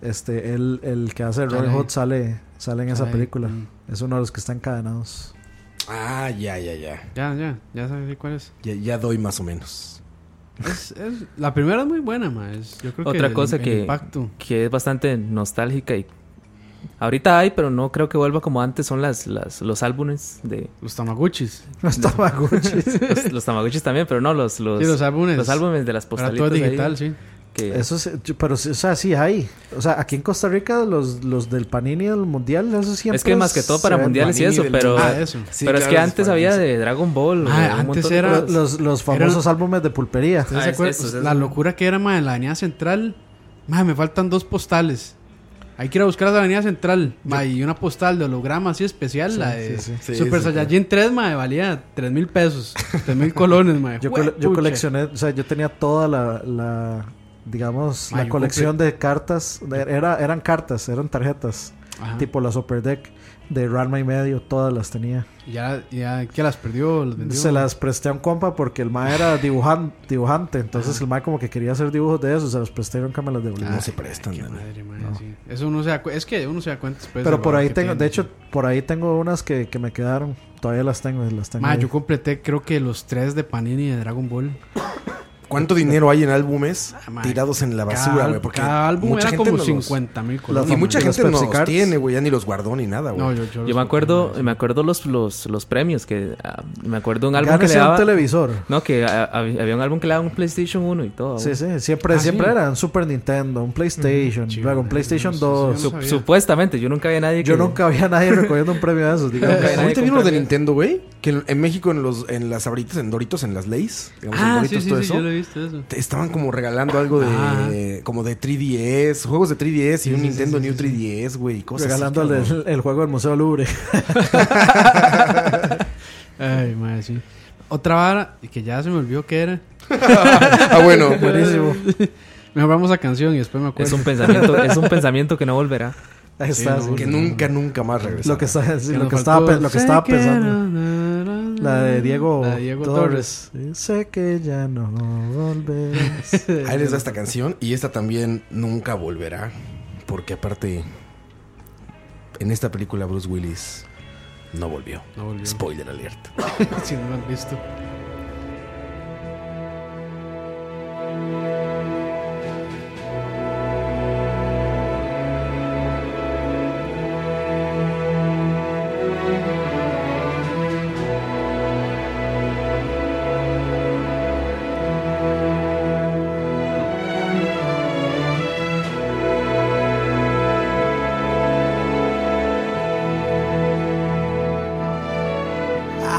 Este, él, el que hace Roy Caray. Hood sale, sale en esa Caray. película. Mm. Es uno de los que está encadenados. Ah, ya, ya, ya. Ya, ya, ya sabes cuál es. Ya, ya doy más o menos. Es- es- la primera es muy buena, ma. es- yo creo que Otra el- cosa el que, impacto. que es bastante nostálgica y ahorita hay, pero no creo que vuelva como antes, son las, las los álbumes de Los Tamaguchis. No estaba Gucci. los, los Tamagotchis también, pero no los los, Sí, los álbumes. los álbumes de las Ahora postalitas todo es ahí, digital, sí. que- Eso sí, yo- pero sí, o sea, sí hay. O sea, aquí en Costa Rica los, los del Panini del Mundial, eso siempre es que más que todo para se ven mundiales y Panini eso, del pero Ah, eso. Sí, pero es claro, que los antes había de Dragon Ball. o Ah, de un antes montón de era- cosas. Los, los famosos álbumes de pulpería. ¿Ustedes Ah, se es- acuerdan? eso, es la eso. locura que era, ma, en la Avenida Central. Ma, me faltan dos postales. Hay que ir a buscar la Avenida Central. Ma, y una postal de holograma así especial. la de sí, sí. Super Sí, sí, Saiyajin 3, ma, valía 3 mil pesos. 3 mil colones, ma. Yo, Jue- cole- yo Eh, pucha. coleccioné, o sea, yo tenía toda la, la digamos, Ma, la Ah, yo colección de cartas. de- era, eran cartas, eran tarjetas. Ajá. Tipo la Super Deck de Ranma y medio, todas las tenía. Y Ya, ya, ¿qué las perdió? ¿Las vendió? Se las presté a un compa porque el ma era dibujan, dibujante. Entonces el ma como que quería hacer dibujos de eso. Se los presté y nunca me las devolvió. Ah, No se prestan, Qué Dani. madre, madre, sí. Eso uno se da cu- es que uno se da cuenta después. Pero del por pues valor ahí que tengo, tiene. de hecho, por ahí tengo unas que, que me quedaron. Todavía las tengo, las tengo. Ma, ahí. yo completé creo que los tres de Panini de Dragon Ball. ¿Cuánto dinero hay en álbumes Ah, madre. tirados en la basura, Cada- güey? Porque cada álbum mucha era gente como no los- 50 mil Las- Y colores. mucha Los gente no Pepsi los Cards. tiene, güey. Ya ni los guardó ni nada, güey. No, yo, yo Yo los- me acuerdo, me acuerdo los, los, los premios que ah, me acuerdo un álbum que Gánese le daba, un televisor. no que ah, hab- había un álbum que le daba un PlayStation 1 y todo. Sí, sí, siempre, Ah, siempre sí. era un Super Nintendo, un PlayStation, Chido, luego un madre, PlayStation no sé, 2. sí, Sup- Supuestamente, yo nunca vi a nadie Yo que- nunca había nadie recogiendo un premio de esos, digamos. Nunca había nadie ¿Ahorita vieron lo de comprando eso. Nintendo, güey? Que en, en México en los en las abritas, en Doritos, en las Lays, digamos, en Ah, sí, Doritos, sí, todo sí, eso. yo lo he visto eso. te estaban como regalando algo de Ah. como de 3DS, juegos de 3DS y un sí, Nintendo sí, New 3DS, güey, y cosas Regalando así, el, cabrón. el juego del Museo Louvre. Ay, madre, sí. Otra vara y que ya se me olvidó que era. Ah, bueno. Buenísimo. Mejor vamos a canción y después me Es acuerdo. un pensamiento, es un pensamiento que no volverá. Ahí está. no, que nunca nunca más regresó. Lo que, está- sí, lo nos que estaba, faltó. pe- lo que estaba Sé que pensando. na, na, na, La de Diego, la de Diego Torres. Sé que ya no volverás. Ahí les da esta canción y esta también nunca volverá, porque aparte en esta película Bruce Willis no volvió. No volvió. Spoiler alert. Si no lo han visto.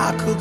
I could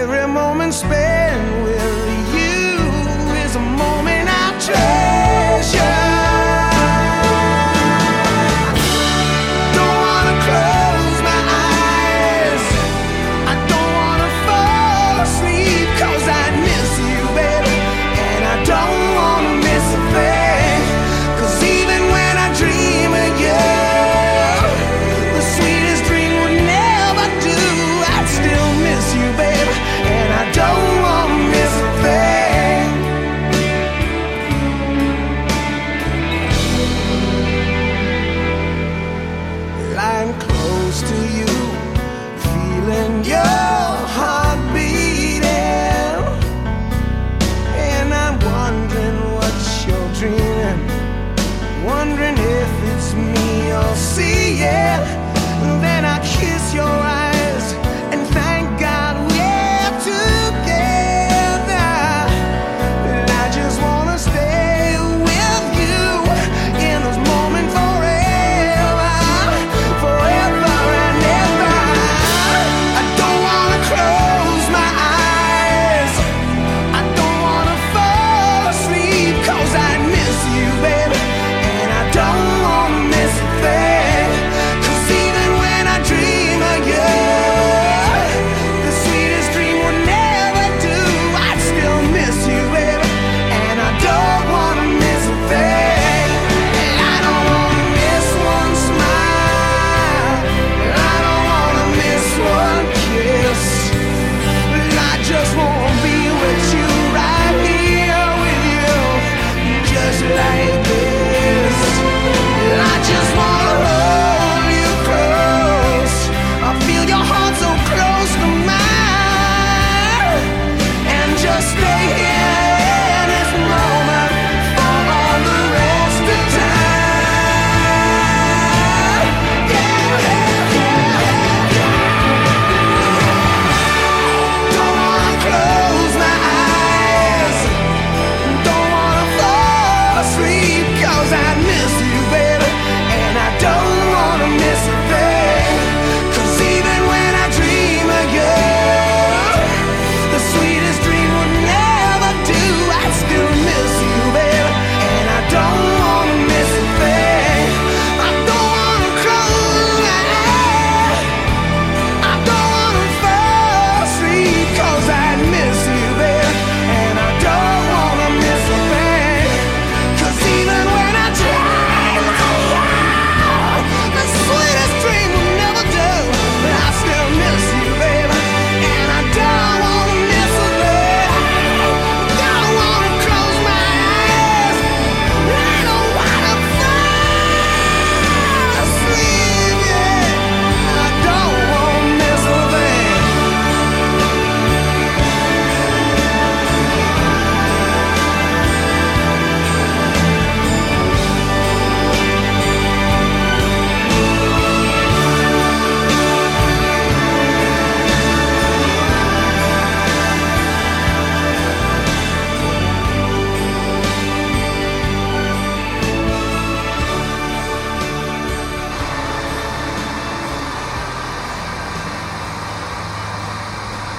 Every moment spent with you is a moment I treasure. Don't wanna close my eyes. I don't wanna fall asleep 'cause I miss you, baby. And I don't wanna miss a thing. 'Cause even when I dream of you, the sweetest.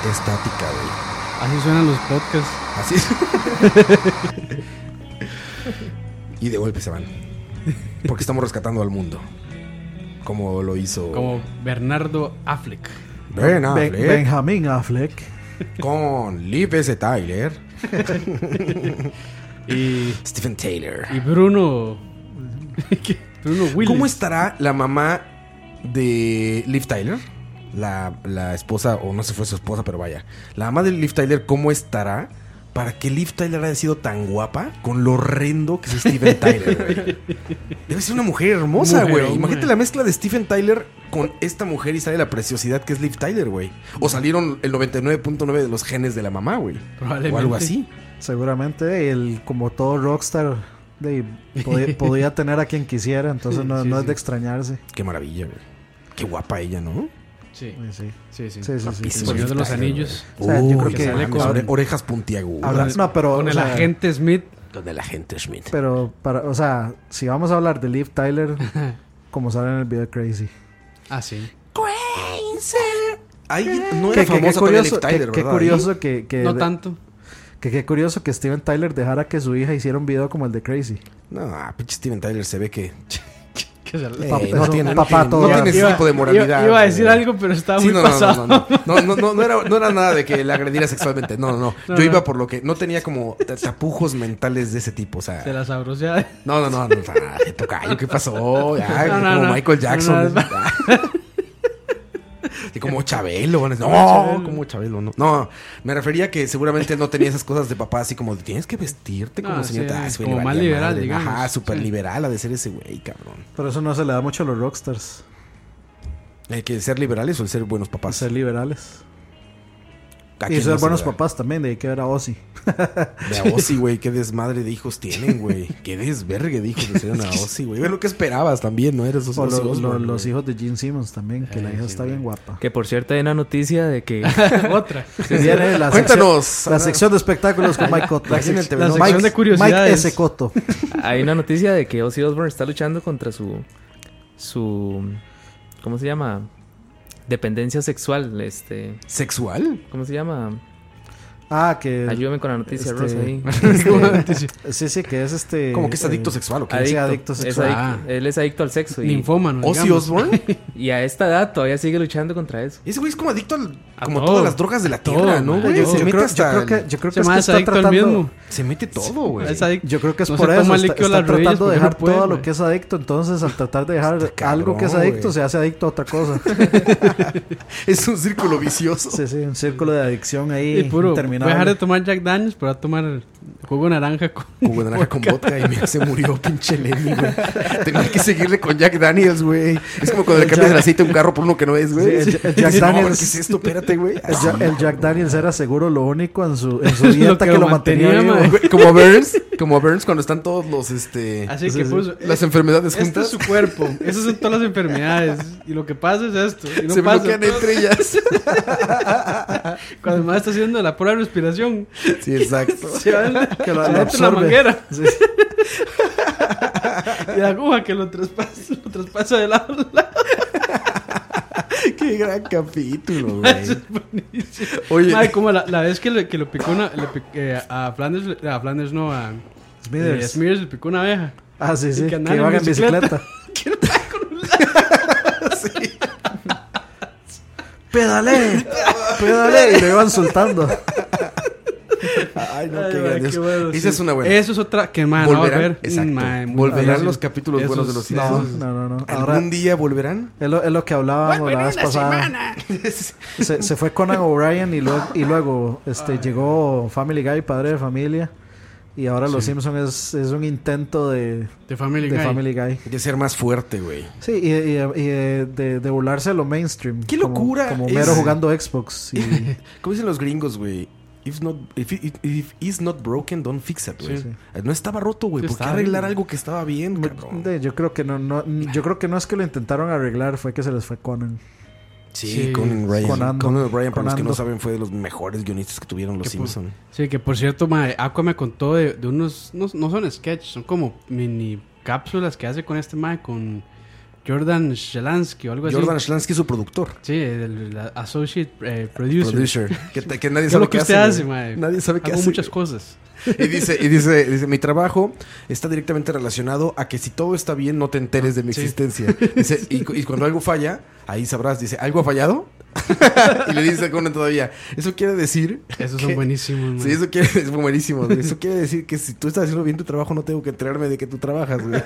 estática, güey. Así suenan los podcasts. Así es. y de golpe se van. Porque estamos rescatando al mundo. Como lo hizo. Como Bernardo Affleck. Ben Affleck. Ben- Benjamín Affleck. Con Liv S. Tyler. Y, Stephen Taylor. y Bruno. ¿Qué? Bruno Willis. ¿Cómo estará la mamá de Liv Tyler? La, la esposa, o no sé si fue su esposa, pero vaya. La mamá de Liv Tyler, ¿cómo estará? Para que Liv Tyler haya sido tan guapa con lo horrendo que es Steven Tyler, güey. Debe ser una mujer hermosa, Mujer, güey. hombre. Imagínate la mezcla de Steven Tyler con esta mujer y sale la preciosidad que es Liv Tyler, güey. O salieron el 99.9 de los genes de la mamá, güey. Probablemente. O algo así. Seguramente, el, como todo rockstar, de, podía, podía tener a quien quisiera, entonces no, sí, no sí. es de extrañarse. Qué maravilla, güey. Qué guapa ella, ¿no? Sí, Sí, sí. sí, sí. Sí, sí, sí, El sí. Guapísima. Señor de los Liv Tyler, Anillos. O sea, yo Uy, creo no que- mames, con- ore- orejas puntiagudas. Habla- no, pero, Con o el sea, agente Smith. Donde la gente Schmidt. pero para, o sea, si vamos a hablar de Liv Tyler, como sale en el video de Crazy. Ah, sí. Ahí no Que- era que- qué famoso todavía Liv curioso, Tyler, que- que ¿verdad? curioso que, eh, que, No tanto. que- que curioso que Steven Tyler dejara que su hija hiciera un video como el de Crazy. No, ah, pinche Steven Tyler se ve que Que se- eh, Papá, no es un tiene, no Eh, papá tiene- no todo tiene ese iba- tipo de moralidad. Iba, iba a decir güey. algo, pero estaba Sí, muy no, no, pasado. no, no, no, no, no, no era, no era nada de que la agrediera sexualmente, no, no, no. Yo no. iba por lo que no tenía como ta- tapujos mentales de ese tipo, o sea, Se la sabroseaba. no, no, no, no, ah, de tocayo, ¿qué pasó? Ya, No, no, como no. Michael No, Jackson, no. ah. y como Chabelo, van a decir, no, como Chabelo, no, no, me refería que seguramente él no tenía esas cosas de papá así como tienes que vestirte como No, señorita, sí, Ah, ese güey como le más valía liberal, madre. digamos. ajá, Sí. súper liberal ha de ser ese güey, cabrón, Pero eso no se le da mucho a los rockstars, hay que ser liberales o el ser buenos papás, ser liberales. ¿A Y quién no ser se buenos le da? papás también, de ahí que ver a Ozzy. De a Ozzy, güey, qué desmadre de hijos tienen, güey. Qué desvergue de hijos que hicieron a Ozzy, güey. Ve lo que esperabas también, ¿no? Eres O Pues Ozzy lo- Osbourne, lo- güey. Eh, los hijos de Gene Simmons también, que la hija está bien guapa. Que por cierto hay una noticia de que Otra. Viene la Cuéntanos. sección- la sección de espectáculos con Mike Cotto. Aquí en el TV, la ¿no? sección Mike- de curiosidades. Mike S. Cotto. hay una noticia de que Ozzy Osbourne está luchando contra su su ¿cómo se llama? dependencia sexual, este, ¿Sexual? ¿cómo se llama? Ah, que. Ayúdame con la noticia, este- Rosa ahí. Este, Sí, sí, que es este. Como que es eh, adicto sexual, ¿o qué? Adicto. Es sexual. adicto. Él es adicto al sexo y, Ninfómano. ¿Ozzy digamos. Osbourne? y a esta edad todavía sigue luchando contra eso. Ese güey es como adicto al- A como todo. todas las drogas de la A todo, tierra, ¿no, man. güey? pues Yo, Se yo mete creo, yo hasta creo que, el- yo creo que Se es que llama está adicto al tratando. mismo. Se mete todo, güey. Es adicto. Yo creo que es No se por eso. toma Está, líquido está a las rodillas tratando de porque no dejar puede, todo güey. lo que es adicto. Entonces, al tratar de dejar Este cabrón, algo que es adicto, güey. se hace adicto a otra cosa. Es un círculo vicioso. sí, sí, un círculo de adicción ahí. Y puro. Voy a interminable. dejar de tomar Jack Daniels, pero voy a tomar jugo de naranja con. Jugo de naranja con vodka y mira, se murió pinche Lenny, güey. Tenía que seguirle con Jack Daniels, güey. Es como cuando le cambias el aceite a un carro por uno que no es, güey. Sí, el- el Jack Dices, "No, Daniels- ¿Qué es esto? Espérate, güey. El, Ja- el Jack Daniels era seguro lo único en su, en su Lo que dieta que, lo lo mantenía, mantenía, vivo. mae. Güey, Como Burns, como Burns cuando están todos los este Así que puso. las enfermedades Este es juntas. su cuerpo. Esas son todas las enfermedades. Y lo que pasa es esto. Y no se pasa. bloquean entre ellas. Cuando más está haciendo la prueba de respiración, Sí, exacto. se va en la, Que lo- se lo mete en la absorbe. manguera. Sí. Y la aguja que lo traspasa, lo traspasa de lado a lado. Qué gran capítulo, güey. Eso es buenísimo. Oye, Madre, como la, la vez que, le, que lo picó una, le pic- eh, a Flanders, le- a Flanders no, a Smithers. eh, Smithers le picó una abeja. Ah, sí, sí. que Que, andaban en iban en bicicleta. bicicleta. Pedale, pedale, y le iban soltando. ay, no, Ay, qué madre, grandioso. qué bueno, Esa sí. es una buena. Eso es otra que, man, no va a volverán, ver. exacto. Mae, muy volverán bueno. los capítulos Esos- buenos de los No, hijos. no, no, no. Ahora ¿Algún día volverán? es lo, es lo que hablábamos la vez pasada. Se, se fue Conan O'Brien y luego, y luego este, llegó Family Guy, padre de familia. Y ahora Los Simpson es, es un intento de, De Family de Guy. Family Guy. De ser más fuerte, güey. Sí, y, y- y de, de burlarse de lo mainstream. ¡Qué Como- locura! Como, Es- mero jugando Xbox. Y, ¿Cómo dicen los gringos, güey? If not, if, it- if it's not broken, don't fix it, güey. Sí. No estaba roto, güey. Sí, ¿Por qué estaba arreglar bien. algo que estaba bien, cabrón? De- yo creo que no, no- yo creo que no es que lo intentaron arreglar, fue que se les fue Conan. Sí, Sí, Conan O'Brien. Conando. Conan O'Brien, para los que no Conando. saben, fue de los mejores guionistas que tuvieron los Qué Simpsons. Sí, que por cierto, mae, Aqua me contó de, de unos. No, no son sketches, son como mini cápsulas que hace con este mae, con, Jordan Shelansky o algo así. Jordan Schlansky es su productor. Sí, el, la associate eh, producer. Producer. Que, te- que nadie Es sabe lo que qué usted hace, mae. Nadie sabe qué Hago hace. muchas cosas. Y dice, y dice, dice, mi trabajo está directamente relacionado a que si todo está bien, no te enteres de mi Sí. existencia. Dice, y, cu- y cuando algo falla, ahí sabrás, dice, ¿algo ha fallado? y le dice a Conan todavía, eso quiere decir... Esos que- son buenísimos, mae. Sí, eso quiere, es buenísimo. güey. Eso quiere decir que si tú estás haciendo bien tu trabajo, no tengo que enterarme de que tú trabajas, güey.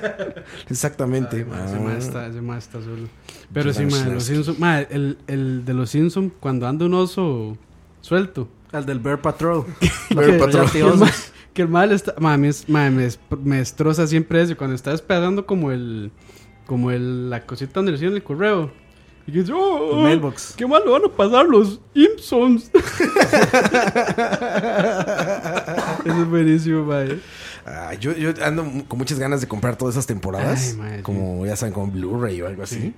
Exactamente. Ay, mae, Ese Ah. mae está, ese mae está solo. Pero Jordan sí, mae, los Schlansky. Simpsons. Mae, el, el de los Simpsons, cuando anda un oso suelto. El del Bear Patrol. Bear Que- Patrol. Que el, ma- que el mal está. ma, me, es- ma, me, es- me destroza siempre eso. Cuando está esperando como el. Como el, la cosita donde le hicieron el correo. Y que dice, oh, El mailbox. Qué mal lo van a pasar los Impsons. eso es buenísimo, mae. Ah, yo, yo ando mu- con muchas ganas de comprar todas esas temporadas. Ay, madre, como ya saben, con Blu-ray o algo así.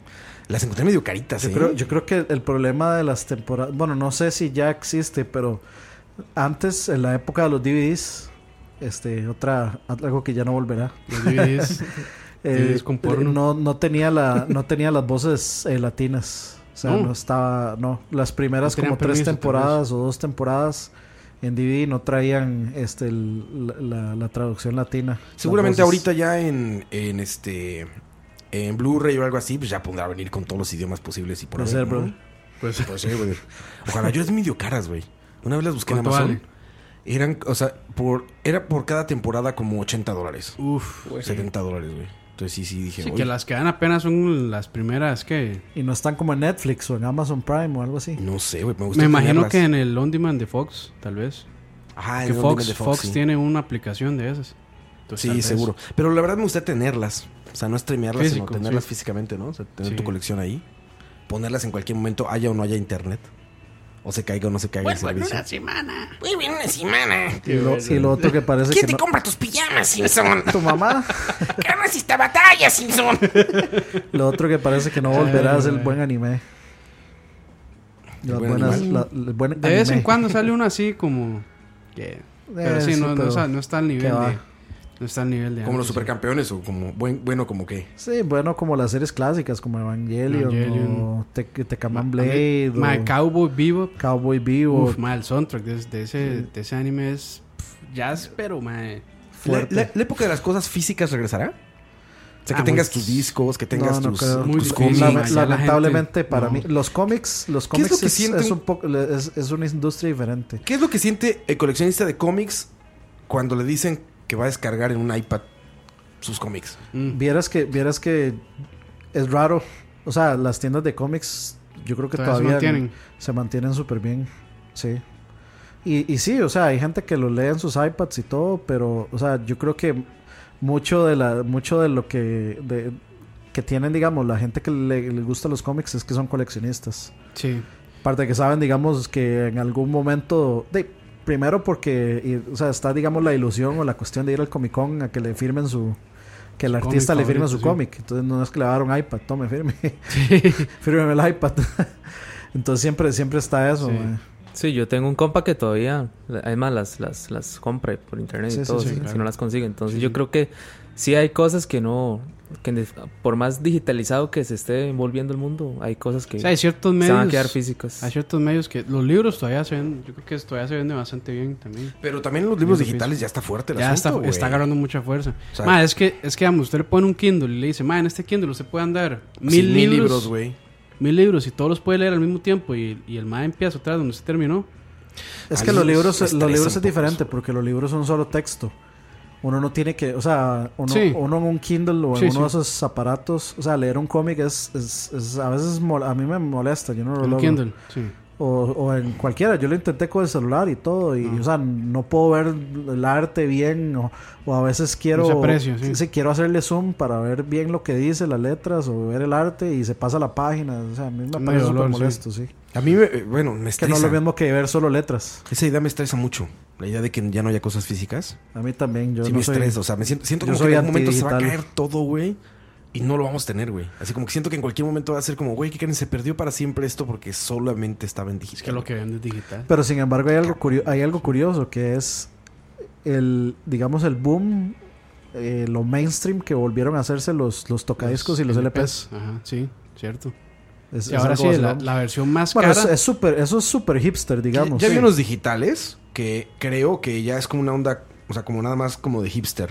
Las encontré medio caritas, Yo, ¿eh? creo, yo creo que el problema de las temporadas, bueno, no sé si ya existe, pero antes, en la época de los DVDs, este, otra, algo que ya no volverá. eh, Los DVDs. DVDs con porno. No, no tenía la, no tenía las voces eh, latinas. O sea, No. no, estaba, no. Las primeras No tenían como tres permiso, tal temporadas o dos temporadas en DVD no traían este el- la, la- la traducción latina. Seguramente Las voces. ahorita ya en, en este. En Blu-ray o algo así, pues ya podrá venir con todos los idiomas posibles y por Puede haber, ser, ¿no? bro. Pues, Puede ser, brother. Ojalá yo es medio caras, güey. Una vez las busqué en ¿Cuánto Amazon. vale? Eran, o sea, por, era por cada temporada como 80 dólares. uff. 70 dólares, güey. Entonces sí, sí, dije, Sí, "Uy". que las que dan apenas son las primeras que. Y no están como en Netflix o en Amazon Prime o algo así. No sé, güey. Me gusta. Me imagino tenerlas. que en el On Demand de Fox, tal vez. Ajá, en que Ah, el Fox, Demand de Fox, sí. tiene una aplicación de esas. Entonces, tal Sí, vez. seguro. Pero la verdad me gusta tenerlas. O sea, no streamearlas, Físico, sino tenerlas sí. físicamente, ¿no? O sea, tener Sí. tu colección ahí. Ponerlas en cualquier momento, haya o no haya internet. O se caiga o no se caiga el Vuelvo en servicio. una semana. Vuelvo en una semana. Y lo, y lo otro que parece ¿Quién que te no- compra tus pijamas, Simpson? tu mamá. Ganas esta batalla, Simpson. Lo otro que parece que no Ah, volverá es el buen anime. Las buen buenas, anime? la- el buen De vez en anime. cuando sale uno así como. que- Pero Eh, sí, sí, no, no pero- sa- no está al nivel ¿qué va? de. No está al nivel de. Como los antes, sí. supercampeones o como buen, bueno, como qué. Sí, bueno, como las series clásicas como Evangelion, Evangelion. o Te Tecaman Ma- Blade, o Ma, Cowboy Bebop. Cowboy Vivo, Uf, ma, el soundtrack de, de ese, de ese anime es pff, jazz, pero ma, eh. La, fuerte. la- la época de las cosas físicas regresará? O sea, Ah, que muy- tengas tus discos, que tengas No, no tus, creo. tus Muy difícil, cómics. ma, Lame- ya la lamentablemente gente- para no. mí los cómics los ¿Qué es lo cómics es, que siente es un- un poco es, es una industria diferente ¿Qué es lo que siente el coleccionista de cómics cuando le dicen que va a descargar en un iPad sus cómics? mm, vieras que vieras que es raro o sea las tiendas de cómics yo creo que Todavía se todavía, mantienen. se mantienen súper bien sí y, y sí o sea hay gente que lo lee en sus iPads y todo pero o sea yo creo que mucho de la mucho de lo que de- que tienen digamos la gente que le, le gusta los cómics es que son coleccionistas sí. Aparte de que saben, digamos, que en algún momento. De, primero porque. y, o sea, está, digamos, la ilusión o la cuestión de ir al Comic Con a que le firmen su. Que el Su artista cómic le favorito, firme su sí. cómic. Entonces no es que le va a dar un iPad, tome, firme. Fírmeme el iPad. Entonces siempre, siempre está eso, Sí. mae. Sí, yo tengo un compa que todavía, además las, las, las compra por internet Sí, y sí, todo, sí, si, claro. si no las consigue. Entonces yo creo que sí hay cosas que no, que en def- por más digitalizado que se esté envolviendo el mundo, hay cosas que O sea, hay ciertos se van a medios. quedar físicas. Hay ciertos medios que. Los libros todavía se ven. Yo creo que todavía se venden bastante bien también. Pero también en los libros Libro digitales ya está fuerte el Ya está, asunto, güey. está agarrando mucha fuerza. O sea- Ma, es que, es que digamos, usted le pone un Kindle y le dice, ma, en este Kindle usted puede andar mil, Sí, libros, güey. mil libros y todos los puede leer al mismo tiempo y, y el ma empieza atrás donde se terminó. Es A que mí los me libros, estresa los un libros poco es diferente porque los libros son solo texto. Uno no tiene que, o sea, uno, Sí. uno en un Kindle o en Sí, uno sí. de esos aparatos, o sea, leer un cómic es, es, es- a veces mol- a mí me molesta, yo no lo En logro. Kindle, sí. O, o en cualquiera, yo lo intenté con el celular y todo, y o sea, no puedo ver el arte bien, o, o a veces quiero, No se aprecia, sí. quiero hacerle zoom para ver bien lo que dice, las letras, o ver el arte, y se pasa la página, o sea, a mí me Medio parece súper dolor, sí. molesto, sí. A mí, me- eh, bueno, me Que estresa. no es lo mismo que ver solo letras, Esa idea me estresa mucho. La idea de que ya no haya cosas físicas. a mí también, yo sí no me soy- estresa. O sea, me siento, siento yo como que soy en algún momento se va a caer antidigital. todo, güey. Y no lo vamos a tener, güey. Así como que siento que en cualquier momento va a ser como, güey, ¿qué creen? Se perdió para siempre esto porque solamente estaba en digital. Es que lo que venden es digital. Pero sin embargo hay algo, curio- hay algo curioso que es el, digamos, el boom eh, lo mainstream que volvieron a hacerse los, los tocadiscos y los LPs. Ajá, sí, cierto. Es- Y es ahora algo sí, la, vacilón. la versión más Bueno, es- cara. es súper, eso es súper hipster, digamos. Ya Sí. vi unos digitales que creo que ya es como una onda, o sea, como nada más como de hipster.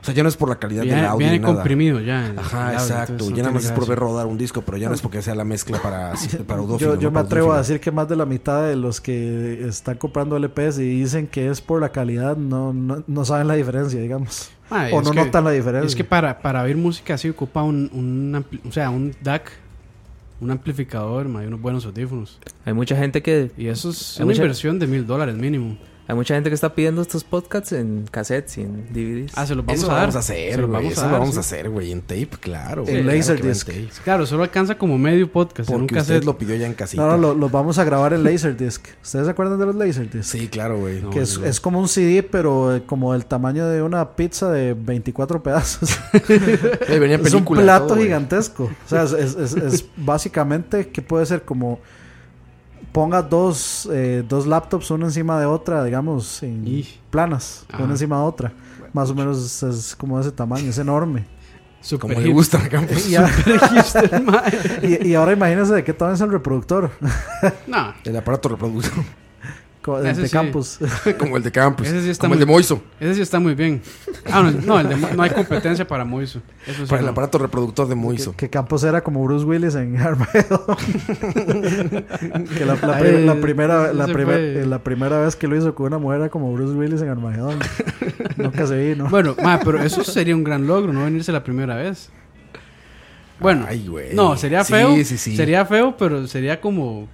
O sea, ya no es por la calidad viene del audio. ni viene nada. comprimido ya. el- el Ajá, audio, exacto. entonces no Ya nada tiene más es por gracia. ver rodar un disco, pero ya no es porque sea la mezcla para, este, para audófilo, Yo, yo ¿no? me Para atrevo a audiófilo. decir que más de la mitad de los que están comprando LPs y dicen que es por la calidad, no, no, no saben la diferencia, digamos. Ah, o es no que- notan la diferencia. Es que para, para oír música así ocupa un, un ampli- o sea, un DAC, un amplificador, ma, y unos buenos audífonos. Hay mucha gente que Y eso es Hay una mucha- inversión de mil dólares mínimo. hay mucha gente que está pidiendo estos podcasts en cassettes y en DVDs. Ah, se los vamos Eso a lo dar. vamos a Se hacer, los güey. vamos Eso a lo dar, vamos sí. a hacer, güey. En tape, claro. claro En que va Laserdisc. en tape. Claro, solo alcanza como medio podcast en un Porque usted cassette. lo pidió ya en casita. no, no, lo- los vamos a grabar en Laserdisc. ¿Ustedes se acuerdan de los Laserdisc? Sí, claro, güey. Que es, es como un CD, pero eh, como el tamaño de una pizza de 24 pedazos. Ahí venía es un película, plato todo, güey. gigantesco. O sea, es, es- es- es básicamente que puede ser como ponga dos, eh, dos laptops una encima de otra, digamos, en Y- planas, Ajá. una encima de otra. Más o menos es como ese tamaño, es enorme. Super Como le hip. gusta a Campos. Y, a- Hipster, ma. y- y ahora imagínense de qué tamaño es el reproductor no, El aparato reproductor. co- de, Ese Ah, sí. campus. como el de Campos. Ese sí está como el muy- pues de Moiso. ese sí está muy bien. Ah, no, no, el de Mo- no hay competencia para Moiso. Eso sí, Para el no. aparato reproductor de Moiso. Que Campos era como Bruce Willis en Armageddon. que la, la, Ay, pri- la primera, la, ese primer- fue- eh, la primera vez que lo hizo con una mujer era como Bruce Willis en Armagedón. Nunca se vino. Bueno, ma, pero eso sería un gran logro, no venirse la primera vez. Bueno, Ay, güey. no, sería Sí, feo. sí, sí. Sería feo, pero sería como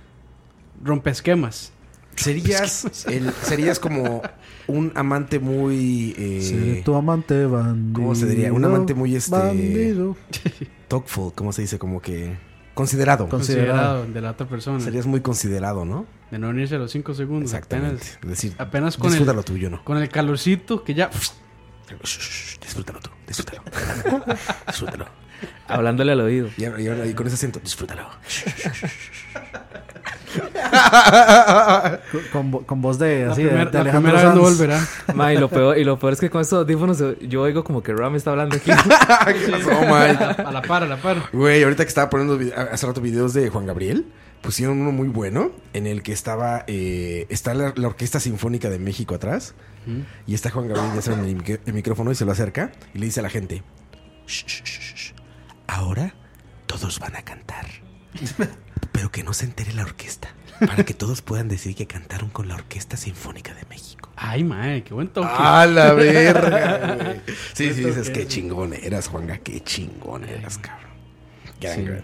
rompesquemas. Serías, el- serías como un amante muy eh, Sí, tu amante bandido. ¿cómo se diría? Un amante muy, este, Bandido. thoughtful, ¿cómo se dice? Como que considerado. Considerado de la otra persona. Serías muy considerado, ¿no? De no venirse a los 5 segundos. Exactamente. Apenas, Es decir, apenas con, disfruta el, lo tuyo, ¿no? con el calorcito que ya. Shh, shh, shh, disfrútalo tú, disfrútalo. disfrútalo. Hablándole al oído. Y, ahora- y ahora- y con ese acento, disfrútalo. Con- Con, vo- con voz de, La así, de- primera, de la Alejandro primera vez no Sanz. volverá. Ma, y, lo peor, y lo peor es que con estos audífonos eh, yo oigo como que Ram está hablando aquí. Oh, A my. la, a la par, a la par. Güey, ahorita que estaba poniendo vide- hace rato videos de Juan Gabriel, pusieron uno muy bueno en el que estaba, eh, está la, la Orquesta Sinfónica de México atrás y está Juan Gabriel ya saben, el, mic- el micrófono y se lo acerca y le dice a la gente, "Shh, shh, shh, shh, ahora todos van a cantar, pero que no se entere la orquesta para que todos puedan decir que cantaron con la Orquesta Sinfónica de México. Ay, mae, qué buen toque. ¡A la verga, güey! Sí, sí, dices, qué chingón eras, Juanga, qué chingón eras, cabrón. Gran, Sí. gran,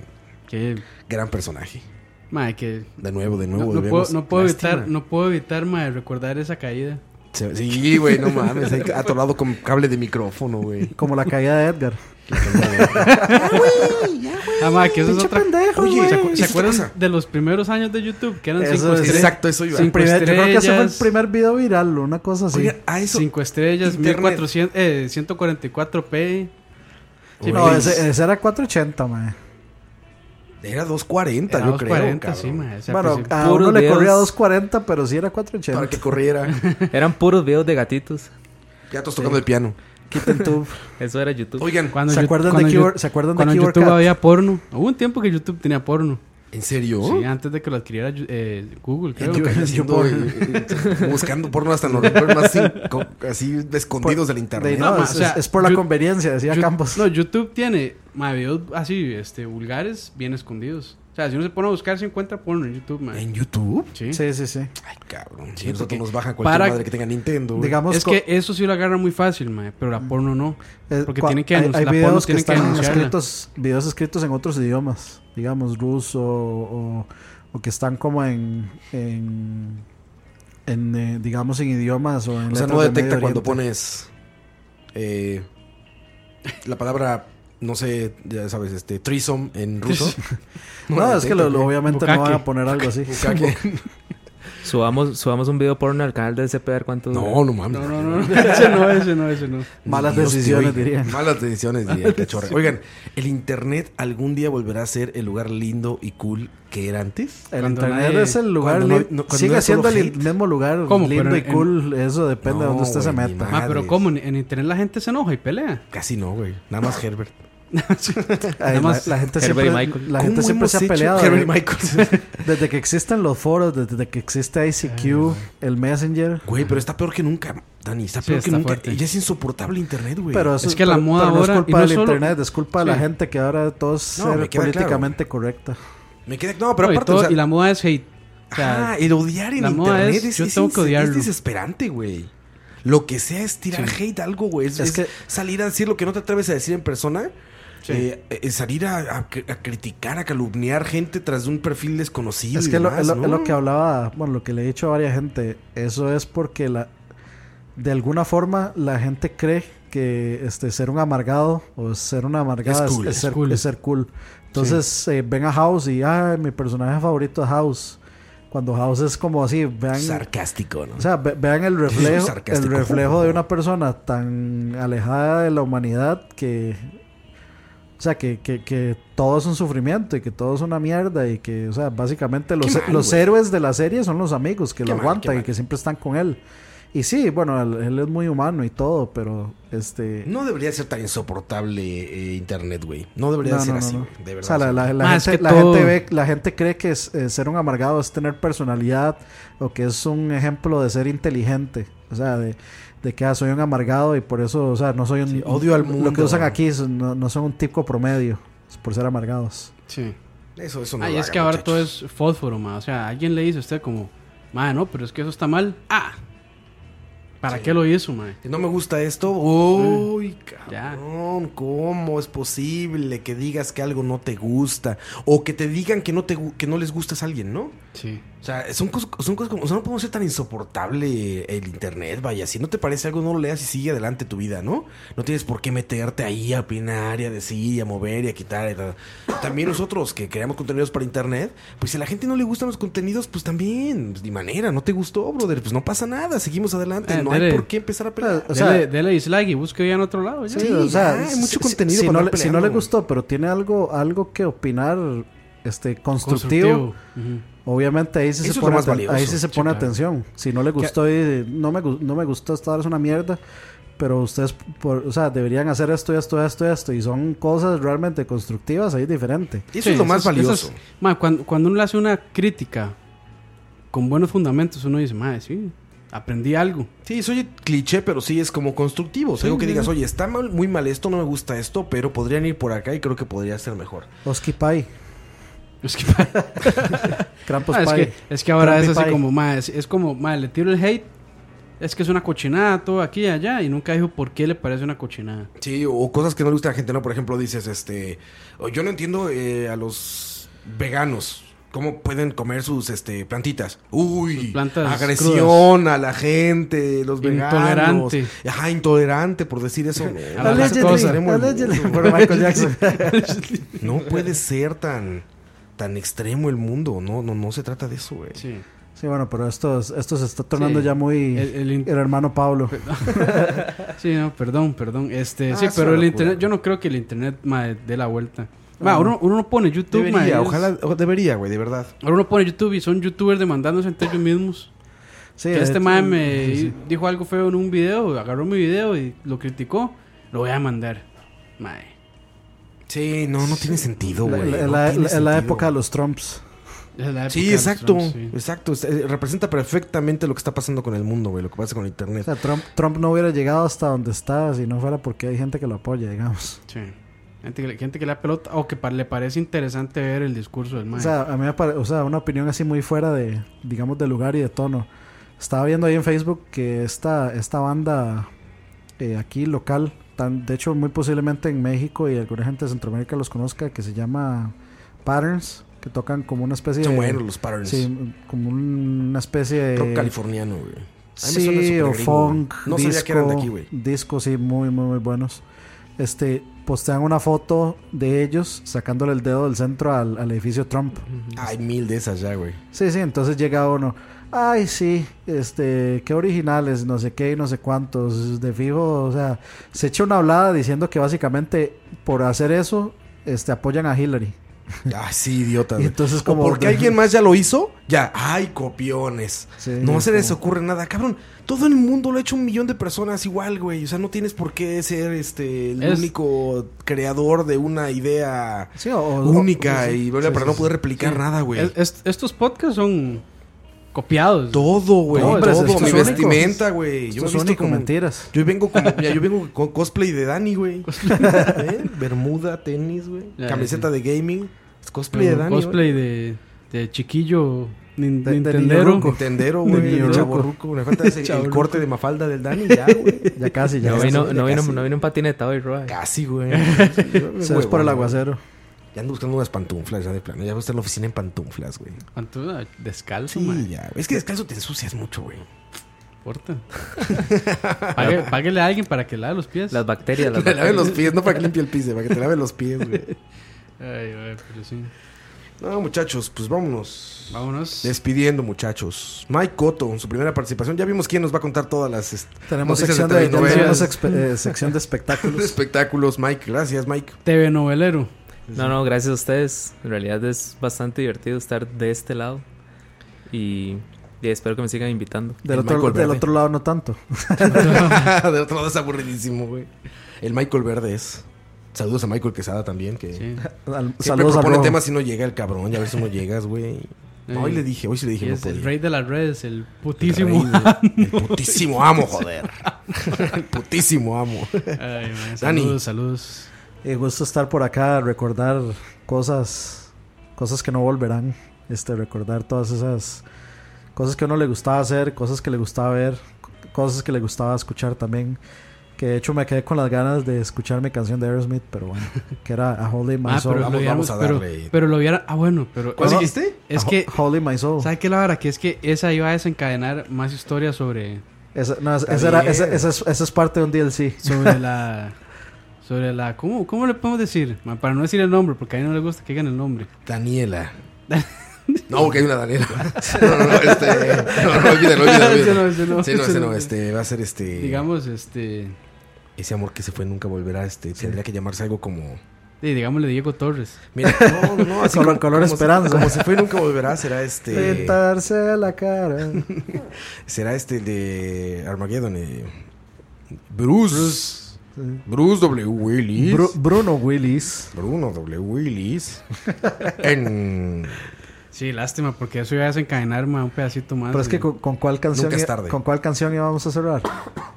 Que, gran personaje. mae, que. De nuevo, de No, nuevo. no puedo, debemos- no puedo evitar, Lástima. no puedo evitar, mae, recordar esa caída. Se- Sí, güey, no mames. Ahí atorado con cable de micrófono, güey. Como la caída de Edgar. Ah, mae, que eso es Pinche otra. pendejo, Oye, güey. ¿se acu- ¿Se ¿Esa acuerdan cosa? de los primeros años de YouTube? Que eran Eso cinco, es- estre- Exacto, eso iba. Sin- Oiga, Primer- yo creo que ese fue el estrellas. primer video viral, una cosa así. a eso. cinco estrellas, Internet. 1400, eh, 144p. Sí, no, pues, ese, ese era 480, mae. Era 240, era yo 240, creo. sí, cabrón. mae, o sea, Bueno, ah, pues, a puros uno le videos. corría 240, pero sí era Para 480. que corriera. Eran puros videos de gatitos. Gatos tocando el piano. Quiten tu- Eso era YouTube. Oigan, cuando ¿Se yo- acuerdan cuando de yo- Keyword- se acuerdan de cuando en Keyword YouTube Cat? había porno. Hubo un tiempo que YouTube tenía porno. ¿en serio? Uh. Sí, antes de que lo adquiriera eh, Google, creo. Yo- yo haciendo, eh, eh, buscando porno hasta en los lugares más cinco- así escondidos del de- internet. no, ma, es, o sea, es- es por la yo- conveniencia, decía Yo- Campos. No, YouTube tiene ma, videos así, este, vulgares, bien escondidos. O sea, si uno se pone a buscar, se encuentra porno en YouTube, ma. ¿En YouTube? Sí. Sí, sí, sí. Ay, cabrón. Si nosotros nos bajan cualquier para- madre que tenga Nintendo. güey. Digamos, Es co- que eso sí lo agarra muy fácil, ma, pero la porno no. eh, porque cua- tienen que hay, anun- hay la porno videos que tienen que están anunciarla. escritos, videos escritos en otros idiomas, digamos ruso o, o que están como en, en, en, eh, digamos en idiomas o en O sea, letras no de detecta Medio cuando Oriente. pones eh, la palabra, no sé, ya sabes, este, trisom en ruso. No, es que lo- lo- obviamente no van Bukkake. a poner algo así. Bukake. Subamos, subamos un video porno al canal del CP a ver cuántos. No, no mames. No, no, no, no, ese no, ese no, ese no. Malas Dios, decisiones, tío, oye, diría. Malas decisiones, diría el cachorro. Oigan, ¿el internet algún día volverá a ser el lugar lindo y cool que era antes? El Cuando internet nadie- es el lugar. cuando no- li- no- cuando no sigue es siendo solo el hate. mismo lugar ¿Cómo? lindo Pero y en- cool. Eso depende de No, dónde usted se güey, ni meta. madre. Ah, pero ¿cómo? En, en internet la gente se enoja y pelea. Casi no, güey. Nada más Herbert. Ay, la, más- la gente Herbert siempre, y Michael. la gente ¿Cómo siempre hemos se ha hecho? peleado. ¿eh? Herbert y güey. Michael. Desde que existen los foros, desde que existe ICQ, el Messenger. Güey, pero está peor que nunca, Dani. Está Sí, peor que está nunca. fuerte. Ya es insoportable internet, güey. Pero eso Es que la pero- moda pero ahora- y no es no culpa del solo- internet, es culpa de la Sí. gente que ahora todo es ser No, me queda políticamente correcta. Me queda... No, pero No, y aparte, todo- o sea, y la moda es hate. O sea, Ah, ajá, el odiar en la moda internet es, es, yo tengo que ins- odiarlo. es desesperante, güey. Lo que sea es tirar hate a algo, güey. Es, Es es que- salir a decir lo que no te atreves a decir en persona. Eh, eh, salir a, a cr- a criticar, a calumniar gente tras de un perfil desconocido. Es y que lo- es, demás, lo, ¿no? es lo que hablaba, bueno, lo que le he dicho a varias gente, eso es porque la de alguna forma la gente cree que este ser un amargado o ser una amargada Es es, cool, es es ser, cool. es ser cool. Entonces eh, ven a House y ah, mi personaje favorito es House. Cuando House es como así, vean, Sarcástico, ¿no? o sea, ve- vean el reflejo, el sarcástico, reflejo joder. de una persona tan alejada de la humanidad que o sea, que, que, que todo es un sufrimiento y que todo es una mierda y que, o sea, básicamente los, Qué mal, los güey. héroes de la serie son los amigos que Qué lo mal, aguantan qué y mal. que siempre están con él. Y sí, bueno, él, él es muy humano y todo, pero este... no debería ser tan insoportable eh, internet, güey. No debería no, ser no, así, no. güey. De verdad. O sea, la, la- la Ah, es gente, que la, todo- gente ve- la gente cree que es, eh, ser un amargado es tener personalidad o que es un ejemplo de ser inteligente. O sea, de, de que ah, soy un amargado y por eso, o sea, no soy un... Sí, odio al Lo que mundo. usan aquí son- no, no son un tipo promedio es por ser amargados. sí. Eso, eso no Ay, lo es hagan, que ahora muchachos. todo es fósforo, ma. O sea, alguien le dice a usted como, ma, no, pero es que eso está mal. Ah, ¿para qué lo hizo, ma? No me gusta esto. Uy, Ya. cabrón, ¿cómo es posible que digas que algo no te gusta? O que te digan que no, te, gu- que no les gustas a alguien, ¿no? Sí. O sea, son cosas, son cosas como... O sea, no podemos ser tan insoportable el internet, vaya. Si no te parece algo, no lo leas y sigue adelante tu vida, ¿no? No tienes por qué meterte ahí a opinar y a decir y a mover y a quitar. y tal. También nosotros que creamos contenidos para internet, pues si a la gente no le gustan los contenidos, pues también, pues, ni manera, no te gustó, brother. Pues no pasa nada, seguimos adelante. Eh, no hay dele. por qué empezar a pelear. O sea- dele, dele dislike y busque ya en otro lado. ya. Sí, o sea, ya, hay mucho si- contenido Si, para no, andar le- si no le peleando. gustó, pero tiene algo, algo que opinar este constructivo, Ujú. obviamente ahí sí Eso es se lo pone, más aten- valioso. ahí sí se Sí, pone claro. atención. Si no le gustó y no me, gu- no me gustó, esta hora es una mierda. Pero ustedes, por- o sea, deberían hacer esto, esto, esto, esto. Y son cosas realmente constructivas, ahí es diferente. Y eso Sí, es lo más eso valioso. eso es- ma, cuando, cuando uno le hace una crítica con buenos fundamentos, uno dice, ma, sí, aprendí algo. Sí, soy cliché, pero sí es como constructivo. O sea, Sí, algo que sí, digas, sí. oye, está mal- muy mal esto, no me gusta esto, pero podrían ir por acá y creo que podría ser mejor. Oski Pie, Es que, Krampus Ah, es, Pie. que, es que ahora Krampy es así Pie. como, ma, es, es como, ma, le tiro el hate. Es que es una cochinada, todo aquí y allá. Y nunca dijo por qué le parece una cochinada. Sí, o cosas que no le gusta a la gente, ¿no? Por ejemplo, dices, este, o yo no entiendo eh, a los veganos. ¿Cómo pueden comer sus este, plantitas? Uy, Sus plantas agresión a la gente, los veganos. Intolerante. Ajá, intolerante por decir eso. No, A las Allegedly, cosas. allegedly, por Michael Jackson. no puede ser tan, tan extremo el mundo. No, no, no se trata de eso, güey. Sí. Sí, bueno, pero esto, es- esto se está tornando Sí. ya muy... El- el in- el hermano Pablo. Sí, no, perdón, perdón. Este, Ah, sí, es pero una locura. el Ah. internet, yo no creo que el internet ma, dé la vuelta. Ma, uno, uno no pone YouTube, ma, Debería, es- ojalá, o- debería, güey, de verdad. Ahora uno pone YouTube y son youtubers demandándose entre ellos mismos. Sí, Que este eh, mae me dijo algo feo en un video, agarró mi video y lo criticó. Lo voy a mandar. Mae. Sí, no, no tiene sentido, La, güey. la- no la- tiene la- la sentido. época de los Trumps. Esa es la época Sí, de los exacto, Trump, sí. exacto. Es- eh, Representa perfectamente lo que está pasando con el mundo, güey, lo que pasa con el O internet. sea, Trump, Trump no hubiera llegado hasta donde está si no fuera porque hay gente que lo apoya, digamos. Sí. Gente que, le- gente que le da pelota o que pa- le parece interesante ver el discurso del mae. O sea, a mí me pare- o sea, una opinión así muy fuera de, digamos, de lugar y de tono. Estaba viendo ahí en Facebook que esta, esta banda eh, aquí local, tan, de hecho muy posiblemente en México y alguna gente de Centroamérica los conozca, que se llama Patterns, que tocan como una especie Son de... buenos los patterns. Sí, como una especie de... Rock californiano, güey. A mí me suena Sí, súper o gringo, güey. funk, No disco, sabía que eran de aquí, güey. discos sí, muy, muy, muy buenos. este, postean una foto de ellos sacándole el dedo del centro al, al edificio Trump. Hay mil de esas ya, güey. Sí, sí, entonces llega uno. Ay, sí, este, qué originales, no sé qué y no sé cuántos. De fijo, o sea, se echa una hablada diciendo que básicamente por hacer eso, este, apoyan a Hillary. Ah, sí, idiota. Y güey. entonces O como- porque alguien más ya lo hizo, ya. ¡Ay, copiones! Sí, no es se les como- ocurre nada. Cabrón, todo el mundo lo ha hecho un millón de personas igual, güey. O sea, no tienes por qué ser este el Es- único creador de una idea Sí, o- o- única o- sí, y bla, bla, sí, para sí, no sí. poder replicar nada, güey. Es- es- estos podcasts son copiados. Todo, güey. No, hombre, todo. esto es Mi único. vestimenta, güey. Yo Esto me es visto único, como- mentiras. Yo vengo como- mira, yo vengo con cosplay de Dani, güey. ¿Eh? Bermuda, tenis, güey. Ya, Camiseta de gaming. Es cosplay de Pero Dani. güey. Ah, cosplay de, de chiquillo nin- De- de nintendero. niño Tendero, De güey. niño El chaborruco. Me falta ese- el Chavorruco. corte de mafalda del Dani, ya, güey. Ya casi, ya No casi. vino, no, vino, casi. no vino en patineta hoy, Roa. Casi, güey. Se es por el aguacero. Ya ando buscando unas pantuflas, ya de plano. Ya voy a estar en la oficina en pantuflas, güey. Antuna, Descalzo, Sí, mae, ya, güey. Es que descalzo te ensucias mucho, güey. no importa. Pague- páguele a alguien para que lave los pies. Las bacterias, las Te lave bacterias. los pies, no para que limpie el piso, para que te lave los pies, güey. Ay, güey, pero sí. No, muchachos, pues vámonos. Vámonos. Despidiendo, muchachos. Mike Cotto, en su primera participación. Ya vimos quién nos va a contar todas las est- Tenemos noticias sección de, tenemos telenovelas, expe- eh, sección de espectáculos. espectáculos. Mike, gracias, Mike. TV novelero. No, no, gracias a ustedes. En realidad es bastante divertido estar de este lado. Y, y espero que me sigan invitando. Del El otro, Michael del Verde. otro lado no tanto. de otro lado es aburridísimo, güey. El Michael Verde es. Saludos a Michael Quesada también, que Sí. Al- siempre saludos al propone rojo. temas y no llega el cabrón. Ya a ver si no llegas, güey. No, hoy le dije, hoy sí le Y dije, no es el podía. rey de las redes, el El rey putísimo. de- el putísimo amo, joder. El putísimo amo. Ay, mae, Dani. saludos, saludos. Eh, gusto estar por acá, recordar cosas, cosas que no volverán. Este, recordar todas esas cosas que a uno le gustaba hacer, cosas que le gustaba ver, c- cosas que le gustaba escuchar también. Que de hecho me quedé con las ganas de escuchar mi canción de Aerosmith, pero bueno, que era A Holy My Ah, Soul. pero vamos- lo viéramos, vamos a pero, darle. pero lo viera. Ah, bueno, pero. ¿Cuál es- dijiste? Es A que. Ho- Holy My Soul. ¿Sabes qué es la verdad? Que es que esa iba a desencadenar más historias sobre. Esa, no, esa- Está esa era- bien. esa- esa es, esa es parte de un DLC. Sobre la. Sobre la. ¿Cómo, cómo le podemos decir? Ma, Para no decir el nombre, porque a mí no le gusta que digan el nombre. Daniela. No, porque hay una Daniela. No, no, no, este. No, no, olvídalo, olvídalo. Ese olvídalo. no, ese no, Sí, no, ese ese no. no, este. Va a ser este. Digamos, este. Ese amor que se fue nunca volverá, este. Tendría que llamarse algo como. sí, digámosle Diego Torres. Mira, no, no, no, así Color- como, color como se- esperanza. como se fue y nunca volverá, será este. Pintarse la cara. Será este el de Armageddon. eh, Bruce. Bruce. W. Willis. Bru- Bruno Willis. Bruno W. Willis. en. Sí, lástima, porque eso iba a desencadenar ma, un pedacito más. Pero es de- que con, con cuál canción Nunca es i- tarde. con cuál canción íbamos a cerrar.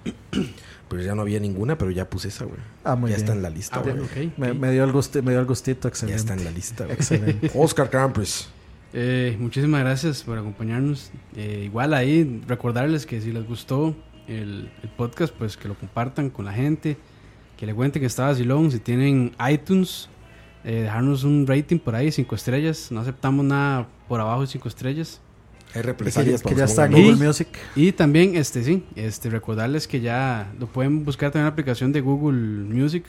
Pero pues ya no había ninguna, pero ya puse esa, güey. Ah, muy ya bien. está en la lista, Ah, güey. bueno, ok, Me, ok. me dio el gusti- me dio el gustito, Ya excelente. está en la lista, güey. Excelente. Oscar Campos. Eh, muchísimas gracias por acompañarnos. Eh, igual ahí, recordarles que si les gustó el, el podcast, pues que lo compartan con la gente, que le cuenten que estaba Silón, si tienen iTunes, eh, dejarnos un rating por ahí, 5 estrellas, no aceptamos nada por abajo de 5 estrellas. Hay Y que, represalias que ya está en pongan- Y- Google Music. Y también, este sí, este, recordarles que ya lo pueden buscar también en la aplicación de Google Music.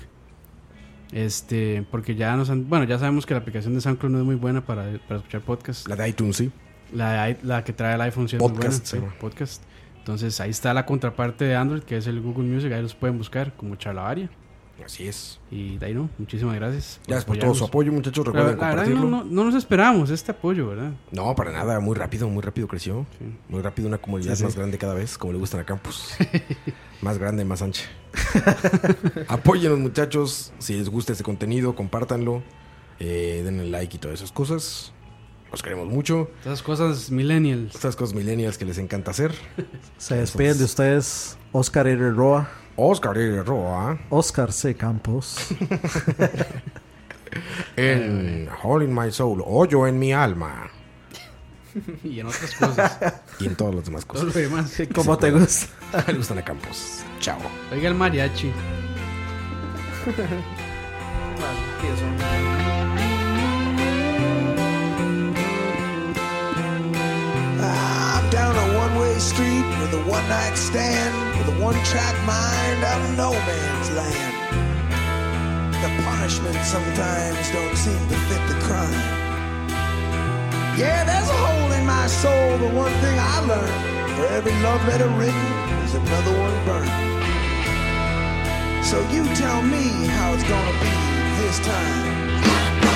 Este, porque ya nos han- bueno, ya sabemos que la aplicación de SoundCloud no es muy buena para, para escuchar podcasts. La de iTunes, sí. La, de i- la que trae el iPhone sí es Podcast, muy buena, se sí, llama. podcast. Entonces ahí está la contraparte de Android, que es el Google Music. Ahí los pueden buscar como Charlavaria. Así es. Y de ahí no, muchísimas gracias. Gracias Pues por todo su apoyarnos. apoyo, muchachos. La, Recuerden ah, la verdad, compartirlo. No, no, no, no nos esperábamos este apoyo, ¿verdad? para nada. Muy rápido, muy rápido creció. Sí. Muy rápido, una comunidad más grande cada vez, como le gustan a Campus. más grande, más ancha. Apóyenos, muchachos. Si les gusta este contenido, compártanlo. Eh, denle like y todas esas cosas. Los queremos mucho. Esas cosas millennials. Estas cosas millennials que les encanta hacer. Se despiden de ustedes Oscar R. Roa, Oscar R. Roa Oscar C. Campos. en Hole in My Soul, Hoyo en mi alma. Y en otras cosas. Y en todas las demás todo cosas. lo demás. ¿Cómo te gusta? Le gustan a Campos. Chao. Oiga el mariachi. I'm down a one-way street with a one-night stand, with a one-track mind out of no man's land. The punishment sometimes don't seem to fit the crime. Yeah, there's a hole in my soul, but one thing I learned: for every love letter written, is another one burned. So you tell me how it's gonna be this time.